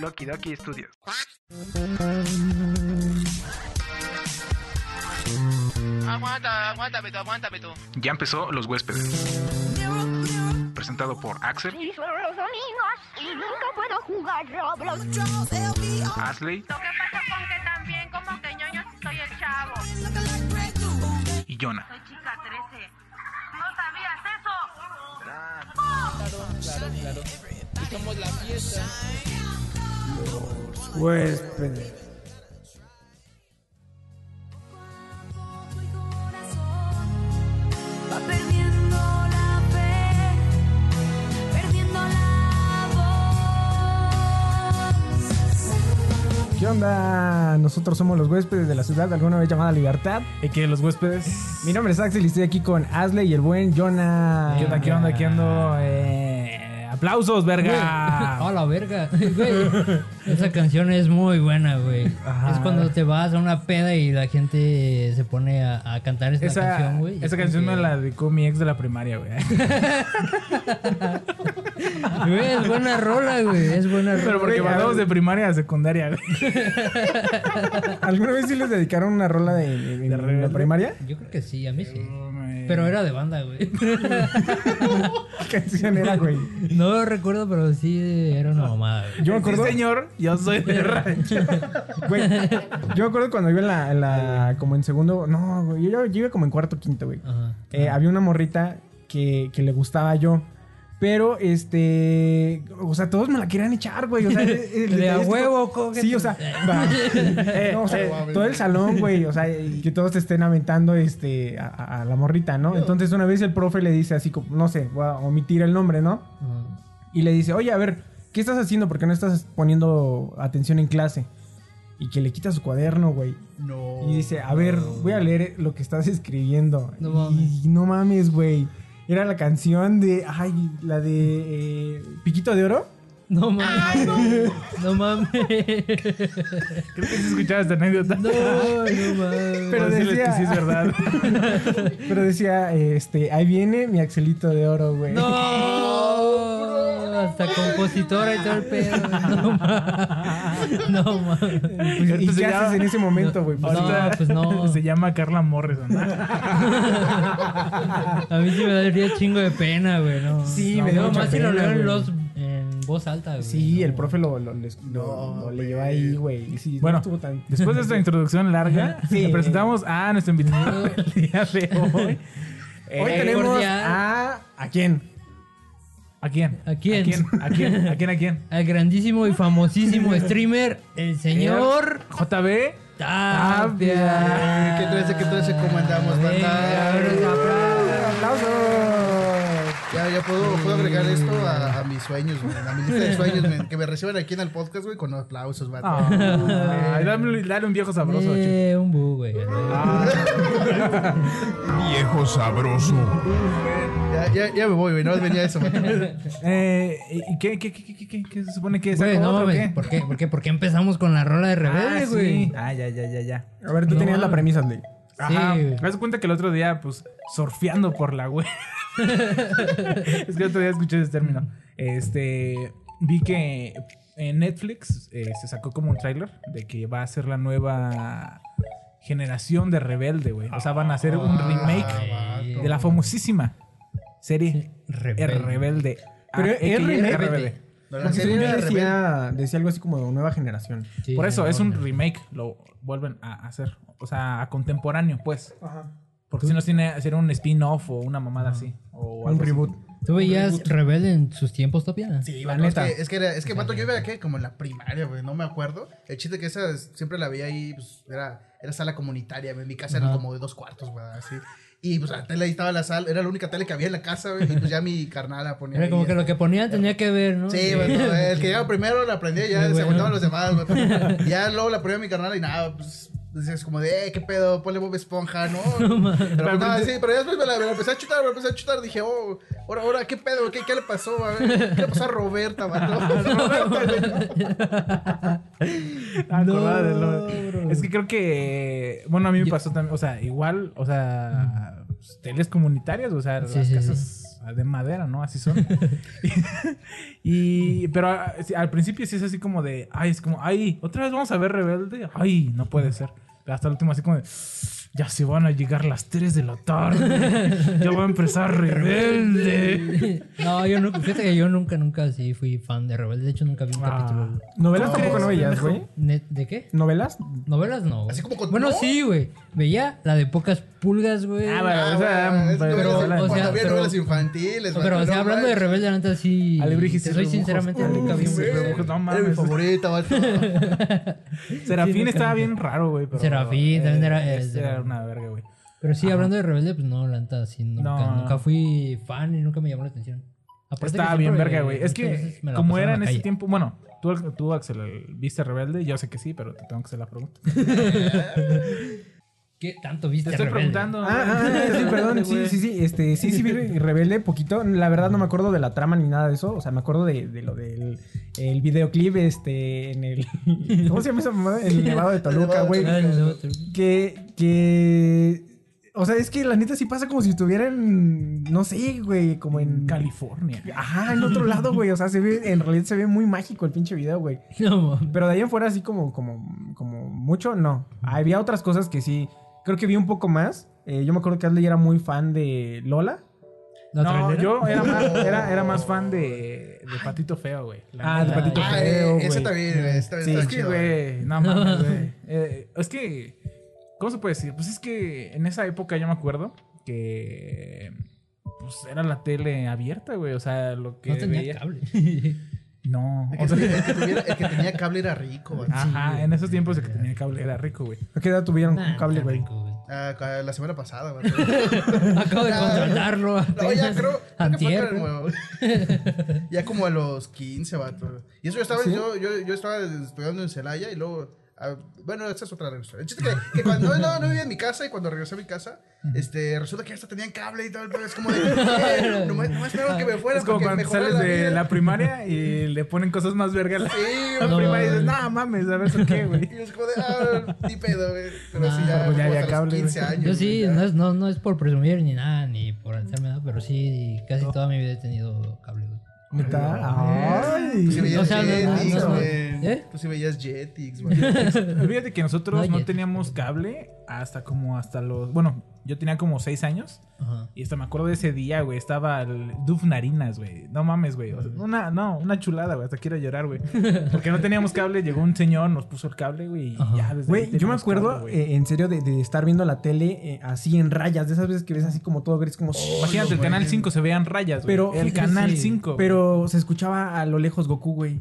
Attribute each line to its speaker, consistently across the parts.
Speaker 1: Loki Doki Studios.
Speaker 2: Aguanta, aguántame tú, aguántame tú.
Speaker 1: Ya empezó Los Huéspedes. Presentado por Axel,
Speaker 3: y son los amigos y nunca puedo jugar Roblox.
Speaker 1: Asley
Speaker 4: Lo que pasa con que también como que ñoño soy el chavo.
Speaker 1: y Jonah.
Speaker 4: Soy chica 13. ¿No sabías eso?
Speaker 5: Claro, claro. Y somos la fiesta.
Speaker 6: huéspedes.
Speaker 7: Cuando mi corazón va perdiendo la fe, perdiendo la voz.
Speaker 6: ¿Qué onda? Nosotros somos los huéspedes de la ciudad, alguna vez llamada Libertad.
Speaker 8: que los huéspedes.
Speaker 6: Mi nombre es Axel y estoy aquí con Asley y el buen Jonah.
Speaker 8: ¿Qué onda? ¿Qué onda? ¿Qué ando? Eh, aplausos, verga.
Speaker 9: Hola, verga. Güey, esa canción es muy buena, güey.
Speaker 8: Ajá.
Speaker 9: Es cuando te vas a una peda y la gente se pone a, a cantar esta
Speaker 8: Esa
Speaker 9: canción, güey.
Speaker 8: esa canción me la dedicó mi ex de la primaria, güey.
Speaker 9: Güey, es buena rola, güey. Es buena rola.
Speaker 8: Pero porque
Speaker 6: Güey, a
Speaker 8: pasamos
Speaker 6: ver.
Speaker 8: de primaria a secundaria, güey.
Speaker 6: ¿Alguna vez sí les dedicaron una rola de, de- en la
Speaker 8: Rebelde?
Speaker 6: primaria?
Speaker 9: Yo creo que sí, a mí sí. Pero
Speaker 8: Pero
Speaker 9: era de banda, güey.
Speaker 6: ¿Qué canción era, güey?
Speaker 9: No lo recuerdo, pero sí era una mamada, güey.
Speaker 6: Yo me acuerdo,
Speaker 8: Sí, señor, yo soy de rancho.
Speaker 6: güey, yo me acuerdo cuando iba en la, en la- como en segundo, no, güey, yo, yo iba como en cuarto, quinto, güey.
Speaker 9: Ajá.
Speaker 6: Eh, había una morrita que, que le gustaba yo. Pero, este. O sea, todos me la querían echar, güey. O sea, el- el-
Speaker 9: De a
Speaker 6: es que-
Speaker 9: huevo, cógete.
Speaker 6: Sí, o sea, va.
Speaker 8: Eh,
Speaker 6: No, o sea, todo el salón, güey. O sea, y que todos te estén aventando este, a, a- a la morrita, ¿no? Entonces, una vez el profe le dice así, como, no sé, voy a omitir el nombre, ¿no?
Speaker 9: Ajá.
Speaker 6: Y le dice, oye, a ver, ¿qué estás haciendo? Porque no estás poniendo atención en clase. Y que le quita su cuaderno, güey.
Speaker 8: No.
Speaker 6: Y dice, a ver, voy a leer lo que estás escribiendo.
Speaker 9: No
Speaker 6: Y no mames, güey. Era la canción de, ay, la de eh, Piquito de Oro.
Speaker 9: No mames. no. mames.
Speaker 8: Creo que sí escuchaba esta anécdota.
Speaker 9: No, no mames.
Speaker 6: Pero
Speaker 8: Pero decirles
Speaker 6: decía-
Speaker 8: que sí es verdad.
Speaker 6: Pero decía, este, ahí viene mi Axelito de Oro, güey.
Speaker 9: No, hasta compositora y todo el pedo. No mames. No mames.
Speaker 6: Pues, ¿Y
Speaker 8: Entonces
Speaker 6: qué
Speaker 8: ya-
Speaker 6: haces en ese momento, güey? Pues,
Speaker 9: No, pues no.
Speaker 8: Se llama Carla Morrison.
Speaker 9: A mí sí me daría chingo de pena, güey. No.
Speaker 6: Sí,
Speaker 9: No,
Speaker 6: me dio
Speaker 9: no,
Speaker 6: mucha
Speaker 9: más si lo
Speaker 6: pena,
Speaker 9: leo
Speaker 6: güey.
Speaker 9: en, los- en voz alta, güey.
Speaker 6: Sí,
Speaker 9: No.
Speaker 6: el profe lo, lo, les- lo- lo leyó ahí, güey. Y Sí, no
Speaker 8: Bueno,
Speaker 6: estuvo tan-
Speaker 8: Después de esta introducción larga,
Speaker 6: Sí. eh,
Speaker 8: le presentamos a nuestro invitado del día de hoy.
Speaker 6: Hoy
Speaker 9: Eh,
Speaker 6: tenemos
Speaker 9: cordial.
Speaker 6: a... ¿A quién?
Speaker 8: ¿A quién?
Speaker 9: ¿A quién?
Speaker 8: ¿A quién? ¿A quién? ¿A quién? ¿A quién?
Speaker 9: Al grandísimo y famosísimo streamer, el señor
Speaker 8: JB.
Speaker 9: Tapia.
Speaker 5: ¿Qué traes, qué traes, cómo andamos, banda?
Speaker 9: Venga, abres la plaza.
Speaker 6: ¡Aplausos!
Speaker 5: Ya, ya puedo, puedo agregar esto a, a mis sueños, güey, a mi lista de sueños, güey, que me reciban aquí en el podcast, güey, con aplausos, vato.
Speaker 8: Ah, dale, dale un viejo sabroso. chico.
Speaker 9: Eh, un bu, güey.
Speaker 8: Ah,
Speaker 10: Viejo sabroso.
Speaker 5: Ya, ya, ya me voy, güey, no venía eso, güey.
Speaker 8: Eh, ¿y qué, qué, qué, qué, qué, qué, qué se supone que es?
Speaker 9: Güey, no
Speaker 8: otro, o
Speaker 9: mames.
Speaker 8: qué?
Speaker 9: ¿Por qué? ¿Por qué? ¿Por qué empezamos con la rola de
Speaker 8: Ah,
Speaker 9: rebelde,
Speaker 8: sí.
Speaker 9: güey?
Speaker 8: Ah, ya, ya, ya, ya.
Speaker 6: A ver, tú
Speaker 9: No
Speaker 6: tenías la
Speaker 9: mames.
Speaker 6: premisa, Lee.
Speaker 8: Ajá.
Speaker 9: güey.
Speaker 8: Me das cuenta que el otro día, pues, surfeando por la web. es que el otro día escuché ese término. Este. Vi que en Netflix eh, se sacó como un tráiler de que va a ser la nueva generación de rebelde, güey. O sea, van a hacer un remake
Speaker 5: Ah, vato.
Speaker 8: de la famosísima serie
Speaker 9: Rebelde.
Speaker 8: El Rebelde.
Speaker 6: Pero
Speaker 8: AKA
Speaker 6: Ah, es remake.
Speaker 8: Rebelde.
Speaker 5: No, la
Speaker 6: Porque
Speaker 5: serie
Speaker 6: según yo
Speaker 5: era rebelde.
Speaker 6: decía, decía algo así como de nueva generación.
Speaker 9: Sí,
Speaker 8: Por eso es un
Speaker 9: no,
Speaker 8: remake, lo vuelven a hacer. O sea, a contemporáneo, pues.
Speaker 6: Ajá.
Speaker 8: Porque si no tiene sería un spin-off o una mamada así. O
Speaker 6: Un
Speaker 8: algo así.
Speaker 6: reboot.
Speaker 9: ¿Tú veías Rebelde en sus tiempos, Topia?
Speaker 5: Sí,
Speaker 6: La
Speaker 5: vato, es
Speaker 6: neta.
Speaker 5: que, es que, era- es que, vato, yo iba que como en la primaria, güey, no me acuerdo. El chiste que esa es- siempre la veía ahí, pues, era, era sala comunitaria, güey, en mi casa era
Speaker 9: Ajá.
Speaker 5: como de dos cuartos, güey, así. Y, pues, la tele ahí estaba la sala, era la única tele que había en la casa, güey, y, pues, ya mi carnal la ponía
Speaker 9: Era
Speaker 5: ahí, este,
Speaker 9: como que
Speaker 5: ya.
Speaker 9: lo que ponían tenía que ver, ¿no?
Speaker 5: Sí, güey, no, el que llegaba primero la aprendía, ya
Speaker 9: Sí,
Speaker 5: se
Speaker 9: güey.
Speaker 5: aguantaban los demás, güey. pero Ya luego la aprendí a mi carnal y nada, pues. pues, Es como de, eh, qué pedo, ponle Bob Esponja, ¿no? pero, no, sí, pero ya después me la, me la empecé a chutar, me la empecé a chutar. Dije, oh, ahora, ahora, qué pedo, qué, qué le pasó, a ver, qué le pasó a Roberta, vato? Roberta, güey.
Speaker 8: Ah, acordaba de lo-
Speaker 9: bro.
Speaker 8: Es que creo que. Bueno, a mí me pasó también. O sea, igual, o sea. pues, teles comunitarias, o sea,
Speaker 9: Sí,
Speaker 8: las
Speaker 9: sí,
Speaker 8: casas de madera, ¿no? Así son. y, pero a- al principio sí es así como de, ay, es como, ay, otra vez vamos a ver Rebelde. Ay, no puede ser. Pero hasta el último así como de, ya se van a llegar las 3 de la tarde. ya va a empezar Rebelde.
Speaker 9: No, yo nunca, fíjate que yo nunca, nunca sí fui fan de Rebelde. De hecho, nunca vi un
Speaker 8: Ah.
Speaker 9: capítulo. güey.
Speaker 6: ¿Novelas
Speaker 8: ¿Cómo
Speaker 6: tampoco no
Speaker 8: crees,
Speaker 6: veías,
Speaker 8: pendejo?
Speaker 6: güey?
Speaker 9: Ne- ¿De qué?
Speaker 6: ¿Novelas?
Speaker 9: Novelas no. güey.
Speaker 5: Así como con-
Speaker 9: Bueno,
Speaker 5: ¿no?
Speaker 9: sí, güey. Veía la de pocas pulgas, güey.
Speaker 8: Ah,
Speaker 5: Ah,
Speaker 8: bueno, o
Speaker 5: bueno,
Speaker 8: sea,
Speaker 5: es
Speaker 8: pero-
Speaker 5: novelas-
Speaker 9: o
Speaker 5: cuando
Speaker 9: sea,
Speaker 5: había
Speaker 9: pero-
Speaker 5: novelas
Speaker 8: pues,
Speaker 5: infantiles.
Speaker 9: Pero, o sea,
Speaker 5: no
Speaker 9: hablando de
Speaker 5: manches.
Speaker 9: Rebelde, la neta sí.
Speaker 8: Alebrije y
Speaker 9: te
Speaker 8: sus
Speaker 9: soy
Speaker 8: rebujos.
Speaker 9: sinceramente
Speaker 8: Uy,
Speaker 9: nunca vi un
Speaker 8: sí.
Speaker 9: Rebelde.
Speaker 8: No mames.
Speaker 5: Era mi favorita, vato.
Speaker 8: Serafín
Speaker 9: Sí, nunca
Speaker 8: estaba
Speaker 9: vi.
Speaker 8: bien raro, güey. pero,
Speaker 9: Serafín también era-
Speaker 8: este
Speaker 9: es-
Speaker 8: era una verga, güey.
Speaker 9: Pero sí, hablando de Rebelde, pues no, la neta sí. Nunca,
Speaker 8: No.
Speaker 9: nunca fui fan y nunca me llamó la atención. Aparte
Speaker 8: Estaba
Speaker 9: que
Speaker 8: bien
Speaker 9: siempre,
Speaker 8: verga,
Speaker 9: eh,
Speaker 8: güey. Es
Speaker 9: muchas
Speaker 8: que
Speaker 9: veces me la
Speaker 8: como
Speaker 9: pasaba
Speaker 8: era
Speaker 9: la
Speaker 8: en ese
Speaker 9: calle.
Speaker 8: tiempo, bueno, tú, tú Axel, viste Rebelde, yo sé que sí, pero te tengo que hacer la pregunta.
Speaker 9: ¿Qué tanto
Speaker 8: Te
Speaker 9: viste
Speaker 8: estoy
Speaker 9: Rebelde?
Speaker 8: preguntando.
Speaker 6: Ah, ah, ah, sí, perdón. Sí, sí, sí. Este, sí, sí, vi Rebelde poquito. La verdad no me acuerdo de la trama ni nada de eso. O sea, me acuerdo de, de lo del el videoclip, este, en el... ¿Cómo se llama esa mamada? En el Nevado de Toluca,
Speaker 5: Nevado de
Speaker 6: güey.
Speaker 9: Ah, no, otro.
Speaker 6: Que, que... O sea, es que la neta sí pasa como si estuvieran, no sé, güey, como en...
Speaker 8: California.
Speaker 6: Ajá, en otro lado, güey. O sea, se ve, en realidad se ve muy mágico el pinche video, güey.
Speaker 9: No, mames.
Speaker 6: Pero de ahí en fuera, así como, como, como mucho, no. Había otras cosas que sí. Creo que vi un poco más. Eh, yo me acuerdo que Ashley era muy fan de Lola.
Speaker 9: ¿La
Speaker 8: No,
Speaker 9: trailera?
Speaker 8: yo era más, era, era más fan de, de Patito Feo, güey. La
Speaker 6: Ah, de
Speaker 8: neta,
Speaker 6: Patito
Speaker 8: güey.
Speaker 5: Ah,
Speaker 6: Feo,
Speaker 5: eh, ese
Speaker 6: güey.
Speaker 5: también, güey, ese también
Speaker 6: Sí,
Speaker 5: está
Speaker 8: Es que,
Speaker 5: chido,
Speaker 8: güey, no mames, güey. Eh, es que, ¿cómo se puede decir? Pues es que en esa época yo me acuerdo que pues era la tele abierta, güey. O sea, lo que
Speaker 9: No tenía
Speaker 8: veía-
Speaker 9: cable.
Speaker 8: No,
Speaker 5: El
Speaker 8: o
Speaker 5: que,
Speaker 8: sea,
Speaker 5: tuviera- el que tuviera- el que tenía cable era rico, vato.
Speaker 8: Ajá, en esos tiempos de que tenía cable era rico, güey.
Speaker 6: ¿A qué edad tuvieron
Speaker 9: Nah,
Speaker 6: cable,
Speaker 9: está
Speaker 6: güey?
Speaker 9: rico, güey.
Speaker 5: Ah, ca- la semana pasada, güey.
Speaker 9: Acabo de
Speaker 5: Ya.
Speaker 9: contratarlo.
Speaker 5: No, ya
Speaker 9: apenas,
Speaker 5: creo. creo que fue
Speaker 9: antier, güey.
Speaker 5: como- ya como a los 15, vato. Y eso yo estaba, yo, yo, yo estaba estudiando en Celaya y luego. ah, bueno, esta es otra historia. El chiste que, que cuando no, no vivía en mi casa y cuando regresé a mi casa, este, resulta que hasta tenían cable y todo. pero es como de. eh, nomás, nomás esperaron que me fuera.
Speaker 8: Ah, Es como
Speaker 5: para
Speaker 8: cuando
Speaker 5: que mejorara
Speaker 8: sales de
Speaker 5: vida.
Speaker 8: la primaria y le ponen cosas más verga a la,
Speaker 5: Sí,
Speaker 8: a la
Speaker 9: No.
Speaker 8: primaria y dices, no mames, a ver eso qué, güey.
Speaker 5: Y es como de, ah, ni pedo, güey. Pero sí,
Speaker 9: Ah,
Speaker 5: ya,
Speaker 8: pues ya
Speaker 5: como
Speaker 8: había
Speaker 5: hasta los
Speaker 8: cable,
Speaker 5: 15
Speaker 8: güey.
Speaker 5: años.
Speaker 9: Yo sí,
Speaker 5: güey, ya.
Speaker 9: no es, no, no es por presumir ni nada, ni por hacerme nada, pero sí, casi toda mi vida he tenido cable, güey.
Speaker 6: ¿Neta?
Speaker 5: Tú sí
Speaker 6: Ay.
Speaker 5: veías
Speaker 9: Mm, O sea, no, Pues no, no,
Speaker 5: Jetix,
Speaker 9: no.
Speaker 5: güey.
Speaker 9: ¿Eh?
Speaker 5: Tú sí veías Jetix, güey.
Speaker 8: Fíjate que nosotros
Speaker 9: Oye.
Speaker 8: no teníamos cable hasta como hasta los. Bueno, yo tenía como seis años.
Speaker 9: Ajá.
Speaker 8: Y hasta me acuerdo de ese día, güey. Estaba el Duf Narinas, güey. No mames, güey. O sea, una, no, una chulada, güey. Hasta quiero llorar, güey. Porque no teníamos cable. Llegó un señor, nos puso el cable, güey. Y
Speaker 9: Ajá.
Speaker 8: ya desde ahí
Speaker 6: Güey, yo me
Speaker 8: tenemos
Speaker 6: acuerdo,
Speaker 8: cable, güey.
Speaker 6: eh, en serio, de, de estar viendo la tele eh, así en rayas. De esas veces que ves así como todo gris, como...
Speaker 8: Imagínate, el canal 5 se veían rayas, güey.
Speaker 6: Pero-
Speaker 8: el
Speaker 6: sí,
Speaker 8: canal
Speaker 9: sí.
Speaker 8: 5.
Speaker 6: Pero se escuchaba a lo lejos Goku, güey.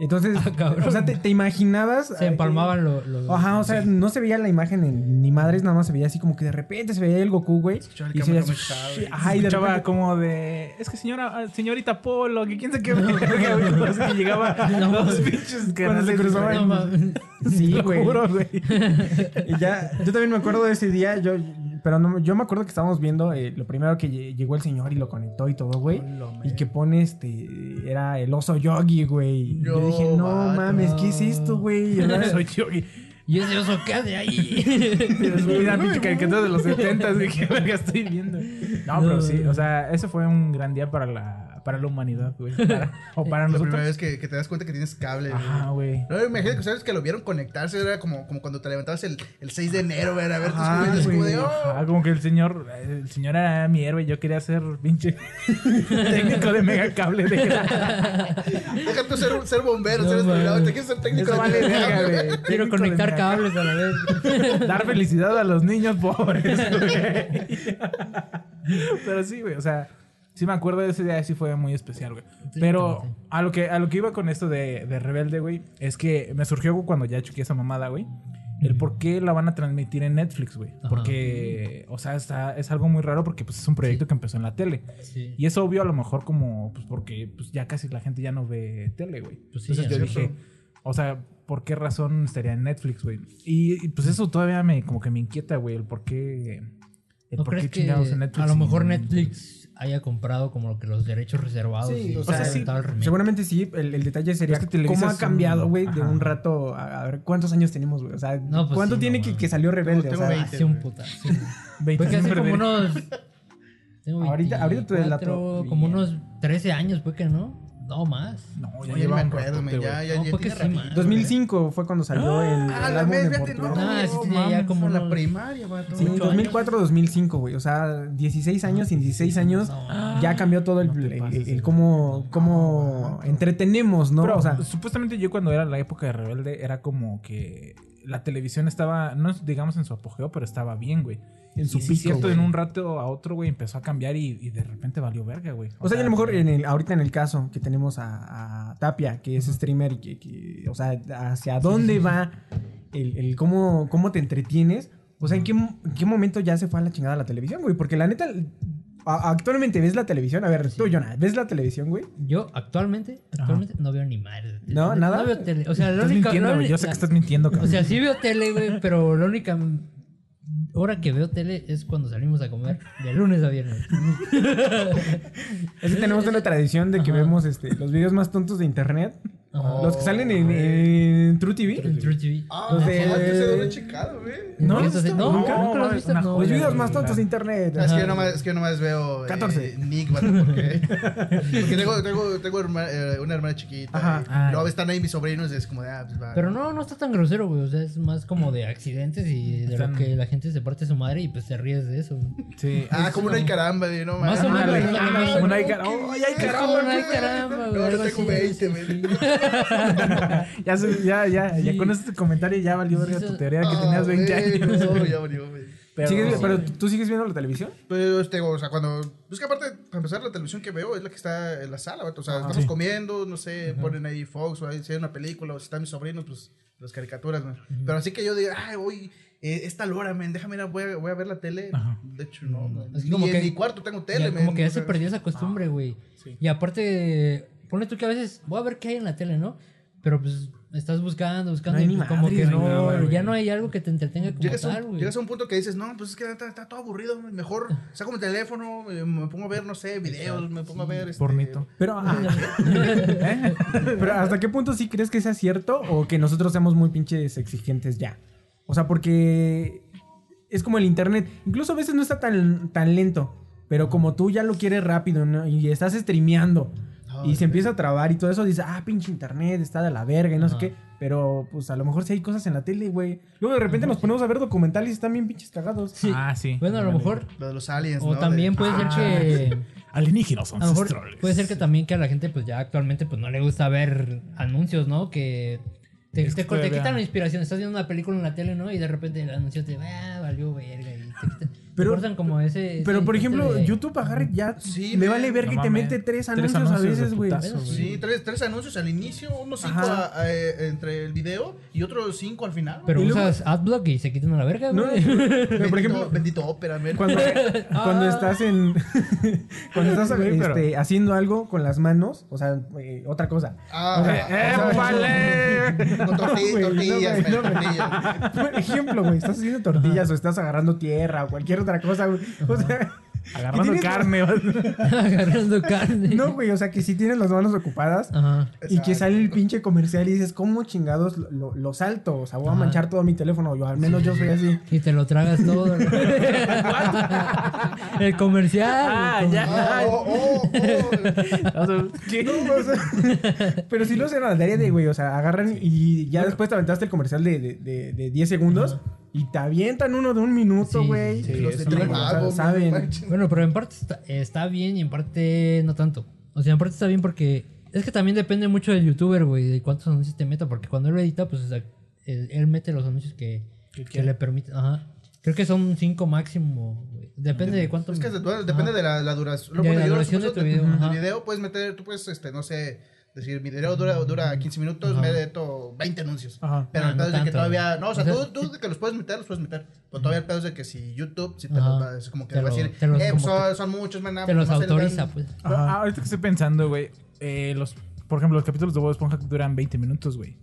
Speaker 6: Entonces,
Speaker 9: Ah, cabrón.
Speaker 6: o sea, te, te imaginabas...
Speaker 9: Se
Speaker 6: eh,
Speaker 9: empalmaban los... Lo,
Speaker 6: Ajá, o sea,
Speaker 9: sí.
Speaker 6: no se veía la imagen en- ni madres, nada más se veía así como que de repente se veía el Goku, güey.
Speaker 5: Escuchaba el
Speaker 6: Y se veía
Speaker 5: Kamehameha,
Speaker 6: así,
Speaker 5: güey.
Speaker 6: ajá, y de
Speaker 8: escuchaba
Speaker 6: repente-
Speaker 8: como de. Es que señora, ah, señorita Polo, que quién sabe qué verga, güey. O sea, que llegaba los pinches
Speaker 6: Cuando se
Speaker 8: canales.
Speaker 6: cruzaba
Speaker 8: güey.
Speaker 9: No mames.
Speaker 6: Sí,
Speaker 8: Lo
Speaker 6: güey.
Speaker 8: juro, güey.
Speaker 6: Y ya, yo también me acuerdo de ese día, yo, pero no, yo me acuerdo que estábamos viendo eh, lo primero que lle- llegó el señor y lo conectó y todo, güey. Y que pone este, era el oso yogi, güey. Y yo
Speaker 5: No,
Speaker 6: dije, no
Speaker 5: vato.
Speaker 6: mames, ¿qué es esto, güey? Y ahora-
Speaker 8: Soy yo, güey.
Speaker 9: Y ese oso, ¿qué hace ahí?
Speaker 8: Mira, pinche caricatura de los 70 güey, qué verga estoy viendo. No, pero sí, o sea, ese fue un gran día para la, para la humanidad, güey. para- o para
Speaker 5: La primera
Speaker 8: nosotros.
Speaker 5: vez que, que te das cuenta que tienes cable, güey.
Speaker 8: Ajá, güey.
Speaker 5: No, imagínate que sabes que lo vieron conectarse, era como, como cuando te levantabas el, el 6 de enero, güey, a ver tus
Speaker 6: Ajá,
Speaker 5: juguetes, como de,
Speaker 6: güey,
Speaker 5: "Oh".
Speaker 8: Ajá, como que el señor, el señor era mi héroe, yo quería ser pinche técnico de mega cable de
Speaker 5: deja tú ser, ser bombero,
Speaker 9: No,
Speaker 5: ser desvelado,
Speaker 9: man.
Speaker 5: te quieres ser
Speaker 8: Eso
Speaker 5: técnico de
Speaker 8: vale verga, güey. Técnico
Speaker 9: Quiero
Speaker 8: de
Speaker 9: conectar
Speaker 8: mega-
Speaker 9: cables a la vez.
Speaker 8: Dar felicidad a los niños pobres, güey. Pero sí, güey, o sea, sí me acuerdo de ese día, sí fue muy especial, güey. Pero
Speaker 9: claro,
Speaker 8: a lo que, a lo que iba con esto de, de Rebelde, güey, es que me surgió cuando ya chuqué esa mamada, güey. El por qué la van a transmitir en Netflix, güey.
Speaker 9: Ajá.
Speaker 8: Porque, o sea, está- es algo muy raro porque pues, es un proyecto que empezó en la tele.
Speaker 9: Sí.
Speaker 8: Y es obvio a lo mejor como, pues porque pues, ya casi la gente ya no ve tele, güey.
Speaker 9: Pues sí,
Speaker 8: Entonces yo
Speaker 9: es
Speaker 8: dije, o sea, ¿por qué razón estaría en Netflix, güey? Y, y, pues eso todavía me, como que me inquieta, güey, el por qué... El
Speaker 9: ¿No
Speaker 8: por qué
Speaker 9: crees que
Speaker 8: chingados en Netflix.
Speaker 9: a lo mejor
Speaker 8: y-
Speaker 9: Netflix haya comprado como lo que los derechos reservados?
Speaker 6: Sí,
Speaker 9: y
Speaker 6: o sea,
Speaker 9: haya
Speaker 8: sí,
Speaker 9: aventado el remake?
Speaker 6: Seguramente sí, el, el detalle sería
Speaker 8: Es que
Speaker 6: cómo
Speaker 8: Televisa
Speaker 6: ha
Speaker 8: es
Speaker 6: cambiado,
Speaker 8: un-
Speaker 6: güey, de
Speaker 8: Ajá.
Speaker 6: un rato a, a ver cuántos años tenemos, güey. O sea,
Speaker 9: No, pues
Speaker 6: ¿cuánto
Speaker 9: sí,
Speaker 6: tiene
Speaker 9: no
Speaker 6: que,
Speaker 9: mames.
Speaker 6: que salió Rebelde?
Speaker 5: Tengo
Speaker 6: o sea,
Speaker 5: veinte.
Speaker 9: Hace un putazo.
Speaker 8: 20
Speaker 9: Porque hace
Speaker 8: siempre
Speaker 9: como
Speaker 8: de-
Speaker 9: unos Tengo
Speaker 6: Ahorita- ahorita te
Speaker 9: 24,
Speaker 6: delato.
Speaker 9: Como
Speaker 6: Bien.
Speaker 9: unos 13 años, fue que no. No más.
Speaker 7: No, ya
Speaker 5: Oye, me
Speaker 7: lleva un
Speaker 5: acuerdo,
Speaker 7: ratote,
Speaker 5: men, ya,
Speaker 7: güey.
Speaker 5: ya,
Speaker 9: No,
Speaker 5: ya
Speaker 9: fue que
Speaker 5: tiene
Speaker 9: sí,
Speaker 5: ratito,
Speaker 9: man.
Speaker 6: 2005 fue cuando salió el,
Speaker 5: Ah,
Speaker 6: el
Speaker 5: la
Speaker 6: álbum
Speaker 5: vez,
Speaker 6: de
Speaker 5: fíjate, no,
Speaker 6: Portugal.
Speaker 9: Ah,
Speaker 5: no,
Speaker 9: sí,
Speaker 5: no,
Speaker 9: sí, ya
Speaker 5: mames,
Speaker 9: como
Speaker 5: en la
Speaker 9: unos-
Speaker 5: primaria, vato.
Speaker 6: Sí,
Speaker 9: Ocho Ah,
Speaker 6: 2004, 2005, güey. O sea, 16 años y en 16 años
Speaker 9: No.
Speaker 6: ya cambió todo el, el- el- el cómo, cómo entretenemos, ¿no?
Speaker 7: Pero,
Speaker 6: o sea,
Speaker 7: supuestamente yo cuando era la época de Rebelde era como que la televisión estaba, no es, digamos en su apogeo, pero estaba bien, güey.
Speaker 6: en su
Speaker 7: Y sí,
Speaker 6: pico.
Speaker 7: cierto,
Speaker 6: güey.
Speaker 7: en un rato a otro, güey, empezó a cambiar y, y de repente valió verga, güey.
Speaker 6: O sea, y a lo mejor en el, ahorita en el caso que tenemos a, a Tapia, que es streamer, y que, que, o sea, hacia dónde va el, el cómo, cómo te entretienes. O sea, ¿en qué, mo- en qué momento ya se fue a la chingada la televisión, güey? Porque la neta, a- actualmente ves la televisión. A ver, tú, Jonah, ¿ves la televisión, güey?
Speaker 9: Yo actualmente, actualmente no veo ni madre. de
Speaker 6: No,
Speaker 9: tele.
Speaker 6: nada.
Speaker 9: No veo tele. O sea, la
Speaker 7: Estás
Speaker 9: única.
Speaker 7: mintiendo,
Speaker 9: la
Speaker 7: güey. Yo sé
Speaker 9: única-
Speaker 7: que estás mintiendo,
Speaker 9: O
Speaker 7: cabrón.
Speaker 9: sea, sí veo tele, güey, pero la única hora que veo tele es cuando salimos a comer de lunes a viernes.
Speaker 6: Es que tenemos una tradición de que
Speaker 9: Ajá.
Speaker 6: vemos este, los videos más tontos de internet.
Speaker 9: Ajá.
Speaker 6: los que salen en, en True TV.
Speaker 9: En True TV.
Speaker 5: Ah,
Speaker 6: Los de-
Speaker 5: antes era
Speaker 9: eh,
Speaker 5: una chicada, güey.
Speaker 6: ¿No?
Speaker 9: Eso sí, no,
Speaker 6: ¿Nunca?
Speaker 9: nunca lo has
Speaker 7: No,
Speaker 9: visto.
Speaker 7: una
Speaker 9: no,
Speaker 6: Los
Speaker 9: ya,
Speaker 6: videos
Speaker 9: ya,
Speaker 6: más
Speaker 9: ya.
Speaker 6: tontos de internet.
Speaker 5: Es que, yo nomás, es que yo nomás veo eh,
Speaker 6: 14.
Speaker 5: Nick, vato, porque, porque tengo, tengo, tengo herma- eh, una hermana chiquita.
Speaker 6: Ajá.
Speaker 5: y
Speaker 9: Ah,
Speaker 5: luego
Speaker 9: ya.
Speaker 5: están ahí mis sobrinos y es como de, ah, pues va.
Speaker 9: Pero no, no está tan grosero, güey. O sea, es más como de accidentes y de
Speaker 7: Están-
Speaker 9: lo que la gente se parte su madre y pues te ríes de eso. güey.
Speaker 7: Sí.
Speaker 5: Ah, como una caramba, güey, no
Speaker 9: Más o
Speaker 5: mames.
Speaker 9: menos,
Speaker 5: Ah,
Speaker 9: más o
Speaker 5: no,
Speaker 7: menos.
Speaker 5: ¿qué?
Speaker 7: Ay, ay,
Speaker 5: Es
Speaker 9: caramba,
Speaker 5: como,
Speaker 9: ay,
Speaker 5: Ah, güey,
Speaker 9: Oh, caramba, güey,
Speaker 5: Ahora
Speaker 9: algo
Speaker 5: tengo
Speaker 9: así,
Speaker 5: 20,
Speaker 9: sí, sí.
Speaker 5: güey.
Speaker 6: ya, se- ya, ya, ya
Speaker 9: Sí.
Speaker 6: con este comentario ya valió verga
Speaker 9: Sí,
Speaker 6: tu
Speaker 9: sí.
Speaker 6: teoría que
Speaker 5: Ah,
Speaker 6: tenías 20
Speaker 5: güey,
Speaker 6: años.
Speaker 5: no, ya valió, güey.
Speaker 7: Pero,
Speaker 6: ¿Sigues- pero tú sigues viendo la televisión.
Speaker 5: Pero tengo, o sea, cuando. Es que aparte, para empezar, la televisión que veo es la que está en la sala, vato. O
Speaker 9: Ah,
Speaker 5: sea, estamos comiendo, no sé, ponen ahí Fox o ahí si hay una película o si están mis sobrinos, pues las caricaturas, man. Pero así que yo digo, ay, hoy, eh, esta hora, men, déjame ir, a- voy a, voy a ver la tele.
Speaker 7: Ajá.
Speaker 5: De hecho, no, man.
Speaker 9: Es que
Speaker 5: Ni
Speaker 9: como
Speaker 5: en
Speaker 9: que-
Speaker 5: mi cuarto tengo
Speaker 9: Ya
Speaker 5: tele, men.
Speaker 9: como que ya
Speaker 5: o
Speaker 9: se
Speaker 5: sea,
Speaker 9: perdió esa costumbre, güey.
Speaker 7: sí.
Speaker 9: Y aparte, pone tú que a veces voy a ver qué hay en la tele, ¿no? Pero pues estás buscando, buscando
Speaker 6: No hay
Speaker 9: y
Speaker 6: ni
Speaker 9: pues, como
Speaker 6: madres,
Speaker 9: que no,
Speaker 6: no, güey.
Speaker 9: ya no hay algo que te entretenga como
Speaker 5: Llegas a,
Speaker 9: tal,
Speaker 5: un,
Speaker 9: güey.
Speaker 5: llegas a un punto que dices, no, pues es que está, está todo aburrido, man. mejor saco mi teléfono, eh, me pongo a ver, no sé, videos, me pongo a ver. este,
Speaker 7: Pornito.
Speaker 6: Pero, ah, ¿eh? Pero ¿hasta qué punto sí crees que sea cierto o que nosotros seamos muy pinches exigentes ya? O sea, porque es como el internet. Incluso a veces no está tan, tan lento. Pero como tú ya lo quieres rápido ¿no? y estás streameando y se empieza a trabar y todo eso, dices, ah, pinche internet, está de la verga y no sé
Speaker 9: Ajá.
Speaker 6: qué. Pero pues a lo mejor sí hay cosas en la tele, güey. Luego de repente nos ponemos a ver documentales y están bien pinches cagados.
Speaker 9: Sí.
Speaker 7: Ah, sí.
Speaker 9: Bueno, a lo
Speaker 7: Ándale.
Speaker 9: mejor.
Speaker 5: Lo de los aliens,
Speaker 9: O
Speaker 5: ¿no?
Speaker 9: también
Speaker 5: De-
Speaker 9: puede ser que.
Speaker 7: Alienígenas
Speaker 9: A lo mejor
Speaker 7: ancestrales.
Speaker 9: puede ser que también que a la gente pues ya actualmente pues no le gusta ver anuncios, ¿no? Que te,
Speaker 7: Es que
Speaker 9: te- te
Speaker 7: todavía-
Speaker 9: quitan la inspiración, estás viendo una película en la tele, ¿no? Y de repente el anuncio te va, valió verga y te quitan.
Speaker 6: Pero-
Speaker 9: Pero, cortan como ese... ese
Speaker 6: Pero por
Speaker 9: intento
Speaker 6: ejemplo,
Speaker 9: de-
Speaker 6: YouTube agarra ya
Speaker 5: Sí,
Speaker 6: le
Speaker 5: men.
Speaker 6: vale ver
Speaker 7: No
Speaker 6: que te
Speaker 7: mames.
Speaker 6: mete tres
Speaker 7: Tres
Speaker 6: anuncios, a
Speaker 7: anuncios de
Speaker 6: veces, güey.
Speaker 7: putazo, güey.
Speaker 5: Sí, tres, tres anuncios al inicio, unos cinco
Speaker 6: Ajá.
Speaker 5: a- a- eh, entre el video y otros cinco al final.
Speaker 9: Pero
Speaker 6: y luego-
Speaker 9: usas AdBlock y se quitan a la verga,
Speaker 6: No,
Speaker 9: güey.
Speaker 6: pero por ejemplo,
Speaker 5: bendito ópera, men.
Speaker 6: cuando, cuando estás en. cuando estás
Speaker 7: Ah, Güey, pero-
Speaker 6: este, haciendo algo con las manos, o sea, eh, otra cosa.
Speaker 5: Ah,
Speaker 6: O sea,
Speaker 5: ah, ah,
Speaker 7: ¡Épale!
Speaker 5: con torti-
Speaker 6: güey, Eh, no,
Speaker 5: tortillas,
Speaker 6: güey,
Speaker 5: men,
Speaker 6: no, güey.
Speaker 5: tortillas.
Speaker 6: Por ejemplo, güey, estás haciendo tortillas o estás agarrando tierra o cualquier otra cosa, güey. O sea. y
Speaker 7: Agarrando
Speaker 6: tienes-
Speaker 7: carne. güey.
Speaker 9: Agarrando carne.
Speaker 6: No, güey, o sea, que si tienes las manos ocupadas.
Speaker 9: Ajá.
Speaker 6: Y que
Speaker 5: Exacto.
Speaker 6: sale el pinche comercial y dices, ¿cómo chingados lo, lo- lo salto? O sea, voy a
Speaker 9: Ajá.
Speaker 6: manchar todo mi teléfono. Yo, al menos yo soy así.
Speaker 9: Y te lo tragas todo. güey. el comercial.
Speaker 7: Ah, ya.
Speaker 5: Ah, oh, oh, oh.
Speaker 7: O sea, ¿qué?
Speaker 6: No, o sea, pero sí lo hacen a la diaria de, güey. O sea, agarran y ya después te aventaste el comercial de, de, de- de 10 segundos y te avientan uno de un minuto,
Speaker 9: Sí,
Speaker 6: güey.
Speaker 7: sí,
Speaker 5: Los de
Speaker 7: eso
Speaker 5: Trimago,
Speaker 6: no, o sea, saben.
Speaker 5: men, manches.
Speaker 9: Bueno, pero en parte está, está bien y en parte no tanto. O sea, en parte está bien porque es que también depende mucho del youtuber, güey, de cuántos anuncios te meta. Porque cuando él lo edita, pues o sea, él, él mete los anuncios que, que le permiten. Ajá. Creo que son cinco máximo, güey. Depende de cuánto.
Speaker 5: Es que de- depende de la, la duración. Luego,
Speaker 9: De la
Speaker 5: yo los
Speaker 9: duración de tu
Speaker 5: uso,
Speaker 9: video, ajá.
Speaker 5: video puedes meter, tú puedes, este, no sé, decir, mi video dura, dura 15 minutos, meto 20 anuncios.
Speaker 6: Ajá.
Speaker 5: Pero
Speaker 9: Ah,
Speaker 5: el
Speaker 9: no
Speaker 5: pedo es de que
Speaker 9: tanto.
Speaker 5: todavía. No, o sea,
Speaker 9: O sea,
Speaker 5: tú, tú de que los puedes meter, los puedes meter. Pero todavía el pedo es de que si YouTube, si te
Speaker 9: Ajá.
Speaker 5: los va- es como que
Speaker 9: Te
Speaker 5: va a
Speaker 9: lo-
Speaker 5: decir,
Speaker 9: te los
Speaker 5: eh,
Speaker 9: como
Speaker 5: son, son muchos, man. ah,
Speaker 9: Te
Speaker 5: pues
Speaker 9: los
Speaker 5: nomás se le dan-
Speaker 9: autoriza, pues.
Speaker 7: Pero, ah, ahorita que estoy pensando, güey, eh, los, por ejemplo, los capítulos de Bob Esponja duran 20 minutos, güey.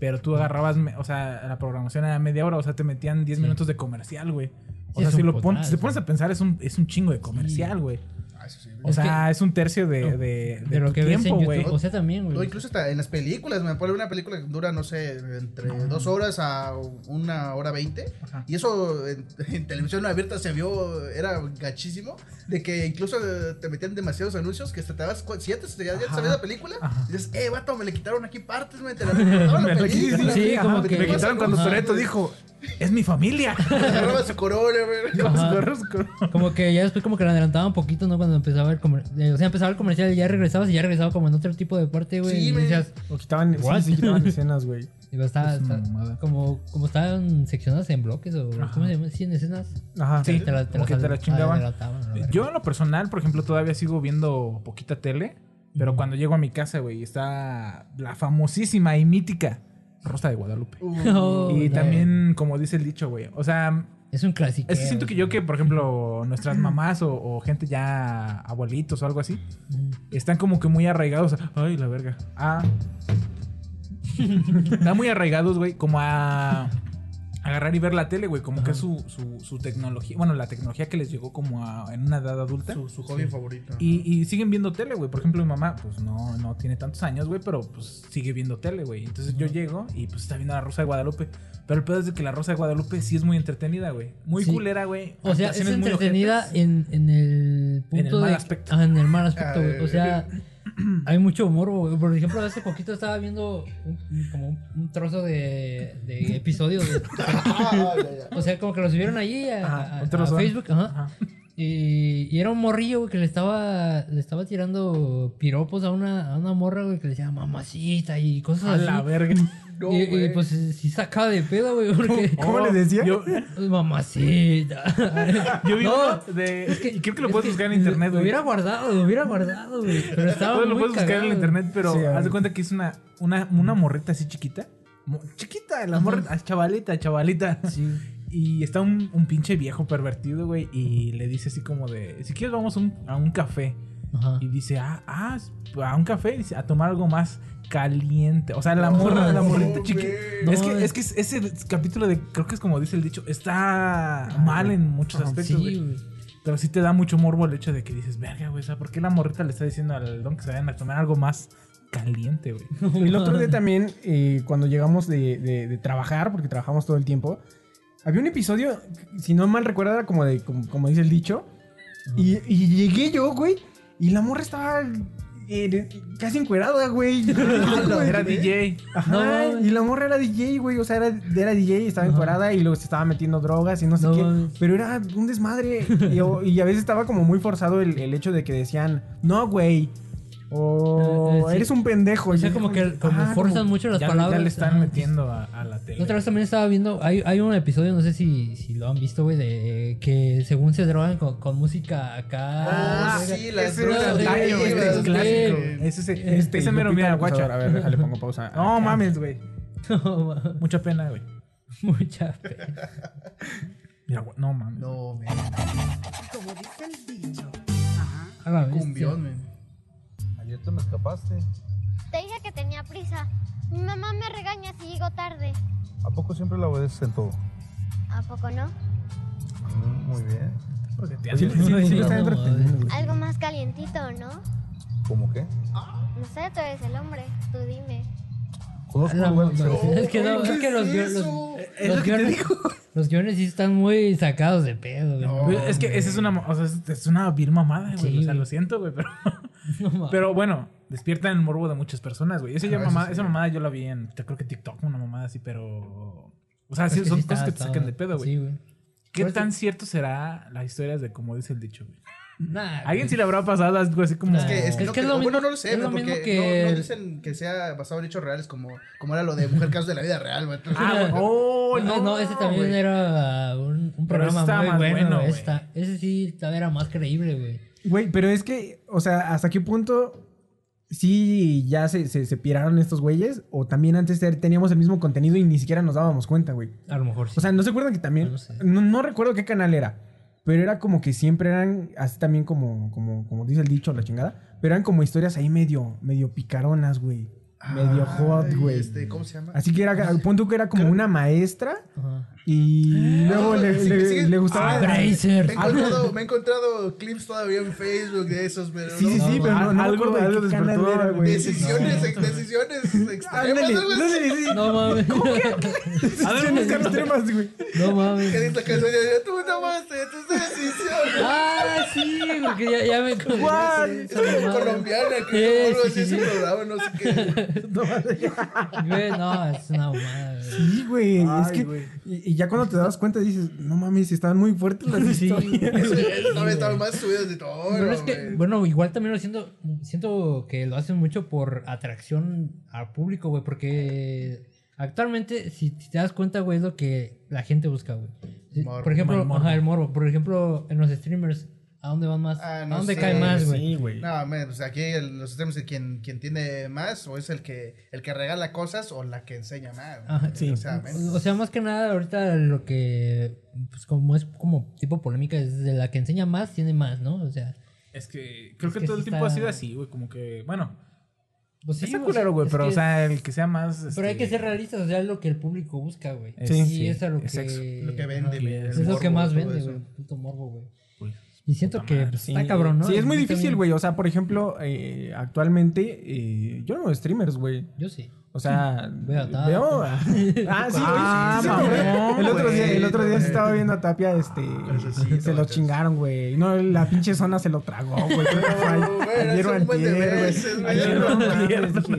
Speaker 7: Pero tú agarrabas, me- o sea, la programación era media hora, o sea, te metían 10 minutos de comercial, güey. O
Speaker 9: Sí,
Speaker 7: sea,
Speaker 9: es
Speaker 7: si
Speaker 9: un
Speaker 7: lo pon-
Speaker 9: putazo.
Speaker 7: si te pones a pensar, es un, es un chingo de comercial, güey.
Speaker 5: Ah, eso sí.
Speaker 6: O sea, es un tercio de, de, de
Speaker 9: De lo
Speaker 6: tu
Speaker 9: que ves en
Speaker 6: tiempo, güey.
Speaker 9: YouTube. O sea, también,
Speaker 5: O
Speaker 9: güey.
Speaker 5: incluso hasta en las películas, me pone una película que dura, no sé, entre dos horas a una hora veinte.
Speaker 6: Ajá.
Speaker 5: Y eso en, en televisión abierta se vio, era gachísimo, de que incluso eh, te metían demasiados anuncios que hasta te dabas cu- siete, hasta ya, ya te sabías la película. Y dices, eh, vato, me le quitaron aquí partes, me te la recortaron la
Speaker 6: Me la
Speaker 5: película.
Speaker 6: quitaron,
Speaker 9: Sí,
Speaker 6: ajá,
Speaker 9: como
Speaker 6: me
Speaker 9: que-
Speaker 6: me quitaron cuando
Speaker 9: Ajá.
Speaker 6: Toreto dijo, es mi familia.
Speaker 5: Agarraba su corona, güey.
Speaker 6: Los gorros con-
Speaker 9: Como que ya después como que la adelantaba un poquito, ¿no? Cuando empezaba el comercial. O sea, empezaba el comercial y ya regresabas y ya regresaba como en otro tipo de parte, güey.
Speaker 5: Sí,
Speaker 9: y
Speaker 5: güey.
Speaker 9: decías,
Speaker 11: O quitaban, sí,
Speaker 9: What?
Speaker 11: sí, quitaban escenas, güey.
Speaker 9: digo, está,
Speaker 6: Es una
Speaker 9: está-
Speaker 6: mamada.
Speaker 9: como, como estaban seccionadas en bloques o ¿cómo se llama? Sí, en escenas.
Speaker 11: Ajá.
Speaker 6: Ah, Sí.
Speaker 9: Te la, te
Speaker 6: como que te la chingaban.
Speaker 9: adelantaban, a la verga.
Speaker 6: Yo en lo personal, por ejemplo, todavía sigo viendo poquita tele, pero cuando llego a mi casa, güey, está la famosísima y mítica Rosa de Guadalupe.
Speaker 9: Oh,
Speaker 6: y
Speaker 9: la-
Speaker 6: también, como dice el dicho, güey, o sea,
Speaker 9: Es un clásico.
Speaker 6: es que siento que yo que, por ejemplo, nuestras mamás o, o gente ya abuelitos o algo así, están como que muy arraigados. a- Ay, la verga. Ah. están muy arraigados, güey, como a agarrar y ver la tele, güey, como que es su, su, su tecnología, bueno, la tecnología que les llegó como a- en una edad adulta.
Speaker 5: Su, su hobby favorito.
Speaker 6: Y, y siguen viendo tele, güey. Por ejemplo, mi mamá, pues no, no tiene tantos años, güey, pero pues sigue viendo tele, güey. Entonces yo llego y pues está viendo la Rosa de Guadalupe. Pero el pedo es de que la Rosa de Guadalupe sí es muy entretenida, güey. Muy
Speaker 9: Sí.
Speaker 6: culera, güey.
Speaker 9: O sea, es
Speaker 6: Actuaciones muy
Speaker 9: entretenida
Speaker 6: ojetes.
Speaker 9: en, en el punto
Speaker 6: mal
Speaker 9: de-
Speaker 6: aspecto.
Speaker 9: Ajá, en el mal aspecto, güey. O sea, hay mucho morbo, güey. Por ejemplo, hace poquito estaba viendo un- un- como un, un trozo de, de episodio. de-
Speaker 5: Ah, ya, ya.
Speaker 9: o sea, como que lo subieron allí a,
Speaker 6: Ajá,
Speaker 9: a-
Speaker 6: un
Speaker 9: a
Speaker 6: trozo.
Speaker 9: Facebook. Ajá.
Speaker 6: Ajá.
Speaker 9: Y, y era un morrillo, güey, que le estaba, le estaba tirando piropos a una, a una morra, güey, que le decía mamacita y cosas
Speaker 6: A
Speaker 9: así.
Speaker 6: la verga.
Speaker 5: No,
Speaker 9: y, y,
Speaker 5: güey.
Speaker 9: pues sí sacaba de pedo, güey, porque...
Speaker 11: ¿Cómo le decía?
Speaker 6: Oh, Yo,
Speaker 9: Mamacita.
Speaker 6: yo vi
Speaker 9: No,
Speaker 6: uno de. y creo que lo
Speaker 9: es
Speaker 6: puedes buscar en internet,
Speaker 9: Lo
Speaker 6: güey.
Speaker 9: hubiera guardado, lo hubiera guardado, güey. Pero estaba.
Speaker 6: Todo lo
Speaker 9: muy
Speaker 6: puedes buscar en
Speaker 9: cagado.
Speaker 6: el internet, pero
Speaker 11: Sí, a
Speaker 6: haz de
Speaker 11: ver.
Speaker 6: cuenta que es una, una, una morrita así chiquita. Mo- Chiquita, la morrita, ah, chavalita, chavalita.
Speaker 9: Sí.
Speaker 6: Y está un, un pinche viejo pervertido, güey, y le dice así como de, si quieres vamos a un, a un café.
Speaker 9: Ajá.
Speaker 6: Y dice, ah, ah, a un café, dice, a tomar algo más caliente. O sea, la
Speaker 5: No,
Speaker 6: morra, la
Speaker 5: no,
Speaker 6: morrita
Speaker 5: güey.
Speaker 6: chiqui.
Speaker 9: No,
Speaker 6: es, que,
Speaker 9: güey.
Speaker 6: es que ese capítulo de, creo que es como dice el dicho, está mal en muchos
Speaker 9: Sí,
Speaker 6: aspectos, Ah, güey.
Speaker 9: güey.
Speaker 6: Pero sí te da mucho morbo el hecho de que dices, verga, güey, o sea, ¿por qué la morrita le está diciendo al don que se vayan a tomar algo más caliente, güey?
Speaker 11: El otro día también, eh, cuando llegamos de, de- de trabajar, porque trabajamos todo el tiempo, había un episodio, si no mal recuerdo, era como de, como, como dice el dicho. Y, y llegué yo, güey, y la morra estaba eh, casi encuerada, güey.
Speaker 6: Era DJ.
Speaker 11: ¿eh? Ajá,
Speaker 9: No mames.
Speaker 11: y la morra era DJ, güey. O sea, era, era DJ, estaba
Speaker 9: Ajá.
Speaker 11: encuerada y luego se estaba metiendo drogas y no sé
Speaker 9: No
Speaker 11: qué.
Speaker 9: mames.
Speaker 11: Pero era un desmadre. Y, o- y a veces estaba como muy forzado el, el hecho de que decían, no, güey. O
Speaker 9: Eh, eh, sí.
Speaker 11: eres un pendejo.
Speaker 9: O sea,
Speaker 11: Y
Speaker 9: como
Speaker 11: era
Speaker 9: que- como forzan mucho las
Speaker 6: ya,
Speaker 9: palabras.
Speaker 6: Ya le están
Speaker 9: Ajá.
Speaker 6: metiendo a, a la tele.
Speaker 9: Otra vez también estaba viendo. Hay, hay un episodio, no sé si, si lo han visto, güey, de que según se drogan con, con música acá.
Speaker 5: Ah,
Speaker 9: verga.
Speaker 5: sí, las
Speaker 6: ese era
Speaker 9: drogas
Speaker 6: el
Speaker 9: de
Speaker 6: antaño,
Speaker 9: ahí,
Speaker 6: ese
Speaker 9: güey,
Speaker 6: es
Speaker 9: los
Speaker 6: el clásico.
Speaker 9: de-
Speaker 6: Ese, ese,
Speaker 11: Este,
Speaker 6: ese mero,
Speaker 11: Lupita
Speaker 6: mira,
Speaker 11: Alonso,
Speaker 6: guacho.
Speaker 11: A ver, déjale, pongo pausa.
Speaker 6: No
Speaker 11: Acá.
Speaker 6: mames, güey.
Speaker 9: No, ma-
Speaker 6: Mucha pena, güey.
Speaker 9: Mucha fe.
Speaker 6: Mira, güey, no mames.
Speaker 5: No, me
Speaker 12: Como dice el dicho.
Speaker 9: A la bestia.
Speaker 5: cumbión, men.
Speaker 13: Ayer te me escapaste.
Speaker 3: Te dije que tenía prisa. Mi mamá me regaña si llego tarde.
Speaker 13: ¿A poco siempre la obedeces en todo?
Speaker 3: ¿A poco no?
Speaker 13: Mm, muy bien.
Speaker 6: Porque te
Speaker 11: Pues, Sí,
Speaker 6: hacen-
Speaker 11: sí, sí, sí, lo
Speaker 9: No
Speaker 11: están
Speaker 9: mames.
Speaker 11: entreteniendo, güey.
Speaker 3: Algo más calientito, ¿no?
Speaker 13: ¿Cómo qué?
Speaker 3: No sé, tú eres el hombre. Tú dime.
Speaker 9: A
Speaker 13: Conozco
Speaker 9: la
Speaker 13: lugares,
Speaker 9: mamá.
Speaker 13: pero-
Speaker 9: Es que no, es que los guiones. los- los guiones- Los guiones sí están muy sacados de pedo, güey.
Speaker 5: No.
Speaker 6: Güey, Pues, es que esa es una, mo- o sea, es- es una vil mamada, güey.
Speaker 9: Sí,
Speaker 6: O sea,
Speaker 9: güey.
Speaker 6: lo siento, güey, pero,
Speaker 9: No mames.
Speaker 6: pero bueno, despiertan el morbo de muchas personas, güey. Esa, ya
Speaker 5: Ah, eso
Speaker 6: mamá,
Speaker 5: sí.
Speaker 6: esa mamada yo la vi en, te creo que TikTok, una mamada así, pero... O sea,
Speaker 9: Es
Speaker 6: sí,
Speaker 9: que sí
Speaker 6: son
Speaker 9: está-
Speaker 6: cosas que te
Speaker 9: está-
Speaker 6: sacan de pedo, güey.
Speaker 9: Sí, Pues güey.
Speaker 6: ¿Qué
Speaker 9: Por eso-
Speaker 6: tan cierto será las historias de como dice el dicho, güey?
Speaker 9: Nah,
Speaker 6: ¿Alguien
Speaker 9: güey.
Speaker 6: sí le habrá pasado algo así como...
Speaker 9: Es
Speaker 5: que, es que,
Speaker 9: Es
Speaker 5: no,
Speaker 9: que es
Speaker 5: creo-
Speaker 9: lo
Speaker 5: bueno,
Speaker 9: mismo-
Speaker 5: no lo sé,
Speaker 9: es lo
Speaker 5: güey,
Speaker 9: mismo
Speaker 5: porque
Speaker 9: que
Speaker 5: no, no
Speaker 9: el-
Speaker 5: dicen que sea basado en hechos reales como, como era lo de Mujer Casos de la Vida Real, güey.
Speaker 6: Ah, güey. oh,
Speaker 9: Ah,
Speaker 6: no,
Speaker 9: no, ese también
Speaker 6: güey.
Speaker 9: era un, un
Speaker 6: Pero ese
Speaker 9: programa
Speaker 6: estaba
Speaker 9: muy
Speaker 6: más
Speaker 9: bueno.
Speaker 6: bueno,
Speaker 9: güey.
Speaker 6: güey.
Speaker 9: Esta- ese sí todavía era más creíble, güey.
Speaker 11: Güey, pero es que, o sea, ¿hasta qué punto sí ya se, se, se piraron estos güeyes? O también antes te- teníamos el mismo contenido y ni siquiera nos dábamos cuenta, güey.
Speaker 9: A lo mejor sí.
Speaker 11: O sea, ¿no se acuerdan que también?
Speaker 9: No lo sé.
Speaker 11: No, no recuerdo qué canal era. Pero era como que siempre eran, así también como, como, como dice el dicho, la chingada. Pero eran como historias ahí medio, medio picaronas, güey. Medio hot,
Speaker 5: Ay,
Speaker 11: güey.
Speaker 5: Ah, Este, ¿Cómo se llama?
Speaker 11: Así que era, pon tú que era como una maestra
Speaker 9: Ajá.
Speaker 6: Y luego le,
Speaker 5: Sí,
Speaker 6: le-
Speaker 5: sí.
Speaker 6: le gustaba.
Speaker 5: Ah,
Speaker 9: Bracer.
Speaker 5: Me he, encontrado, me he encontrado clips todavía en Facebook de esos, pero
Speaker 6: Sí, sí,
Speaker 5: no,
Speaker 6: sí,
Speaker 5: no,
Speaker 6: pero no, no me
Speaker 7: Algo-
Speaker 6: acuerdo de
Speaker 7: algo
Speaker 6: qué
Speaker 7: despertó,
Speaker 6: canal era,
Speaker 7: güey.
Speaker 5: Decisiones, ¿eh? ex- decisiones extremas.
Speaker 6: Ándale,
Speaker 5: algo así.
Speaker 6: no sé, sí, sí.
Speaker 9: No mames.
Speaker 6: A ver, buscar extremas, güey.
Speaker 9: No
Speaker 5: Que
Speaker 9: mames.
Speaker 5: dice la canción, yo, tú tomaste tus decisiones.
Speaker 9: Ah, sí, porque ya, ya me acordé.
Speaker 5: Es como colombiana
Speaker 9: Sí,
Speaker 5: que algo
Speaker 9: sí,
Speaker 5: así
Speaker 9: sí.
Speaker 5: se programa, no sé qué.
Speaker 9: Güey, no, es una mamada. güey.
Speaker 6: Sí, güey.
Speaker 7: Ay,
Speaker 6: Es que.
Speaker 7: güey.
Speaker 6: Y, y ya cuando te das cuenta dices, no mames, estaban muy fuertes las
Speaker 9: Sí.
Speaker 6: historias.
Speaker 5: Eso ya estaba- estaban más subidos de todo.
Speaker 9: Bueno, es que,
Speaker 5: güey.
Speaker 9: bueno, igual también lo siento, siento que lo hacen mucho por atracción al público, güey, porque actualmente, si si te das cuenta, güey, es lo que la gente busca, güey. Si-
Speaker 5: Morbo.
Speaker 9: Por ejemplo,
Speaker 7: El morbo.
Speaker 9: ajá, el morbo. Por ejemplo, en los streamers, ¿a dónde van más?
Speaker 5: Ah,
Speaker 9: ¿A
Speaker 5: no
Speaker 9: dónde
Speaker 5: sé,
Speaker 9: cae más, güey?
Speaker 6: Sí, güey.
Speaker 5: No, men, pues aquí el- los sistemas de quien, quien tiene más o es el que, el que regala cosas o la que enseña más.
Speaker 9: Ajá, Pues,
Speaker 5: güey.
Speaker 6: sí.
Speaker 5: O sea, men.
Speaker 9: O sea, más que nada, ahorita lo que, pues como es como tipo polémica, es de la que enseña más, tiene más, ¿no? O sea,
Speaker 7: Es que creo
Speaker 9: Es
Speaker 7: que,
Speaker 9: que
Speaker 7: todo el
Speaker 9: sí
Speaker 7: tiempo
Speaker 9: está-
Speaker 7: ha sido así, güey. Como que, bueno,
Speaker 9: pues sí,
Speaker 7: está
Speaker 9: o sea,
Speaker 7: culero, güey.
Speaker 9: es
Speaker 7: Pero,
Speaker 9: que-
Speaker 7: o sea, el que sea más.
Speaker 9: Pero hay
Speaker 7: este,
Speaker 9: que ser realistas, o sea, es lo que el público busca, güey.
Speaker 7: Sí,
Speaker 9: y
Speaker 7: sí,
Speaker 9: es a lo que,
Speaker 7: es eso,
Speaker 5: lo que vende,
Speaker 9: ajá,
Speaker 5: güey, el
Speaker 9: Es lo que
Speaker 5: morbo,
Speaker 9: más
Speaker 5: todo
Speaker 9: vende,
Speaker 5: eso.
Speaker 9: güey. Puto morbo, güey.
Speaker 7: pues,
Speaker 9: Y siento
Speaker 7: Puta
Speaker 9: que
Speaker 7: madre,
Speaker 9: pues,
Speaker 6: Sí.
Speaker 9: está cabrón, ¿no?
Speaker 6: Sí, es muy
Speaker 9: Yo
Speaker 6: difícil,
Speaker 9: también-
Speaker 6: güey. O sea, por ejemplo, eh, actualmente eh, yo no veo streamers, güey.
Speaker 9: Yo sí.
Speaker 6: O sea,
Speaker 9: Veo a Tapia.
Speaker 6: veo. Ah, sí, güey,
Speaker 7: Ah,
Speaker 6: sí, sí, sí, sí,
Speaker 7: mamón,
Speaker 6: el otro día, el otro día
Speaker 5: güey.
Speaker 6: sí estaba viendo a Tapia, este,
Speaker 5: Necesito,
Speaker 6: se lo
Speaker 5: entonces.
Speaker 6: chingaron, güey. No, la pinche zona se lo tragó, güey. Creo que fue a-
Speaker 5: No, güey,
Speaker 6: Ayer
Speaker 5: es
Speaker 6: o
Speaker 5: un buen de
Speaker 6: antier,
Speaker 5: veces,
Speaker 6: güey.
Speaker 5: güey.
Speaker 6: Ayer o antier, dije,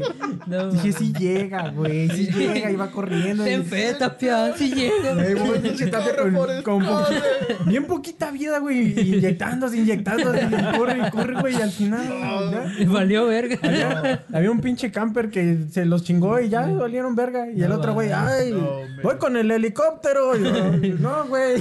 Speaker 9: No,
Speaker 6: dije,
Speaker 9: mames.
Speaker 6: sí llega, güey, sí llega, iba corriendo.
Speaker 9: Ten
Speaker 6: y-
Speaker 9: fe, Tapia, sí llega.
Speaker 6: Ahí voy,
Speaker 5: Corre,
Speaker 6: pinche Tapia con-
Speaker 5: Forrest,
Speaker 6: con po-
Speaker 5: corre.
Speaker 6: bien poquita vida, güey, inyectándose, inyectándose, y corre, y corre, güey, y al final, ya.
Speaker 9: Me Valió verga.
Speaker 6: Había, había un pinche camper que se los chingó y ya valieron verga. Y el
Speaker 9: No,
Speaker 6: otro güey,
Speaker 9: va.
Speaker 6: ay,
Speaker 5: No, hombre.
Speaker 6: voy con el helicóptero. Y yo, no, güey.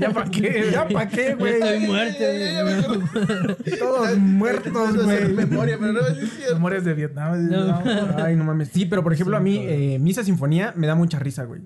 Speaker 6: ¿Ya para qué? ¿Ya para qué,
Speaker 9: Ya estoy
Speaker 6: güey?
Speaker 9: muerto,
Speaker 5: Ya, ya, ya,
Speaker 9: güey.
Speaker 5: ya, ya, ya,
Speaker 6: Todos
Speaker 5: ya,
Speaker 6: muertos,
Speaker 5: intentando hacer
Speaker 6: güey.
Speaker 5: memoria, pero no es cierto.
Speaker 7: Memorias de Vietnam.
Speaker 9: No.
Speaker 7: No.
Speaker 6: Ay, no mames. Sí, pero por ejemplo, a mí, eh, Misa Sinfonía me da mucha risa, güey.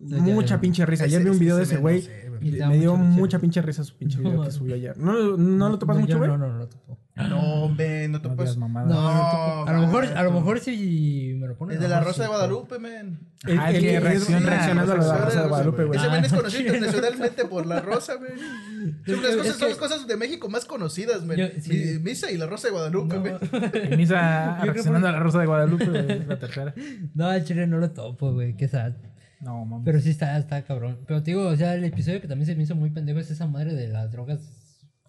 Speaker 9: Ya,
Speaker 6: Mucha
Speaker 9: ya.
Speaker 6: pinche risa. Ayer vi
Speaker 5: Ese-
Speaker 6: un
Speaker 5: es que
Speaker 6: video de
Speaker 5: se
Speaker 6: ese
Speaker 5: ve,
Speaker 6: güey.
Speaker 5: no sé, güey.
Speaker 9: Y te da
Speaker 6: Me dio
Speaker 9: mucha risa.
Speaker 6: mucha pinche risa su pinche
Speaker 9: No,
Speaker 6: video que
Speaker 9: mames.
Speaker 6: subió ayer. ¿No, no lo topas
Speaker 9: No,
Speaker 6: mucho,
Speaker 9: yo
Speaker 6: güey?
Speaker 9: No, no, no lo topo.
Speaker 5: No, men, no te
Speaker 7: No digas
Speaker 5: puedes.
Speaker 7: mamadas.
Speaker 9: No, no lo
Speaker 5: No,
Speaker 9: topo. A lo mejor, a lo
Speaker 5: vato.
Speaker 9: mejor si me lo ponen.
Speaker 5: Es de la
Speaker 9: a lo mejor
Speaker 5: Rosa de
Speaker 9: sí.
Speaker 5: Guadalupe, men.
Speaker 6: El,
Speaker 7: Ah, el
Speaker 6: el
Speaker 7: que
Speaker 6: que
Speaker 7: reacciona-
Speaker 6: reaccionando a la Rosa de Guadalupe, güey.
Speaker 5: Ese
Speaker 9: Ah,
Speaker 5: men es conocido
Speaker 9: chido.
Speaker 5: internacionalmente por la Rosa, men. Son las
Speaker 9: Es
Speaker 5: cosas, son
Speaker 9: que-
Speaker 5: las cosas de México más conocidas,
Speaker 9: Yo-
Speaker 5: men.
Speaker 9: sí.
Speaker 5: Mi- Misa y la Rosa de Guadalupe, men.
Speaker 7: Y Misa
Speaker 9: que
Speaker 7: reaccionando a la Rosa de Guadalupe, güey, es la tercera.
Speaker 9: No, al chile no lo topo, güey. Qué sad.
Speaker 7: No, mames.
Speaker 9: Pero sí está, está cabrón. Pero te digo, o sea, el episodio que también se me hizo muy pendejo es esa madre de las drogas.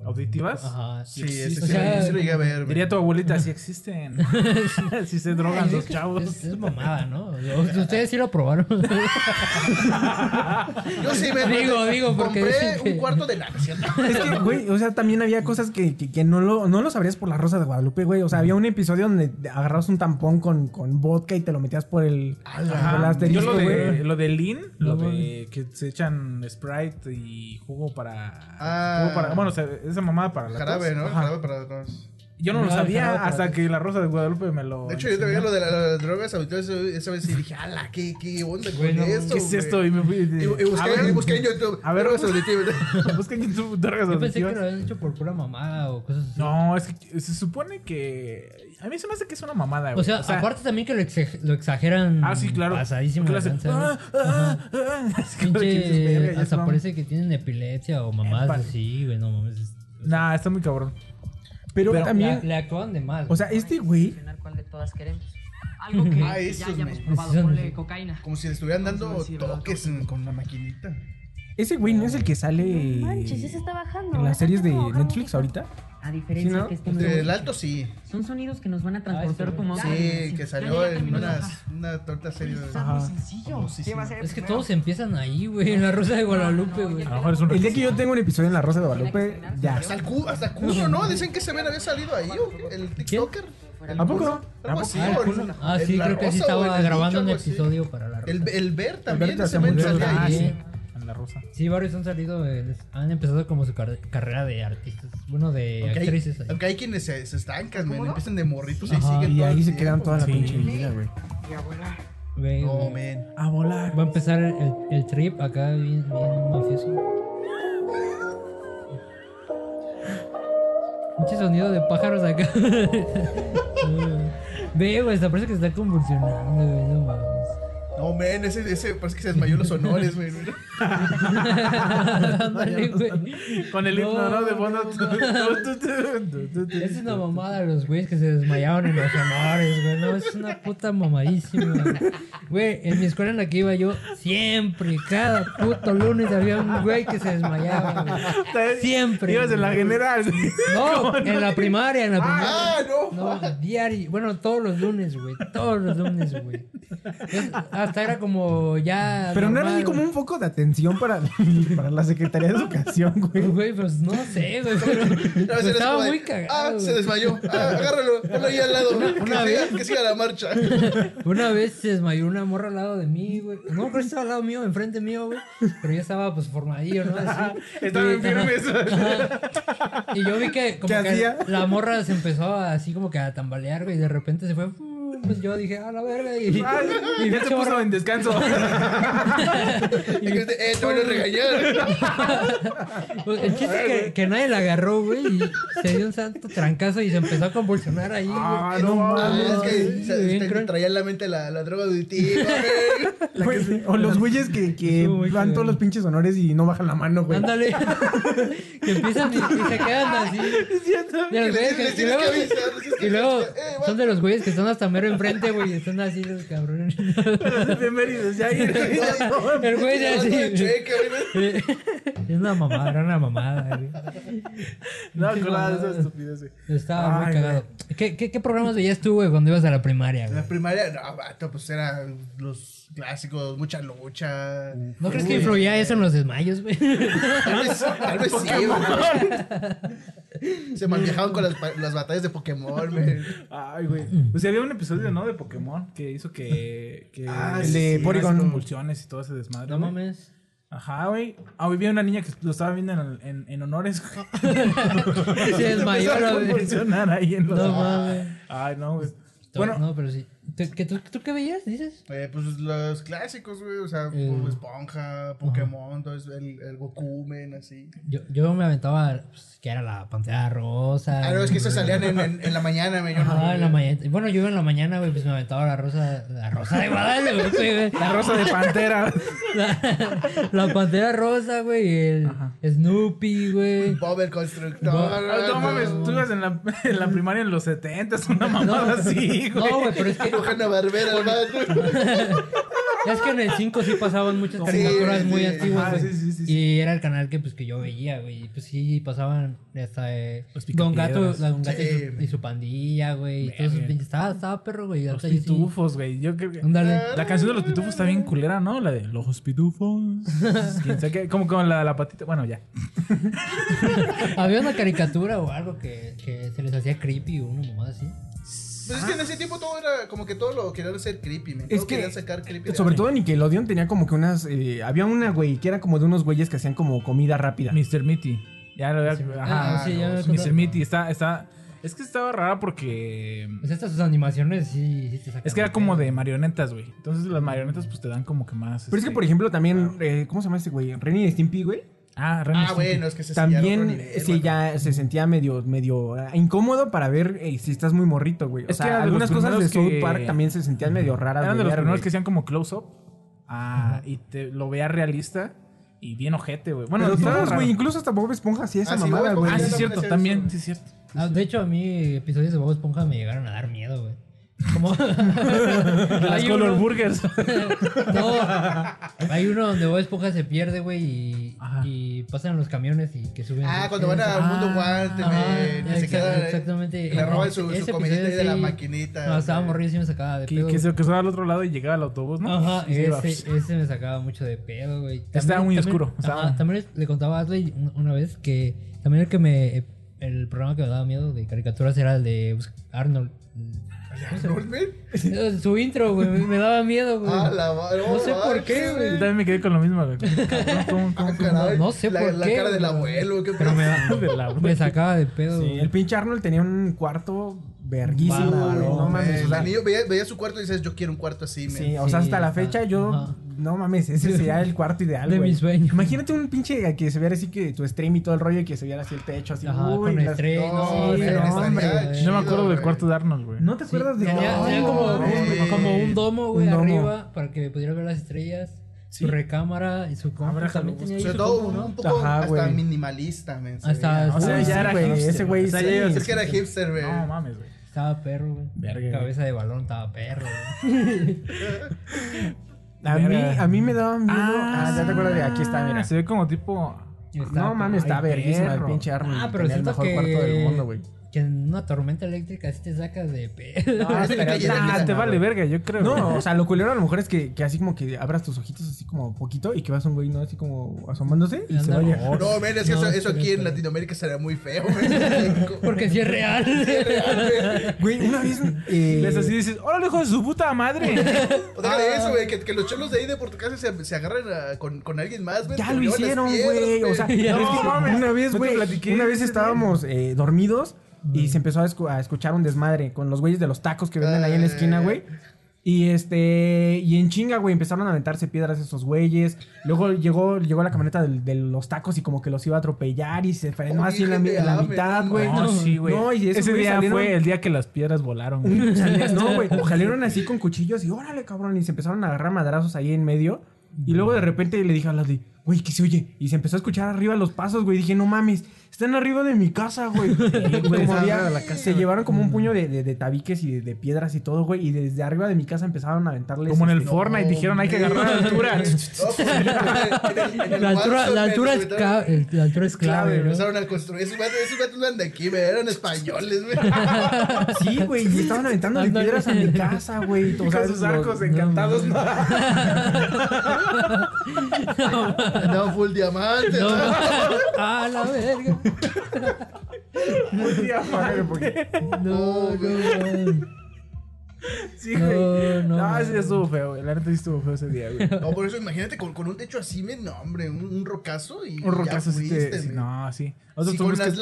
Speaker 7: ¿Auditivas?
Speaker 9: Ajá.
Speaker 5: Sí,
Speaker 7: Sí,
Speaker 5: ese sí,
Speaker 9: o sea,
Speaker 5: lo- sí lo llegué a ver, men.
Speaker 7: Diría tu abuelita, si existen. si se drogan los chavos.
Speaker 9: Es, es mamada, ¿no? Ustedes sí lo probaron.
Speaker 5: Yo sí, men.
Speaker 9: Digo, digo, porque
Speaker 5: Compré
Speaker 9: dicen que-
Speaker 5: un cuarto de la
Speaker 6: Es que, güey, o sea, también había cosas que, que, que no, lo, no lo sabrías por la Rosa de Guadalupe, güey. O sea, había un episodio donde te agarrabas un tampón con, con vodka y te lo metías por el, por el
Speaker 7: Ajá. Yo
Speaker 6: asterisco,
Speaker 7: lo de,
Speaker 6: güey.
Speaker 7: lo de Lean, lo
Speaker 9: No,
Speaker 7: de que se echan Sprite y jugo para...
Speaker 5: Ah.
Speaker 7: jugo para bueno, o sea, esa mamada para la
Speaker 5: Jarabe,
Speaker 7: tos.
Speaker 5: ¿no?
Speaker 7: Ajá.
Speaker 5: Jarabe para la tos.
Speaker 7: Yo no, lo
Speaker 9: No,
Speaker 7: sabía
Speaker 9: jarabe para la
Speaker 7: hasta
Speaker 9: tos.
Speaker 7: que la Rosa de Guadalupe me lo...
Speaker 5: De hecho, yo te veía
Speaker 7: enseñó.
Speaker 5: lo de la- las drogas auditivas esa vez y dije, ala, ¿qué, qué onda con
Speaker 9: Bueno,
Speaker 5: esto?
Speaker 7: ¿Qué es
Speaker 5: güey?"
Speaker 7: esto? Y me fui...
Speaker 5: Y,
Speaker 7: de-
Speaker 5: y busqué,
Speaker 7: a ver,
Speaker 5: y busqué en YouTube.
Speaker 7: A ver,
Speaker 5: drogas
Speaker 7: busca-
Speaker 5: auditivas.
Speaker 7: busca en YouTube drogas
Speaker 9: Yo pensé que
Speaker 7: auditivas.
Speaker 9: lo habían hecho por pura mamada o cosas así.
Speaker 7: No, es que se supone que... A mí se me hace que es una mamada, güey.
Speaker 9: O sea, aparte también que lo, exa- lo exageran.
Speaker 7: Ah, sí, claro.
Speaker 9: Pasadísimo. de
Speaker 7: Porque lo hace,
Speaker 9: lanza, ¿no?
Speaker 7: "Ah, ah,
Speaker 9: Ajá.
Speaker 7: ah", así como de que dices, "Verga,
Speaker 9: Pinche.
Speaker 7: ya
Speaker 9: Hasta
Speaker 7: está".
Speaker 9: parece que tienen epilepsia o mamadas
Speaker 7: Epa.
Speaker 9: así, güey. No mames. es-
Speaker 7: Nah, está muy cabrón.
Speaker 6: Pero,
Speaker 7: Pero-
Speaker 9: Le,
Speaker 6: también,
Speaker 9: le actúan de mal.
Speaker 6: o sea, este güey,
Speaker 4: seleccionar cuál de todas queremos. Algo que,
Speaker 5: Ah,
Speaker 4: que ya
Speaker 5: esos,
Speaker 4: hayamos
Speaker 5: men.
Speaker 4: probado,
Speaker 9: Esos,
Speaker 4: ponle
Speaker 9: men.
Speaker 4: cocaína.
Speaker 5: Como si le estuvieran dando
Speaker 4: Sí, ¿verdad?
Speaker 5: toques en- con la maquinita.
Speaker 6: ese güey no es el que sale
Speaker 14: Manches, ya se está bajando.
Speaker 6: Eh, en las series de Netflix ahorita.
Speaker 4: A diferencia
Speaker 6: Sí, ¿no?
Speaker 4: que este
Speaker 5: El
Speaker 4: medio-
Speaker 5: alto sí.
Speaker 4: son sonidos que nos van a
Speaker 9: Ah,
Speaker 4: transportar
Speaker 9: ese,
Speaker 4: como a otra
Speaker 5: Sí,
Speaker 4: dimensión.
Speaker 5: que
Speaker 4: Ya,
Speaker 5: salió
Speaker 4: ya, ya
Speaker 5: en
Speaker 4: terminó de
Speaker 5: unas,
Speaker 4: bajar.
Speaker 5: una torta serie de...
Speaker 4: Está muy sencillo.
Speaker 5: famosísima.
Speaker 9: Es que todos empiezan ahí, güey, en la Rosa de Guadalupe, güey.
Speaker 7: A lo mejor es un
Speaker 6: El día que yo tengo un episodio en la Rosa de Guadalupe, ya.
Speaker 5: Hasta el cu- hasta culo, ¿no? Dicen que ese men había salido ahí, ¿o qué? el TikToker.
Speaker 6: ¿A poco?
Speaker 5: Algo así,
Speaker 9: Ah,
Speaker 5: o
Speaker 9: el culo.
Speaker 5: en-
Speaker 9: Ah,
Speaker 5: en
Speaker 9: sí,
Speaker 5: La
Speaker 9: creo que sí
Speaker 5: Rosa o
Speaker 9: estaba
Speaker 5: en el
Speaker 9: grabando
Speaker 5: Nicho,
Speaker 9: un
Speaker 5: algo así.
Speaker 9: episodio para la Rosa.
Speaker 5: El, el Ver también,
Speaker 6: te
Speaker 5: ese
Speaker 6: hacía
Speaker 5: men
Speaker 6: mucho
Speaker 5: salía
Speaker 7: Ah,
Speaker 5: ahí.
Speaker 7: sí.
Speaker 9: Ahí.
Speaker 7: En la rosa.
Speaker 9: Sí, varios han salido, eh, han empezado como su car- carrera de artistas, bueno, de
Speaker 5: Aunque hay,
Speaker 9: actrices. ahí.
Speaker 5: aunque hay quienes se, se estancan, men, empiezan de morritos y
Speaker 9: Ajá,
Speaker 5: siguen
Speaker 6: Y
Speaker 5: todo
Speaker 6: ahí
Speaker 5: el
Speaker 6: se quedan
Speaker 5: tiempo.
Speaker 6: toda la
Speaker 7: Sí.
Speaker 6: pinche vida, güey.
Speaker 9: Güey,
Speaker 5: No,
Speaker 9: güey.
Speaker 5: men.
Speaker 6: A volar.
Speaker 9: Va a empezar el, el trip acá bien, bien mafioso. Mucho sonido de pájaros acá. Ve, güey, hasta parece que se está convulsionando, güey, no mames.
Speaker 5: No, men, ese, ese parece que se desmayó en los honores, men. mira.
Speaker 9: Ándale, güey.
Speaker 7: Con el himno, ¿no? De fondo.
Speaker 9: Es una mamada de los güeyes que se desmayaron en los honores, güey. No, es una puta mamadísima. Güey, en mi escuela en la que iba yo, siempre, cada puto lunes había un güey que se desmayaba, güey. Siempre.
Speaker 7: Ibas en la
Speaker 9: güey.
Speaker 7: general.
Speaker 9: No, en la primaria, en la primaria.
Speaker 5: Ah, no.
Speaker 9: No, diario. Bueno, todos los lunes, güey. Todos los lunes, güey. Es- Hasta era como ya.
Speaker 6: Pero no era
Speaker 9: normal,
Speaker 6: ni como un foco de atención para, para la Secretaría de Educación, güey.
Speaker 9: Güey, pues no sé, güey. Pero,
Speaker 5: A veces es como
Speaker 9: Pues estaba
Speaker 5: de,
Speaker 9: muy cagado.
Speaker 5: Ah, se
Speaker 9: güey.
Speaker 5: desmayó. Ah, agárralo, ponlo ahí al lado. que,
Speaker 9: una
Speaker 5: siga,
Speaker 9: vez.
Speaker 5: que siga la marcha.
Speaker 9: Una vez se desmayó una morra al lado de mí, güey. No, pero estaba al lado mío, enfrente mío, güey. Pero yo estaba pues formadillo, ¿no? Así.
Speaker 7: Estaban
Speaker 9: Y-
Speaker 7: firmes.
Speaker 9: Ajá. Y yo vi que como
Speaker 6: ¿Qué
Speaker 9: que
Speaker 6: hacía?
Speaker 9: la morra se empezó a- así como que a tambalear, güey. Y de repente se fue. mm, Pues yo dije, a la verga. Y,
Speaker 7: Ay,
Speaker 9: y
Speaker 7: ya se
Speaker 9: pinche
Speaker 7: puso
Speaker 9: morra-
Speaker 7: en descanso.
Speaker 5: Y que dice, eh, te van a regañar.
Speaker 9: pues, el chiste es que, que nadie la agarró, güey. Y se dio un santo trancazo y se empezó a convulsionar ahí, güey.
Speaker 7: Ah,
Speaker 5: No
Speaker 7: no mames.
Speaker 5: mames,
Speaker 9: güey,
Speaker 5: que se-
Speaker 9: bien
Speaker 5: te
Speaker 9: cruel.
Speaker 5: traía en la mente la, la droga auditiva, men.
Speaker 6: La que se- o los güeyes que, que
Speaker 9: Estuvo muy
Speaker 6: van todos
Speaker 9: cagado.
Speaker 6: los pinches honores y no bajan la mano, güey.
Speaker 9: Ándale. que empiezan y, y se quedan así. De los güeyes
Speaker 5: les
Speaker 9: que, y
Speaker 5: tienes
Speaker 9: luego,
Speaker 5: que avisar, les tienes que
Speaker 9: y luego
Speaker 5: avisar. Eh, va.
Speaker 9: son de los güeyes que están hasta mero enfrente, güey, y están así los cabrones.
Speaker 7: Las efemérides, ya ahí.
Speaker 9: El güey ya así.
Speaker 5: Dándole cheque, men.
Speaker 9: Eh, Es una mamada, era una mamada, güey.
Speaker 7: No,
Speaker 9: Sí,
Speaker 7: con la de
Speaker 9: mamada.
Speaker 7: esas estupideces, güey.
Speaker 9: Estaba muy
Speaker 7: Ay,
Speaker 9: cagado. ¿Qué, qué, ¿Qué programas veías tú, güey, cuando ibas a la primaria, güey?
Speaker 5: La primaria, no, vato, pues eran los clásicos, mucha lucha.
Speaker 9: ¿No crees que influía eso en los desmayos, güey?
Speaker 5: Tal vez, tal vez sí, güey. Se malviajaban con las, pa- las batallas de Pokémon, men.
Speaker 7: Ay, güey. Pues sí, había un episodio, ¿no? De Pokémon que hizo que. que
Speaker 5: Ah,
Speaker 7: el
Speaker 5: sí,
Speaker 7: de
Speaker 5: sí,
Speaker 7: Porygon.
Speaker 5: sí.
Speaker 7: convulsiones y todo ese desmadre.
Speaker 9: No
Speaker 7: güey.
Speaker 9: mames.
Speaker 7: Ajá, güey. Ah, hoy vi una niña que lo estaba viendo en, en, en honores. güey.
Speaker 9: Se desmayó,
Speaker 7: Empezó a
Speaker 9: güey.
Speaker 7: convulsionar ahí en los.
Speaker 9: No mames.
Speaker 7: Ay, no, güey.
Speaker 9: Bueno,
Speaker 7: Bueno,
Speaker 9: no, pero sí. ¿Tú, que tú, ¿Tú qué veías, dices?
Speaker 5: Eh, pues los clásicos, güey. O sea,
Speaker 9: Eh.
Speaker 5: Bob Esponja, Pokémon, todo eso, el, el Goku, men, así.
Speaker 9: Yo, yo me aventaba, pues, que era la pantera rosa.
Speaker 5: Ah, no, es que esos salían en, en- en la mañana, men. yo no,
Speaker 9: Ajá, en la
Speaker 5: güey.
Speaker 9: mañana. Bueno, yo iba en la mañana, güey, pues me aventaba la rosa, la rosa de Guadalupe, güey.
Speaker 7: la rosa de pantera.
Speaker 9: La, la pantera rosa, güey, el Snoopy, güey.
Speaker 5: Bob el Constructor.
Speaker 7: Ah, no mames, tú ibas en la, en la primaria en los 70, es una mamada así, güey.
Speaker 9: No, güey, pero es que,
Speaker 5: Rojana Barbera, el vato.
Speaker 9: es que en el 5 sí pasaban muchas
Speaker 5: Sí,
Speaker 9: caricaturas
Speaker 5: sí,
Speaker 9: muy
Speaker 5: sí.
Speaker 9: antiguas,
Speaker 7: Ajá,
Speaker 9: güey.
Speaker 7: sí, sí, sí, sí.
Speaker 9: Y era el canal que, pues, que yo veía, güey. Y pues sí, pasaban hasta eh,
Speaker 7: Los
Speaker 9: Don Gato,
Speaker 7: Picapiedras.
Speaker 9: la Don Gato y, su,
Speaker 5: Sí.
Speaker 9: y su pandilla, güey. Y todos esos pinches. Estaba, estaba perro, güey.
Speaker 7: Los
Speaker 9: hasta yo sí-
Speaker 7: pitufos, güey. Yo creo que.
Speaker 9: Ándale.
Speaker 7: La canción de los pitufos está bien culera, ¿no? La de los pitufos. ¿Quién sabe qué? Como con la, la patita. Bueno, ya.
Speaker 9: Había una caricatura o algo que, que se les hacía creepy o una mamada así.
Speaker 5: Pues es que en ese tiempo todo era como que todo lo querían hacer creepy, men.
Speaker 6: Es
Speaker 5: Todo
Speaker 6: que-
Speaker 5: querían sacar creepy. de
Speaker 6: Sobre
Speaker 5: ahí.
Speaker 6: todo Nickelodeon tenía como que unas. eh, había una, güey, que era como de unos güeyes que hacían como comida rápida.
Speaker 7: Mr. Mitty. Ya lo
Speaker 9: Mitty.
Speaker 7: había. Ajá.
Speaker 9: Ah, sí, ya
Speaker 7: no,
Speaker 9: me
Speaker 7: sí,
Speaker 9: acordé.
Speaker 7: Mr. Mitty está, está. Es que estaba rara porque.
Speaker 9: Pues estas sus animaciones sí, sí te sacan
Speaker 7: Es que era
Speaker 9: de
Speaker 7: como
Speaker 9: pedo.
Speaker 7: de marionetas, güey. Entonces las marionetas pues te dan como que más.
Speaker 6: Pero es que,
Speaker 7: este,
Speaker 6: por ejemplo, también. eh, ¿Cómo se llama este güey? Renny Stimpy, güey.
Speaker 7: Ah, Ren y
Speaker 5: Ah,
Speaker 7: Stimpy.
Speaker 5: bueno, es que se sellaron otro
Speaker 6: También
Speaker 5: nivel,
Speaker 6: sí,
Speaker 5: vato.
Speaker 6: ya se sentía medio, medio eh, incómodo para ver eh, si estás muy morrito, güey. O
Speaker 7: Es que
Speaker 6: sea,
Speaker 7: era de
Speaker 6: algunas
Speaker 7: los
Speaker 6: cosas de
Speaker 7: primeros
Speaker 6: South
Speaker 7: que-
Speaker 6: Park también se sentían medio raras.
Speaker 7: Eran de los
Speaker 6: ver,
Speaker 7: primeros
Speaker 6: güey.
Speaker 7: que hacían como close-up. Ah, y te lo veía realista y bien ojete, güey. Bueno,
Speaker 6: Pero
Speaker 7: estaba
Speaker 6: todos,
Speaker 7: raro.
Speaker 6: güey, incluso hasta Bob Esponja hacía esa
Speaker 5: Ah, sí,
Speaker 6: mamada,
Speaker 5: Bob
Speaker 6: güey.
Speaker 7: Ah, sí,
Speaker 5: Esponja.
Speaker 7: es cierto,
Speaker 5: Hacer
Speaker 7: también,
Speaker 5: eso.
Speaker 7: sí, es cierto.
Speaker 9: Ah, de hecho, a mí episodios de Bob Esponja me llegaron a dar miedo, güey. Como... las
Speaker 7: Las Color Burgers.
Speaker 9: No, hay uno donde Bob Esponja se pierde, güey, y,
Speaker 7: Ajá.
Speaker 9: y pasan los camiones y que suben.
Speaker 5: Ah, cuando van al
Speaker 9: Ah,
Speaker 5: mundo guante, men,
Speaker 9: ajá,
Speaker 5: que se
Speaker 9: exa-
Speaker 5: quedan. eh,
Speaker 9: Exactamente.
Speaker 5: que Le roban su,
Speaker 9: Ese
Speaker 5: su comidita ahí
Speaker 9: episodio
Speaker 5: de la
Speaker 9: sí-
Speaker 5: maquinita.
Speaker 9: No, estaba
Speaker 5: güey.
Speaker 9: morrido y me sacaba de
Speaker 7: que,
Speaker 9: pedo.
Speaker 7: que se cruzaba al otro lado y llegaba al autobús, ¿no?
Speaker 9: Ajá,
Speaker 6: Pues,
Speaker 7: Y se iba,
Speaker 9: ese, ese me sacaba mucho de pedo, güey. También-
Speaker 7: Estaba muy
Speaker 9: también-
Speaker 7: oscuro,
Speaker 9: ajá,
Speaker 7: estaba-
Speaker 9: también les- le contaba a Ashley un- una vez que también el que me. El programa que me daba miedo de caricaturas era el de Bus- Arnold.
Speaker 5: ¿Arnold, men?
Speaker 9: Eh, Su intro, güey, me, me daba miedo, güey.
Speaker 5: Ah, la va-
Speaker 9: No sé por
Speaker 5: manches,
Speaker 9: qué, güey.
Speaker 7: Yo también me quedé con lo mismo, güey. Cabrón, ¿cómo- cómo-
Speaker 5: Ah, caray,
Speaker 9: No sé
Speaker 5: la,
Speaker 9: por
Speaker 5: la
Speaker 9: qué,
Speaker 5: cara del
Speaker 9: güey.
Speaker 5: abuelo, qué
Speaker 9: Pero me,
Speaker 5: pedo.
Speaker 9: da-
Speaker 7: de la-
Speaker 9: me sacaba de pedo,
Speaker 6: Sí,
Speaker 9: güey.
Speaker 6: el pinche Arnold tenía un cuarto verguísimo, güey.
Speaker 9: Bárbaro,
Speaker 6: No mames.
Speaker 5: Eh,
Speaker 6: o
Speaker 5: El
Speaker 6: sea,
Speaker 5: niño veía, veía su cuarto y dices, yo quiero un cuarto así, men.
Speaker 6: Sí, o sea,
Speaker 9: Sí,
Speaker 6: hasta la
Speaker 9: está-
Speaker 6: fecha yo
Speaker 9: ajá.
Speaker 6: no mames, ese sería el cuarto ideal,
Speaker 9: De
Speaker 6: güey.
Speaker 9: mis sueños.
Speaker 6: Imagínate un pinche que se viera así que tu stream y todo el rollo y que se viera así el techo, así.
Speaker 9: Ajá,
Speaker 6: uy,
Speaker 9: con
Speaker 6: las-
Speaker 9: estrellas,
Speaker 6: No,
Speaker 9: sí,
Speaker 6: no,
Speaker 9: no,
Speaker 6: hombre.
Speaker 9: estaría
Speaker 6: No
Speaker 7: Yo
Speaker 6: me
Speaker 7: me
Speaker 6: acuerdo.
Speaker 7: acuerdo del cuarto de Arnold, güey.
Speaker 6: ¿No te acuerdas de
Speaker 9: Tenía,
Speaker 6: No,
Speaker 9: tenía como,
Speaker 6: güey.
Speaker 9: un, como un domo, güey,
Speaker 6: Un domo.
Speaker 9: arriba para que pudiera ver las estrellas. Su recámara y su compu
Speaker 7: Habrá jalado.
Speaker 9: también tenía ahí
Speaker 5: Sobre
Speaker 9: su
Speaker 5: todo
Speaker 9: compu,
Speaker 5: un,
Speaker 9: ¿no?
Speaker 5: un poco
Speaker 6: Ajá,
Speaker 5: hasta
Speaker 6: güey.
Speaker 5: minimalista, men. se
Speaker 9: Hasta-
Speaker 5: veía.
Speaker 6: O sea,
Speaker 9: Sí,
Speaker 6: ya era
Speaker 9: güey,
Speaker 6: hipster,
Speaker 9: ese
Speaker 6: güey.
Speaker 5: O sea,
Speaker 6: sí.
Speaker 5: ya- es que era hipster, güey.
Speaker 7: No mames, güey.
Speaker 9: Estaba perro, güey.
Speaker 7: Verga,
Speaker 9: Cabeza de balón, estaba perro, güey.
Speaker 6: A mí,
Speaker 7: Verga.
Speaker 6: a mí me daba miedo. Ah, ya te acuerdas de aquí está, mira.
Speaker 7: Se ve como tipo.
Speaker 9: Estaba
Speaker 6: No mames,
Speaker 9: perro.
Speaker 6: está
Speaker 7: Ay,
Speaker 6: verguísima el
Speaker 7: perro.
Speaker 6: pinche Arnold.
Speaker 9: Ah, pero
Speaker 6: tenía el
Speaker 9: siento
Speaker 6: mejor
Speaker 9: que...
Speaker 6: cuarto del mundo, güey.
Speaker 9: que en una tormenta eléctrica sí te sacas de pedo.
Speaker 6: No,
Speaker 5: estaría
Speaker 6: estaría
Speaker 5: llena de
Speaker 7: Ah,
Speaker 6: bien.
Speaker 7: te vale verga, yo creo. güey.
Speaker 6: No, o sea, lo culero a lo mejor es que, que así como que abras tus ojitos así como poquito y que vas un güey, ¿no? Así como asomándose y se
Speaker 9: Anda,
Speaker 6: vaya.
Speaker 9: no.
Speaker 5: No, men, es que
Speaker 9: No,
Speaker 5: eso,
Speaker 9: sí,
Speaker 5: eso aquí
Speaker 9: pero-
Speaker 5: en Latinoamérica sería muy feo, men.
Speaker 9: Porque sí es real.
Speaker 6: Güey, una vez. eh,
Speaker 7: Les así dices, órale, hijo de su puta madre.
Speaker 5: O sea, de
Speaker 7: Ah.
Speaker 5: eso, güey, que, que los cholos de ahí de Portugal se, se agarran a- con, con alguien más, güey.
Speaker 6: Ya
Speaker 5: Pues, te
Speaker 6: lo
Speaker 5: violan las
Speaker 6: hicieron,
Speaker 5: piedras,
Speaker 6: güey. O sea,
Speaker 9: güey.
Speaker 6: ya
Speaker 9: No
Speaker 6: ves que
Speaker 7: mames,
Speaker 6: una
Speaker 7: no
Speaker 6: vez,
Speaker 7: te
Speaker 6: güey.
Speaker 7: platiqué
Speaker 6: Una vez
Speaker 7: ese
Speaker 6: estábamos eh, dormidos y se empezó a, escu- a escuchar un desmadre con los güeyes de los tacos que venden ahí en la esquina, güey. Y este, y en chinga, güey, empezaron a aventarse piedras esos güeyes. Luego llegó, llegó la camioneta del- de, los tacos y como que los iba a atropellar y se frenó
Speaker 5: Oye,
Speaker 6: así en la, mi-
Speaker 5: gente,
Speaker 6: en la
Speaker 5: ame.
Speaker 6: mitad, güey.
Speaker 7: No, sí, güey.
Speaker 6: No, y esos
Speaker 7: Ese
Speaker 6: güeyes
Speaker 7: día
Speaker 6: salieron-
Speaker 7: fue el día que las piedras volaron, güey.
Speaker 6: Salías- No, güey. Salieron así con cuchillos y órale, cabrón. Y se empezaron a agarrar madrazos ahí en medio. Y luego de repente le dije a Lady, güey, ¿qué se oye? Y se empezó a escuchar arriba los pasos, güey. Dije, no mames, están arriba de mi casa, güey. Y como
Speaker 7: estaba
Speaker 6: había-
Speaker 7: arriba de la casa, Mm.
Speaker 6: se llevaron como un puño de, de- de tabiques y de, de piedras y todo, güey. Y desde arriba de mi casa empezaron a aventarles.
Speaker 7: Como en el
Speaker 6: este,
Speaker 7: Fortnite, dijeron, hay que agarrar altura.
Speaker 5: No, pues, en el- en el- en el
Speaker 9: La altura,
Speaker 5: Watson,
Speaker 9: la
Speaker 5: men,
Speaker 9: altura es
Speaker 5: empezaron-
Speaker 9: ca- eh, la altura es clave, ¿no?
Speaker 5: Empezaron a construir. Esos vatos, esos vatos no eran de aquí, güey. Eran españoles, güey.
Speaker 6: Sí, güey. Y estaban aventando
Speaker 9: Ándale.
Speaker 6: piedras a mi casa, güey. O sea,
Speaker 7: Con sus
Speaker 6: los-
Speaker 7: arcos encantados. No,
Speaker 5: Andaban full diamante.
Speaker 9: No,
Speaker 5: ¿no?
Speaker 9: a la verga. No, no, no.
Speaker 7: sí, güey.
Speaker 9: No,
Speaker 7: No,
Speaker 9: no.
Speaker 7: sí estuvo feo, güey. La neta sí estuvo feo ese día, güey.
Speaker 5: No, por eso imagínate con, con un techo así, men, no, hombre, un, un rocazo y
Speaker 7: Un rocazo
Speaker 5: ya
Speaker 7: sí te-
Speaker 5: fuiste,
Speaker 7: sí,
Speaker 5: men.
Speaker 7: No, sí.
Speaker 5: Sí,
Speaker 7: Nosotros
Speaker 5: con
Speaker 7: tuvimos
Speaker 5: las
Speaker 7: que...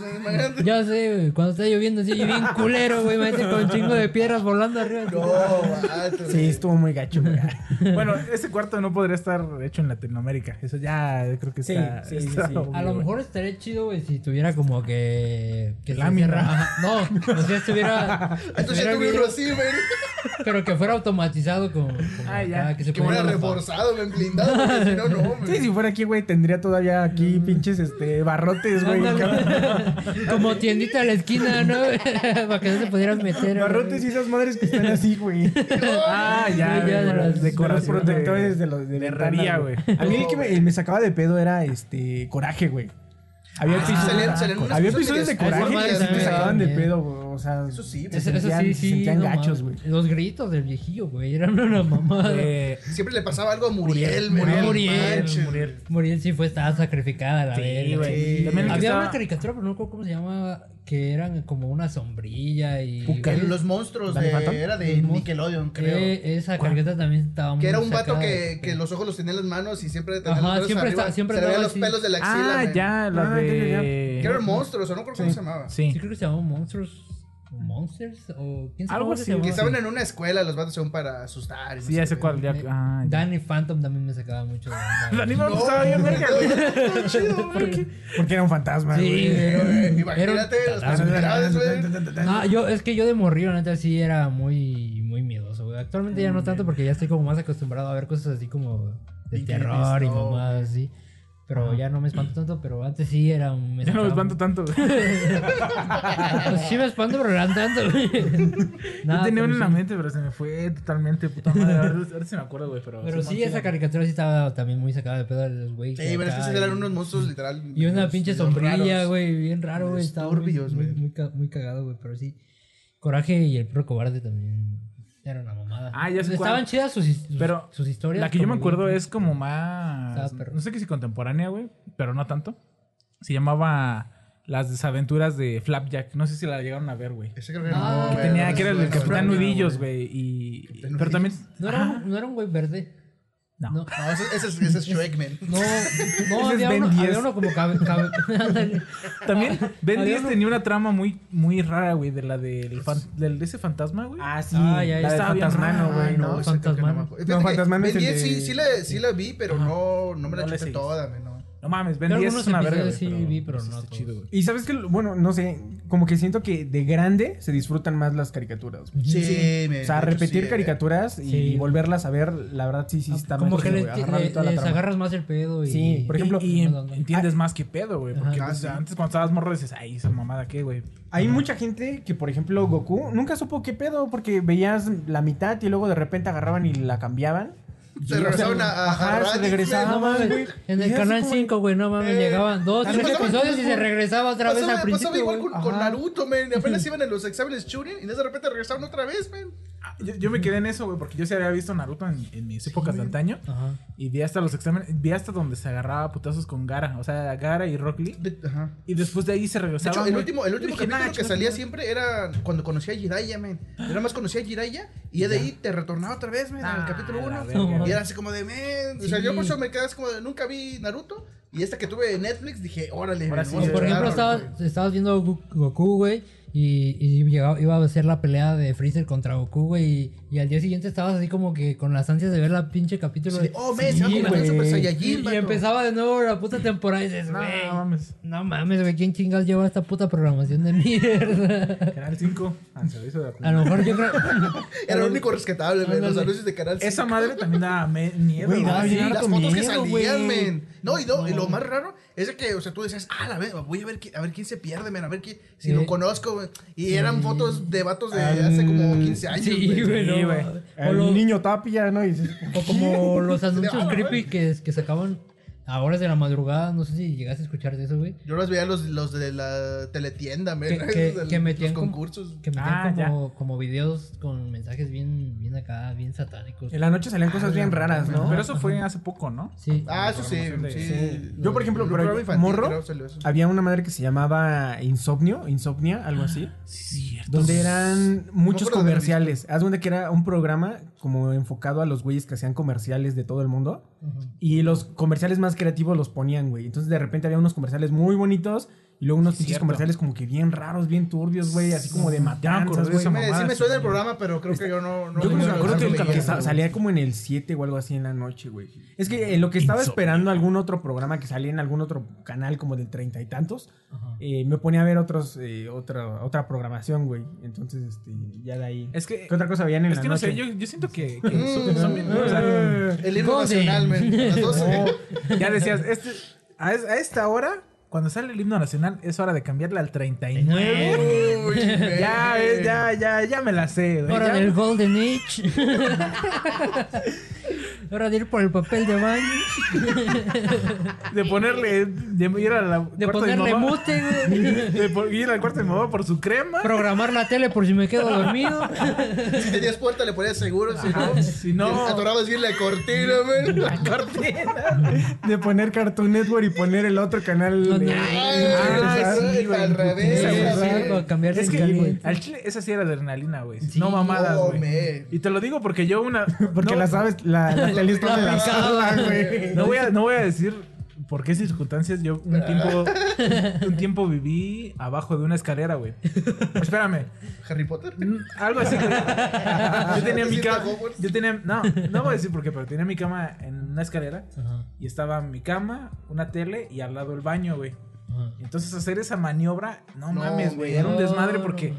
Speaker 5: men, imagínate.
Speaker 9: Ya sé, güey, cuando está lloviendo así, bien culero, güey, imagínate con un chingo de piedras volando arriba.
Speaker 5: No, vato.
Speaker 6: Sí, estuvo muy gacho, güey.
Speaker 7: Bueno, ese cuarto no podría estar hecho en Latinoamérica. Eso ya yo creo que
Speaker 6: Sí,
Speaker 7: está...
Speaker 6: sí, sí,
Speaker 7: está
Speaker 6: sí.
Speaker 7: obvio,
Speaker 9: A lo
Speaker 7: güey.
Speaker 9: mejor estaría chido, güey, si tuviera como que. que se
Speaker 7: Lámina.
Speaker 9: cierra. Ajá. No, o sea, estuviera.
Speaker 5: Ah, Entonces
Speaker 9: estuviera
Speaker 5: ya tuve
Speaker 9: bien,
Speaker 5: uno así, men.
Speaker 9: pero que fuera automatizado como. como
Speaker 7: Ah, ya.
Speaker 9: acá, Que se
Speaker 5: Que fuera
Speaker 9: pudiera
Speaker 5: reforzado, men, blindado. porque Si no, no, men.
Speaker 6: Sí, si fuera aquí, güey, tendría todavía aquí pinches este, barrotes, güey.
Speaker 9: Ándale. Como tiendita a la esquina, ¿no? Para que no se pudieran meter.
Speaker 6: Barrotes y
Speaker 9: güey.
Speaker 6: esas madres que están así, güey.
Speaker 7: Ah, ya,
Speaker 9: Sí, ya,
Speaker 7: güey,
Speaker 9: de las-
Speaker 7: los decorados
Speaker 6: Los protectores de los de
Speaker 7: de
Speaker 6: ventana,
Speaker 7: herrería, güey.
Speaker 6: A mí el que me, me sacaba de pedo era este coraje, güey. Había,
Speaker 5: Ah, sí,
Speaker 6: episodios-
Speaker 5: salían- salían unas
Speaker 6: había
Speaker 5: cosas
Speaker 6: episodios de
Speaker 5: medias
Speaker 6: coraje que
Speaker 9: turbias,
Speaker 6: sí te
Speaker 9: güey.
Speaker 6: sacaban de
Speaker 9: También.
Speaker 6: pedo, güey. O sea,
Speaker 5: Eso sí,
Speaker 6: se
Speaker 9: Eso, eso
Speaker 6: sentían,
Speaker 9: sí,
Speaker 6: se
Speaker 9: sí.
Speaker 6: sentían
Speaker 9: no
Speaker 6: gachos, güey.
Speaker 9: mames. Los gritos del viejillo, güey. Eran una mamada.
Speaker 7: Eh,
Speaker 5: Siempre le pasaba algo a Muriel, men.
Speaker 9: Muriel,
Speaker 5: no
Speaker 9: Muriel,
Speaker 5: manches.
Speaker 7: Muriel.
Speaker 9: Muriel sí fue, estaba sacrificada, la
Speaker 7: Sí,
Speaker 9: verga.
Speaker 7: güey.
Speaker 9: Sí.
Speaker 7: También el que
Speaker 9: Había una
Speaker 7: estaba-
Speaker 9: caricatura, pero no recuerdo cómo se llamaba, que eran como una sombrilla y...
Speaker 5: Que Los monstruos
Speaker 6: ¿Danny
Speaker 5: de-
Speaker 6: Phantom?
Speaker 5: era de
Speaker 9: Los monstruos.
Speaker 5: Nickelodeon, creo.
Speaker 9: Eh, esa caricaeta también estaba muy
Speaker 5: Que era un
Speaker 9: sacada
Speaker 5: vato
Speaker 9: de-
Speaker 5: que, que los ojos los tenía en las manos y siempre tenía
Speaker 9: Ajá,
Speaker 5: los pelos
Speaker 9: siempre
Speaker 5: arriba.
Speaker 9: está- siempre
Speaker 5: se le
Speaker 9: andaba
Speaker 5: veían los
Speaker 9: así.
Speaker 5: pelos de la axila.
Speaker 7: Ah,
Speaker 5: men.
Speaker 7: ya, la
Speaker 6: Ah, ya, ya,
Speaker 7: de...
Speaker 5: Que eran monstruos, o no creo cómo se llamaba.
Speaker 9: Sí
Speaker 7: Sí.
Speaker 9: creo que se llamaba Monsters... Monsters o... ¿Quién sabe
Speaker 7: Algo
Speaker 9: cómo se
Speaker 7: así,
Speaker 9: llamaba?
Speaker 5: Que estaban en una escuela, los vatos según para asustar. y no
Speaker 7: Sí, ya
Speaker 5: sé
Speaker 7: sé
Speaker 5: qué.
Speaker 7: cuál. Ya,
Speaker 9: Eh,
Speaker 7: ah, ya.
Speaker 9: Danny Phantom también me sacaba mucho de onda, güey.
Speaker 7: El anime
Speaker 5: No,
Speaker 7: estaba bien verga, güey.
Speaker 5: no, chido, güey. eh,
Speaker 6: Porque era un fantasma,
Speaker 9: Sí,
Speaker 6: güey.
Speaker 9: güey.
Speaker 5: Imagínate
Speaker 9: Era un-
Speaker 5: las posibilidades, güey.
Speaker 9: No, yo, es que yo de morrillo, neta, sí era muy, muy miedoso, güey. Actualmente ya no tanto porque ya estoy como más acostumbrado a ver cosas así como de
Speaker 5: Y
Speaker 9: terror y
Speaker 5: creepys, no,
Speaker 9: nomás así. Pero ya no me espanto tanto, pero antes sí era
Speaker 7: Ya no
Speaker 9: un...
Speaker 7: me
Speaker 9: sacaba-
Speaker 7: espanto tanto. güey.
Speaker 9: Pues sí me espanto, pero no tanto, güey.
Speaker 7: Yo
Speaker 9: Nada,
Speaker 7: tenía
Speaker 9: pero
Speaker 7: uno en la
Speaker 9: sí.
Speaker 7: mente, pero se me fue totalmente, puta madre. Ahora, ahora sí me acuerdo, güey, pero...
Speaker 9: Pero sí,
Speaker 7: man,
Speaker 9: esa
Speaker 7: la-
Speaker 9: caricatura sí estaba también muy sacada de pedo de los güeyes.
Speaker 5: Sí, pero es que
Speaker 9: acá
Speaker 5: sí eran
Speaker 9: y-
Speaker 5: unos monstruos literal.
Speaker 9: Y una
Speaker 5: los-
Speaker 9: pinche
Speaker 5: los
Speaker 9: sombrilla,
Speaker 5: raros.
Speaker 9: güey, bien raro, güey.
Speaker 5: Los
Speaker 9: Estaba muy,
Speaker 5: turbios,
Speaker 9: muy,
Speaker 5: güey.
Speaker 9: muy ca- muy cagado, güey, pero sí. Coraje y el perro cobarde también. Era una mamada.
Speaker 7: Ah, ya sé cuál.
Speaker 9: Estaban chidas sus, his- sus,
Speaker 7: Pero
Speaker 9: sus historias.
Speaker 7: La que yo me
Speaker 9: como
Speaker 7: acuerdo
Speaker 9: bien-
Speaker 7: es como más...
Speaker 9: Estaba perro.
Speaker 7: No sé qué si contemporánea, güey, pero no tanto. Se llamaba... Las desaventuras de Flapjack. No sé si la llegaron a ver, güey.
Speaker 5: Ese creo que era-
Speaker 9: Ah,
Speaker 5: no,
Speaker 7: Que
Speaker 5: güey,
Speaker 7: tenía
Speaker 5: no,
Speaker 7: que era el
Speaker 5: no,
Speaker 7: del
Speaker 5: no,
Speaker 7: Capitán
Speaker 5: no,
Speaker 7: Nudillos, güey. Y.
Speaker 5: Capitán
Speaker 7: Pero también.
Speaker 9: No era, un- no era un güey verde.
Speaker 7: No.
Speaker 9: No,
Speaker 5: ese, ese es, ese es Shrek, man.
Speaker 9: No, no,
Speaker 7: Ese es
Speaker 9: había,
Speaker 7: Ben
Speaker 9: uno,
Speaker 7: 10.
Speaker 9: había uno como cabe, cabe- ándale.
Speaker 7: También Ben
Speaker 9: Había
Speaker 7: 10
Speaker 9: uno-
Speaker 7: tenía una trama muy, muy rara, güey, de la del, fan- del- de ese fantasma, güey.
Speaker 6: Ah, sí.
Speaker 9: Ah, ya,
Speaker 6: la
Speaker 9: ya.
Speaker 6: de
Speaker 7: Estaba bien
Speaker 6: Fantasmano,
Speaker 7: raro,
Speaker 6: güey.
Speaker 7: ¿no?
Speaker 6: No,
Speaker 5: Ah, ese creo que
Speaker 9: Fantasmano.
Speaker 5: me acuerdo.
Speaker 6: No,
Speaker 5: Fíjate que
Speaker 6: Fantasmano es
Speaker 5: Ben
Speaker 6: el
Speaker 5: 10
Speaker 6: de-
Speaker 5: sí, sí, la, sí la vi, pero no, no me la
Speaker 7: No le
Speaker 5: chupé
Speaker 7: seguiste.
Speaker 5: toda, man. No.
Speaker 7: No mames, Ben
Speaker 9: Yo
Speaker 7: 10 es
Speaker 9: algunos
Speaker 7: una verga.
Speaker 9: episodios sí vi, pero
Speaker 7: sí
Speaker 9: no
Speaker 7: está
Speaker 9: todos.
Speaker 7: chido, güey.
Speaker 6: Y sabes que, bueno, no sé, como que siento que de grande se disfrutan más las caricaturas. güey.
Speaker 5: Sí, man,
Speaker 6: O sea,
Speaker 5: de hecho,
Speaker 6: repetir
Speaker 5: sí,
Speaker 6: caricaturas y
Speaker 9: Sí. Ah,
Speaker 6: volverlas a ver, la verdad sí, sí está
Speaker 9: como
Speaker 6: más
Speaker 9: que
Speaker 6: chido,
Speaker 9: les,
Speaker 6: güey, agarrarle
Speaker 9: le-
Speaker 6: toda la
Speaker 9: les
Speaker 6: trama.
Speaker 9: agarras más el pedo y...
Speaker 6: Sí, por ejemplo, ah,
Speaker 7: Y, y
Speaker 9: no, no, no.
Speaker 7: entiendes más que pedo, güey. Porque
Speaker 9: Ajá.
Speaker 7: pues,
Speaker 5: Ah, sí.
Speaker 7: antes cuando estabas morro dices, ay, esa mamada, ¿qué, güey?
Speaker 6: Hay mucha gente que, por ejemplo, Goku nunca supo qué pedo porque veías la mitad y luego de repente agarraban y la cambiaban.
Speaker 5: Se regresaron a, a,
Speaker 6: Ajá, se
Speaker 5: Raditz,
Speaker 6: regresaban.
Speaker 9: No
Speaker 5: man.
Speaker 9: mames, en
Speaker 6: Y
Speaker 9: el
Speaker 6: así
Speaker 9: canal
Speaker 6: como-
Speaker 9: 5, güey, no mames,
Speaker 5: Eh,
Speaker 9: llegaban dos,
Speaker 5: ah,
Speaker 9: tres
Speaker 5: pasaba-
Speaker 9: episodios y se regresaba otra vez al
Speaker 5: Pasaba, pasaba
Speaker 9: principio.
Speaker 5: igual
Speaker 9: güey.
Speaker 5: con, con
Speaker 6: Ajá.
Speaker 5: Naruto, man. Apenas iban en los exámenes Chunin y de repente regresaron otra vez, man.
Speaker 7: Ah, Yo, yo me quedé en eso, güey, porque yo sí había visto Naruto en, en mis épocas de antaño.
Speaker 9: Ajá.
Speaker 7: Y vi hasta los exámenes, vi hasta donde se agarraba a putazos con Gara. O sea, Gara y Rock Lee.
Speaker 5: De- ajá.
Speaker 7: Y después de ahí se
Speaker 5: De
Speaker 7: regresaban.
Speaker 5: hecho, el
Speaker 7: güey.
Speaker 5: último, el último
Speaker 7: Dije,
Speaker 5: capítulo
Speaker 7: "Nah,
Speaker 5: que
Speaker 7: chinga
Speaker 5: salía
Speaker 7: tu madre".
Speaker 5: siempre era cuando conocí a Jiraiya, men. Yo nada más conocí a Jiraiya y ya de ahí te retornaba otra vez, men, al
Speaker 7: Ah,
Speaker 5: capítulo
Speaker 7: la
Speaker 5: 1.
Speaker 7: verga.
Speaker 5: Y era así como de, men. O sea,
Speaker 9: Sí.
Speaker 5: yo por eso me quedé así como de, nunca vi Naruto. Y esta que tuve en Netflix dije, órale,
Speaker 7: Ahora
Speaker 5: men,
Speaker 7: sí,
Speaker 5: vamos
Speaker 9: O
Speaker 5: a
Speaker 9: por
Speaker 5: ver
Speaker 9: ejemplo,
Speaker 5: Naruto,
Speaker 9: estabas,
Speaker 5: güey.
Speaker 9: estabas viendo Go- Goku, güey, y, y llegaba- iba a ser la pelea de Freezer contra Goku, güey, y, y al día siguiente estabas así como que con las ansias de ver la pinche capítulo.
Speaker 5: Sí,
Speaker 9: de-
Speaker 5: oh, men, se va a convertir en
Speaker 6: güey.
Speaker 5: Super
Speaker 9: y,
Speaker 5: Saiyajin,
Speaker 9: y
Speaker 5: vato.
Speaker 9: empezaba de nuevo la puta temporada y dices,
Speaker 7: No,
Speaker 9: güey,
Speaker 7: no mames.
Speaker 9: no mames, güey, ¿quién chingas lleva esta puta programación de mierda?
Speaker 7: Canal 5, al servicio de la
Speaker 9: A
Speaker 7: comunidad.
Speaker 9: lo mejor yo creo...
Speaker 5: Era lo único rescatable, men. Los
Speaker 9: Ándale.
Speaker 5: anuncios de Canal 5.
Speaker 7: Esa madre también daba me- miedo,
Speaker 6: Güey,
Speaker 7: güey.
Speaker 6: daba
Speaker 5: Ah, sí,
Speaker 6: bien
Speaker 5: las
Speaker 6: harto
Speaker 5: fotos que
Speaker 6: miedo,
Speaker 5: salían,
Speaker 6: güey.
Speaker 5: men. No, y no, y lo más raro es de que, o sea, tú decías, ah, la ve- voy a ver, qui- a ver quién se pierde, men, a ver quién, si
Speaker 9: Sí.
Speaker 5: lo conozco, güey. Y eran fotos de vatos de
Speaker 6: Al-
Speaker 5: hace como 15 años,
Speaker 9: Sí,
Speaker 5: güey.
Speaker 9: güey, no
Speaker 7: Sí, güey.
Speaker 9: mames. O
Speaker 6: El
Speaker 9: lo-
Speaker 6: niño tapia, ¿no? Y dices,
Speaker 9: O como los anuncios
Speaker 5: Ah,
Speaker 9: creepy que, que sacaban a horas de la madrugada, no sé si llegaste a escuchar de eso, güey.
Speaker 5: Yo los veía los, los de la teletienda, men.
Speaker 9: Que-
Speaker 5: esos
Speaker 9: que-
Speaker 5: del-
Speaker 9: que metían
Speaker 5: los
Speaker 9: como-
Speaker 5: concursos.
Speaker 9: Que metían
Speaker 7: Ah, ya.
Speaker 9: como, como videos con mensajes bien, bien acá, bien satánicos.
Speaker 6: En la noche salían cosas bien raras, ¿no?
Speaker 7: Pero eso fue hace poco, ¿no?
Speaker 9: Sí.
Speaker 5: Ah, eso sí,
Speaker 7: Programación de-
Speaker 5: sí.
Speaker 6: sí. Yo, por ejemplo,
Speaker 5: El
Speaker 6: pero
Speaker 5: programa infantil,
Speaker 6: morro-
Speaker 5: creo, salió eso.
Speaker 6: Había una madre que se llamaba Insomnio, Insomnia, algo así.
Speaker 7: Sí, cierto.
Speaker 6: Donde eran muchos
Speaker 5: acuerdo de haber
Speaker 6: comerciales. Haz cuenta que era un programa como enfocado a los güeyes que hacían comerciales de todo el mundo. Y los comerciales más creativos los ponían, güey. Entonces de repente había unos comerciales muy bonitos y luego unos
Speaker 7: Sí,
Speaker 6: pinches
Speaker 7: cierto.
Speaker 6: comerciales como que bien raros, bien turbios, güey. Así como de matanzas,
Speaker 7: acordé de
Speaker 6: güey.
Speaker 7: esa
Speaker 5: Me- sí
Speaker 7: mamadas,
Speaker 5: me suena el
Speaker 7: sí.
Speaker 5: programa, pero creo que yo no... no
Speaker 6: Yo como
Speaker 5: no
Speaker 6: que me acuerdo
Speaker 5: lo
Speaker 6: que,
Speaker 5: veía,
Speaker 6: que sa-
Speaker 5: güey.
Speaker 6: salía como en el 7 o algo así en la noche, güey. Es que eh, lo que estaba esperando algún otro programa que salía en algún otro canal como del treinta y tantos, eh, me ponía a ver otros, eh, otra, otra programación, güey. Entonces, este, ya de ahí.
Speaker 7: Es que.
Speaker 6: ¿Qué otra cosa veían en
Speaker 7: Es
Speaker 6: la
Speaker 7: que no
Speaker 6: noche?
Speaker 7: sé, yo, yo siento que, que
Speaker 5: Mm.
Speaker 7: son, son bien- o sea,
Speaker 5: El himno
Speaker 9: Doce.
Speaker 5: nacional, men. a las 12.
Speaker 7: ya decías, este, a, es- a esta hora, cuando sale el himno nacional, es hora de cambiarla al 39.
Speaker 5: Uy, men.
Speaker 7: ya, es- ya, ya, ya me la sé, güey.
Speaker 9: Hora
Speaker 7: ya-
Speaker 9: del Golden Age. Hora de ir por el papel de baño.
Speaker 7: De ponerle, de ir a la
Speaker 9: De
Speaker 7: cuarto mi
Speaker 9: ponerle
Speaker 7: mamá-
Speaker 9: mute, güey.
Speaker 7: De po- ir al cuarto de mi mamá por su crema.
Speaker 9: Programar la tele por si me quedo dormido.
Speaker 5: Si tenías puerta, le ponías seguro, si no...
Speaker 7: Ah, si no,
Speaker 5: Atorabas bien la cortina, men.
Speaker 7: la cortina.
Speaker 6: De poner Cartoon Network y poner el otro canal.
Speaker 9: No,
Speaker 6: de-
Speaker 9: no.
Speaker 5: Ay,
Speaker 7: Ah,
Speaker 5: sí,
Speaker 7: sí, güey.
Speaker 5: al revés.
Speaker 7: Esa, güey.
Speaker 5: güey.
Speaker 9: Algo, cambiar
Speaker 7: Es
Speaker 9: de
Speaker 7: que
Speaker 9: canal, güey.
Speaker 7: al chile esa sí era de adrenalina, güey.
Speaker 9: Sí.
Speaker 7: no mamadas,
Speaker 5: Oh,
Speaker 7: güey.
Speaker 5: man.
Speaker 7: y te lo digo porque yo una
Speaker 6: Porque
Speaker 7: no,
Speaker 6: la sabes, la, la tele está en la sala, güey.
Speaker 7: no voy a no voy a decir por qué circunstancias yo un tiempo un tiempo viví abajo de una escalera, güey. Espérame.
Speaker 5: Harry Potter.
Speaker 7: Mm, Algo así. Yo tenía mi cama. Yo tenía. No, no voy a decir por qué, pero tenía mi cama en una escalera.
Speaker 9: Ajá,
Speaker 7: Y estaba mi cama, una tele y al lado el baño, güey.
Speaker 9: ajá.
Speaker 7: Entonces hacer esa maniobra, no,
Speaker 5: No,
Speaker 7: mames, güey.
Speaker 5: güey.
Speaker 7: Era un
Speaker 9: No,
Speaker 7: desmadre
Speaker 9: no,
Speaker 7: porque
Speaker 9: no.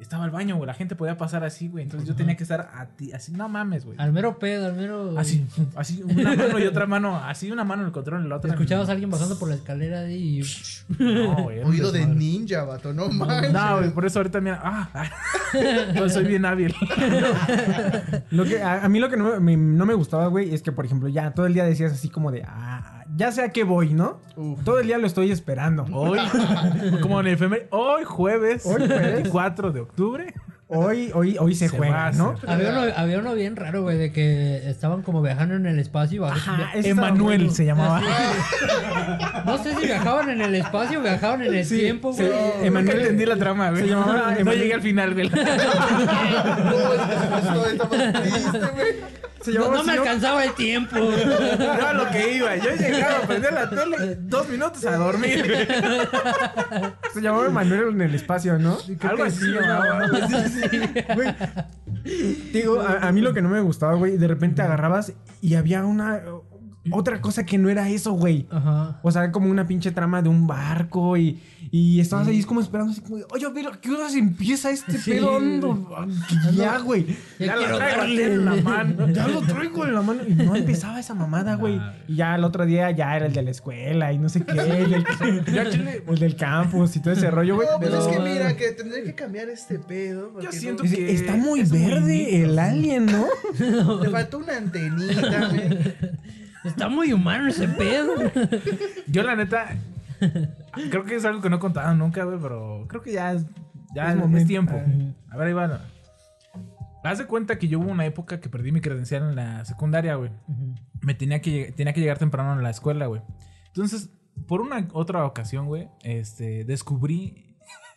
Speaker 7: estaba el baño, güey. La gente podía pasar así, güey. Entonces yo tenía que estar a ti- así, no mames, güey.
Speaker 9: Al mero pedo, al mero.
Speaker 7: Así, así, una mano y otra mano, así una mano en el control y la otra. en-
Speaker 9: Escuchabas a alguien bajando por la escalera y.
Speaker 7: No, güey. era un
Speaker 5: Oído de
Speaker 7: desmadre.
Speaker 5: ninja, vato, no manches.
Speaker 7: No, güey, por eso ahorita mira. Ah, no, soy bien hábil.
Speaker 6: Lo que, a, a mí lo que no me, no me gustaba, güey, es que, por ejemplo, ya todo el día decías así como de, ah, ya sé a qué voy, ¿no?
Speaker 5: Uf.
Speaker 6: Todo el día lo estoy esperando.
Speaker 7: Hoy, como en el efeméride, hoy jueves,
Speaker 6: Hoy jueves.
Speaker 7: 24 de octubre.
Speaker 6: Hoy, hoy, hoy se,
Speaker 7: Se va
Speaker 6: juega,
Speaker 7: a
Speaker 6: ¿no?
Speaker 7: hacer.
Speaker 9: Había uno, había uno bien raro, güey, de que estaban como viajando en el espacio y baj-
Speaker 6: Ajá,
Speaker 9: via-
Speaker 6: ese estaba
Speaker 7: Emanuel
Speaker 6: bueno.
Speaker 7: se llamaba.
Speaker 9: No sé si viajaban en el espacio o viajaban en el tiempo,
Speaker 6: sí,
Speaker 9: güey.
Speaker 7: Nunca
Speaker 6: Emanuel
Speaker 7: entendí la trama, güey.
Speaker 6: Se llamaba
Speaker 7: no
Speaker 6: Emanuel.
Speaker 7: llegué al final, güey.
Speaker 5: No, es que se puso esta más triste, güey.
Speaker 6: Se
Speaker 9: No,
Speaker 6: llamaba
Speaker 9: no me
Speaker 6: así,
Speaker 9: alcanzaba el tiempo.
Speaker 7: Era lo que iba. Yo llegaba a prender la tele dos minutos a dormir.
Speaker 6: Se llamaba Manuel en el espacio, ¿no?
Speaker 7: Algo así,
Speaker 6: ¿no?
Speaker 7: ¿no?
Speaker 6: Digo, a, a mí lo que no me gustaba, güey, de repente agarrabas y había una otra cosa que no era eso, güey. O sea, como una pinche trama de un barco y, y estabas ahí es como esperando así como, de, oye, pero ¿qué horas empieza este
Speaker 9: Sí,
Speaker 6: pedo?
Speaker 9: güey.
Speaker 6: Ando- Ya, güey.
Speaker 9: Ya
Speaker 6: Ya
Speaker 9: quiero
Speaker 6: lo traigo
Speaker 9: verte.
Speaker 6: en la mano. Ya lo traigo en la mano. Y no empezaba esa mamada, güey. Y ya el otro día ya era el de la escuela y no sé qué. El del, el del campus y todo ese rollo, güey.
Speaker 5: No, pues es que
Speaker 6: Pero-
Speaker 5: mira, que tendré que cambiar este pedo. porque
Speaker 7: siento
Speaker 5: no-
Speaker 6: Dice, Está muy verde el alien, ¿no?
Speaker 5: Le faltó una antenita, güey.
Speaker 9: Eh, Está muy humano ese pedo.
Speaker 7: Yo, la neta, creo que es algo que no he contado nunca, güey, pero creo que ya es, ya
Speaker 6: Es
Speaker 7: es,
Speaker 6: momento.
Speaker 7: tiempo. A ver, Iván. Haz de cuenta que yo hubo una época que perdí mi credencial en la secundaria, güey. Me tenía que, lleg- tenía que llegar temprano a la escuela, güey. Entonces, por una otra ocasión, güey, este, descubrí.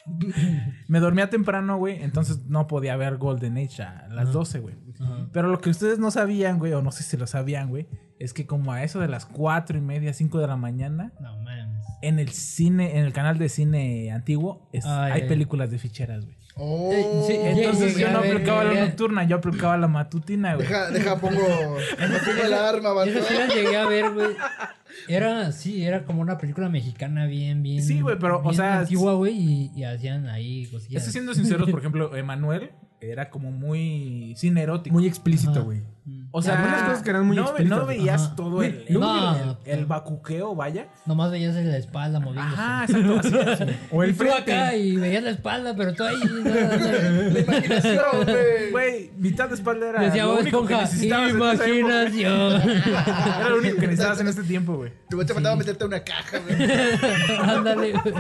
Speaker 7: me dormía temprano, güey, entonces no podía ver Golden Age a las
Speaker 9: Ajá.
Speaker 7: 12, güey.
Speaker 9: Ajá.
Speaker 7: Pero lo que ustedes no sabían, güey, o no sé si lo sabían, güey, es que como a eso de las 4 y media, 5 de la mañana,
Speaker 9: No mames.
Speaker 7: en el cine, en el canal de cine antiguo, es-
Speaker 9: Ay,
Speaker 7: hay
Speaker 9: ay.
Speaker 7: películas de ficheras, güey.
Speaker 5: Oh.
Speaker 9: sí,
Speaker 7: Entonces
Speaker 9: llegué
Speaker 7: yo
Speaker 9: a
Speaker 7: no
Speaker 9: ver,
Speaker 7: aplicaba
Speaker 9: llegué
Speaker 7: la
Speaker 9: a-
Speaker 7: nocturna, yo aplicaba la matutina, güey.
Speaker 5: Deja, deja, pongo, pongo el arma, vato.
Speaker 9: Eso sí la llegué a ver, güey. Era, sí, era como una película mexicana bien, bien.
Speaker 7: Sí, güey, pero, o
Speaker 9: bien
Speaker 7: sea,
Speaker 9: Antigua, güey, y, y hacían ahí
Speaker 7: Es
Speaker 9: cosillas.
Speaker 7: que siendo sinceros, por ejemplo, Emanuel era como muy cine erótico.
Speaker 6: Muy explícito, güey.
Speaker 7: o sea,
Speaker 6: Algunas cosas que eran muy
Speaker 7: no, ve- no
Speaker 6: explícitas.
Speaker 7: veías
Speaker 9: Ajá.
Speaker 7: todo el, el,
Speaker 9: No.
Speaker 7: el- el bacuqueo, vaya.
Speaker 9: Nomás veías la espalda moviéndose.
Speaker 7: Ajá, exacto. así, así.
Speaker 6: O el
Speaker 9: Y tú acá
Speaker 6: frente.
Speaker 9: y veías la espalda, pero tú ahí. nada, nada.
Speaker 5: La imaginación, güey.
Speaker 7: Güey, mitad de espalda era
Speaker 9: Decía
Speaker 7: lo
Speaker 9: Bob
Speaker 7: único que
Speaker 9: Esponja,
Speaker 7: necesitabas. en esa época.
Speaker 9: imaginación.
Speaker 7: Era lo único que necesitabas en este tiempo, güey.
Speaker 5: Te te faltaba meterte una caja, güey.
Speaker 9: Ándale, güey.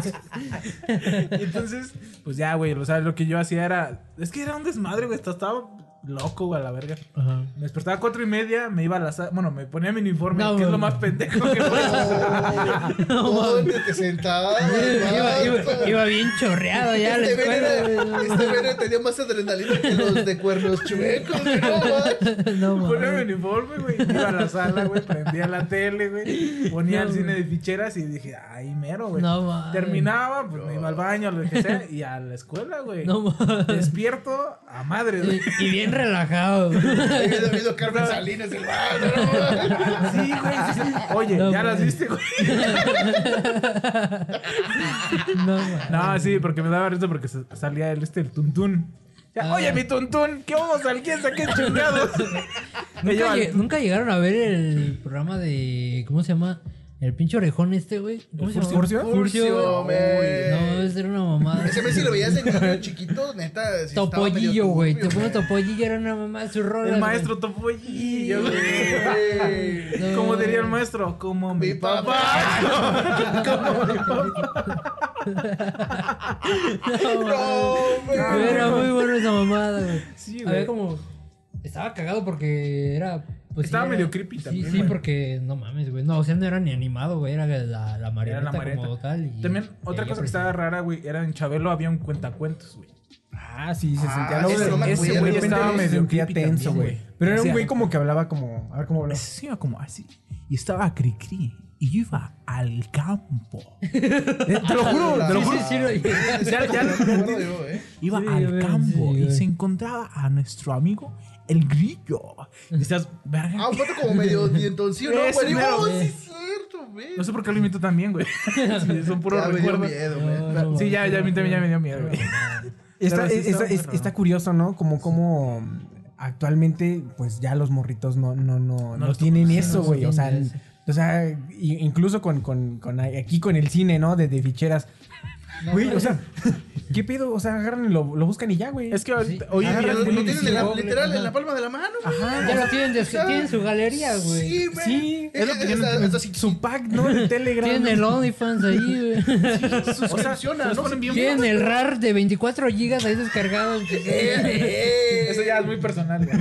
Speaker 7: Y entonces, pues ya, güey, o sea, lo que yo hacía era. Es que era un desmadre, güey. Estaba, estaba loco, güey, a la verga.
Speaker 9: Ajá.
Speaker 7: Me despertaba a cuatro y media, me iba a la sala. Bueno, me ponía mi uniforme,
Speaker 9: No,
Speaker 7: que es lo
Speaker 9: güey.
Speaker 7: más pendejo que puedo.
Speaker 5: ¿Dónde te sentabas?
Speaker 9: Iba,
Speaker 5: vato?
Speaker 9: iba- iba bien chorreado ya a la
Speaker 5: Este
Speaker 9: escuela,
Speaker 5: veneno, este veneno tenía más adrenalina que los de cuernos chuecos, no manches.
Speaker 9: güey. No,
Speaker 7: Me Pues ponía mi
Speaker 9: mames.
Speaker 7: uniforme, güey. me Iba a la sala, güey. Prendía la tele, güey. Ponía
Speaker 9: No,
Speaker 7: el cine de ficheras y dije, ahí mero, güey.
Speaker 9: No, mames.
Speaker 7: Terminaba, pues me iba al baño, lo que sea, y a la escuela, güey.
Speaker 9: No, mames.
Speaker 7: Despierto a madre, güey.
Speaker 9: Y- Y bien relajado. güey.
Speaker 5: Ahí hubiera habido Carmen Salinas, el vato, no manches.
Speaker 7: Sí, güey. sí, sí. Oye,
Speaker 9: No,
Speaker 7: ya las
Speaker 9: mames.
Speaker 7: viste, güey.
Speaker 9: No, mames.
Speaker 7: No, sí, porque me daba risa porque sa- salía el este, el tuntún. O sea,
Speaker 9: Ah.
Speaker 7: Oye, mi tuntún, ¿qué vamos al quién saqué chingados? Me
Speaker 9: ¿Nunca,
Speaker 7: lleva al-
Speaker 9: lle- nunca llegaron a ver el programa de. ¿Cómo se llama? El pinche orejón este, güey. ¿Cómo se llama?
Speaker 7: Furcio?
Speaker 5: Furcio,
Speaker 9: Uy,
Speaker 5: man.
Speaker 9: No, ese era una mamada.
Speaker 5: Ese mes si lo veías en niño chiquito, neta. sí estaba medio
Speaker 9: Topollillo, güey. Te
Speaker 5: turbio,
Speaker 9: pongo Topollillo, era una mamá, su rola.
Speaker 7: El maestro Topollillo, güey.
Speaker 5: güey.
Speaker 7: Como diría el maestro, como mi
Speaker 5: Mi
Speaker 7: papá.
Speaker 5: papá. No, güey.
Speaker 9: Era muy bueno esa mamada, güey.
Speaker 7: Sí,
Speaker 9: Había
Speaker 7: güey.
Speaker 9: como. Estaba cagado porque era. pues,
Speaker 7: Estaba
Speaker 9: era-
Speaker 7: medio creepy
Speaker 9: sí,
Speaker 7: también,
Speaker 9: Sí,
Speaker 7: güey.
Speaker 9: porque no mames, güey. No, o sea, no era ni animado, güey. Era la, la
Speaker 7: Era la
Speaker 9: marioneta como
Speaker 7: marioneta.
Speaker 9: tal. y-
Speaker 7: También,
Speaker 9: y
Speaker 7: otra
Speaker 9: ahí
Speaker 7: cosa que
Speaker 9: aparecía.
Speaker 7: estaba rara, güey, era en Chabelo había un cuentacuentos, güey.
Speaker 6: Ah, sí, se
Speaker 5: Ah,
Speaker 6: sentía
Speaker 5: ese no
Speaker 6: loco.
Speaker 5: me
Speaker 6: Ese
Speaker 5: acuerdo,
Speaker 6: güey
Speaker 5: de repente
Speaker 6: estaba
Speaker 5: lo
Speaker 6: medio
Speaker 7: sentí
Speaker 6: sentía
Speaker 7: también,
Speaker 6: tenso,
Speaker 5: este,
Speaker 6: güey.
Speaker 7: güey.
Speaker 6: Pero era un
Speaker 7: Decía-
Speaker 6: güey como que hablaba como. A ver cómo hablaba.
Speaker 7: Sí, iba como así. Y estaba a cri-cri. Y yo iba al campo.
Speaker 6: Eh, te lo juro, te lo
Speaker 9: Sí,
Speaker 6: juro.
Speaker 9: sí, sí, lo-
Speaker 7: Ya, ya lo
Speaker 5: Me
Speaker 7: entendí.
Speaker 5: acuerdo yo, eh.
Speaker 7: Iba
Speaker 9: Sí,
Speaker 7: al
Speaker 9: güey,
Speaker 7: campo
Speaker 9: sí,
Speaker 7: y
Speaker 9: güey.
Speaker 7: se encontraba a nuestro amigo el grillo. Decías, verga.
Speaker 5: Ah, un vato como medio dientoncillo, ¿no?
Speaker 7: Ese
Speaker 5: Güey, digo,
Speaker 7: mero,
Speaker 5: oh,
Speaker 7: güey.
Speaker 5: sí es cierto, güey.
Speaker 7: No sé por qué lo imito también, güey. Sí, son puros
Speaker 5: Ya me dio
Speaker 7: recuerdos.
Speaker 5: miedo, güey.
Speaker 9: No, no,
Speaker 7: Sí, ya, ya a mí también ya me dio miedo, güey.
Speaker 6: Está,
Speaker 7: Pero sí
Speaker 6: es-
Speaker 7: estaba
Speaker 6: está-
Speaker 7: muy
Speaker 6: es-
Speaker 7: raro.
Speaker 6: está curioso, ¿no? Como, como actualmente, pues ya los morritos no, no, no, no,
Speaker 7: los
Speaker 6: tienen
Speaker 9: tocan, sí,
Speaker 6: eso,
Speaker 9: no
Speaker 6: güey. o sea,
Speaker 9: tienen eso.
Speaker 6: o sea, i- incluso con, con, con aquí con el cine, ¿no? De, de ficheras. Güey, o sea, ¿qué pedo? O sea, agarran y lo, lo buscan y ya, güey.
Speaker 7: Es que ahorita,
Speaker 9: Sí.
Speaker 7: hoy
Speaker 5: Ah,
Speaker 7: en día
Speaker 5: lo-
Speaker 7: es muy
Speaker 5: lo tienen en la-
Speaker 7: visible.
Speaker 5: literal en la palma de la mano, güey.
Speaker 9: Ya lo tienen, de, tienen su galería, güey.
Speaker 5: Sí, güey.
Speaker 6: Sí,
Speaker 5: es lo que
Speaker 6: yo no entiendo. Su pack, ¿no? De Telegram.
Speaker 9: Tienen el OnlyFans ahí, güey.
Speaker 5: Suscripciona, ¿no? Eh,
Speaker 9: Tienen el RAR de 24 gigas ahí descargado.
Speaker 5: eh,
Speaker 7: Eso ya es muy personal, güey.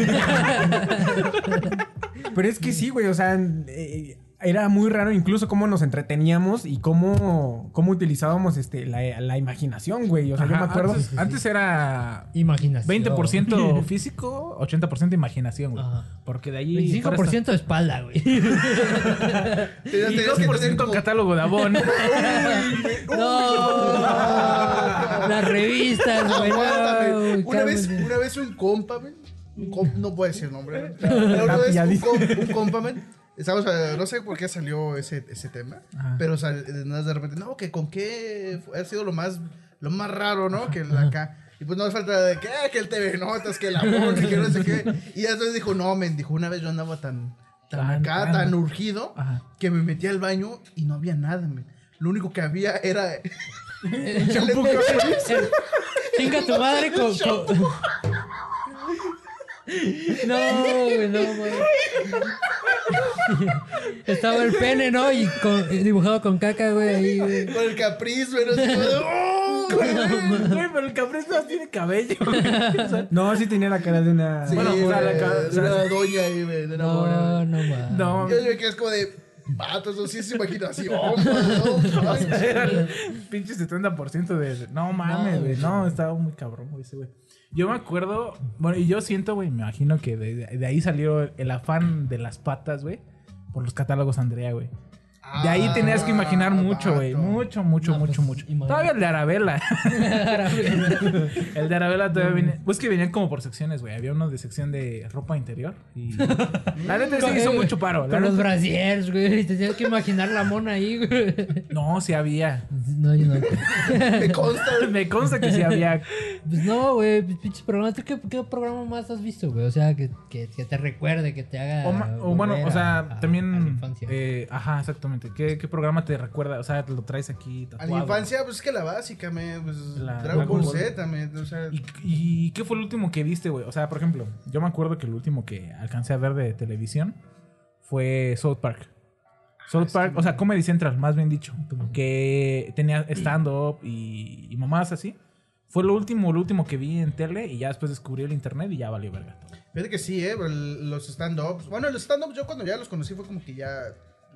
Speaker 6: Pero es que sí, güey, o sea, eh, era muy raro incluso cómo nos entreteníamos y cómo, cómo utilizábamos este, la, la imaginación, güey. O sea, yo
Speaker 7: Ajá,
Speaker 6: me acuerdo.
Speaker 7: Antes, antes era
Speaker 9: Imaginación.
Speaker 7: 20% físico, 80% imaginación, güey. Porque de ahí.
Speaker 9: 25% de espalda, güey.
Speaker 5: eh,
Speaker 7: Y 2% catálogo de abón.
Speaker 9: No. Las revistas, güey.
Speaker 5: Aguántame.
Speaker 9: no,
Speaker 5: una, vez,
Speaker 9: cálmate.
Speaker 5: una vez un compa, men, un comp- no puedo decir nombre, men, pero una vez un, comp- un compa, men, estábamos, eh, no sé por qué salió ese, ese tema, pero sal- de nada de repente, no, que con qué ha sido lo más, lo más raro, ¿no? Que la acá. Y pues no hace falta de que, ah, que el TV Notas, que el amor, y que no sé qué. Y ya entonces dijo, no, men, dijo, una vez yo andaba tan, tan
Speaker 7: Tan-
Speaker 5: acá,
Speaker 7: tan-
Speaker 5: tan urgido,
Speaker 7: Ajá.
Speaker 5: que me metí al baño y no había nada, men. Lo único que había era...
Speaker 9: champú que había. Chinga tu madre con. con- No, güey, no, güey. Estaba el pene, ¿no? Y con- dibujado con caca, güey. ahí, güey.
Speaker 5: Con el capriz, güey. no sé, como de, ¡oh!
Speaker 7: Güey, pero el capriz no tiene cabello, güey. O sea,
Speaker 6: No, sí tenía la cara de una.
Speaker 5: Sí,
Speaker 7: Bueno,
Speaker 5: güey,
Speaker 7: o sea, la ca-
Speaker 5: de
Speaker 7: o sea, Ah.
Speaker 5: una doña ahí, güey, de una mora,
Speaker 9: No, no, mames.
Speaker 7: No,
Speaker 5: güey. Yo creo que es como de, vato, eso sí es imaginación, oh, güey, no manches".
Speaker 7: Era el pinche 70% de. No mames, güey. No, estaba muy cabrón, güey, ese güey. Yo me acuerdo. Bueno, y yo siento, güey, me imagino que de, de ahí salió el afán de las patas, güey. Por los catálogos Andrea, güey. De ahí tenías que
Speaker 5: Ah,
Speaker 7: imaginar mucho, güey. Mucho, mucho,
Speaker 9: Ah, No,
Speaker 7: mucho,
Speaker 9: pues,
Speaker 7: mucho.
Speaker 9: imagínate.
Speaker 7: Todavía el de Arabella. el de Arabella todavía venía. Pues que venían como por secciones, güey. Había uno de sección de ropa interior. Y. La neta sí
Speaker 9: Con-
Speaker 7: hizo
Speaker 9: eh,
Speaker 7: mucho paro. La
Speaker 9: Con los
Speaker 7: neta-
Speaker 9: brasiers, güey. Te tienes que imaginar la mona ahí, güey.
Speaker 7: No, sí había.
Speaker 9: No, yo no.
Speaker 5: Me consta, güey.
Speaker 7: Me consta que sí había.
Speaker 9: Pues no, güey. pues, Pinches programas. ¿Tú qué, qué programa más has visto, güey? O sea, que, que, que te recuerde, que te haga.
Speaker 7: O, ma- o bueno,
Speaker 9: Ah, volver
Speaker 7: o sea,
Speaker 9: a- a- a la
Speaker 7: también.
Speaker 9: infancia.
Speaker 7: eh, ajá, exactamente. ¿Qué, qué programa te recuerda? O sea, te lo traes aquí
Speaker 5: A la
Speaker 7: tatuado.
Speaker 5: infancia, pues es que la básica, me, pues,
Speaker 7: La-
Speaker 5: Dragon
Speaker 7: Dragon
Speaker 5: Ball
Speaker 7: Ball.
Speaker 5: Z, también, o sea...
Speaker 7: ¿Y, y qué fue el último que viste, güey? O sea, por ejemplo, yo me acuerdo que el último que alcancé a ver de televisión fue South Park.
Speaker 9: Ah,
Speaker 7: South Park, o sea, Comedy Central, más bien dicho. Que tenía stand-up y, y mamadas así. Fue lo último, lo último que vi en tele y ya después descubrí el internet y ya valió verga todo.
Speaker 5: Fíjate que sí, eh, pero el- los stand-ups. Bueno, los stand-ups yo cuando ya los conocí fue como que ya.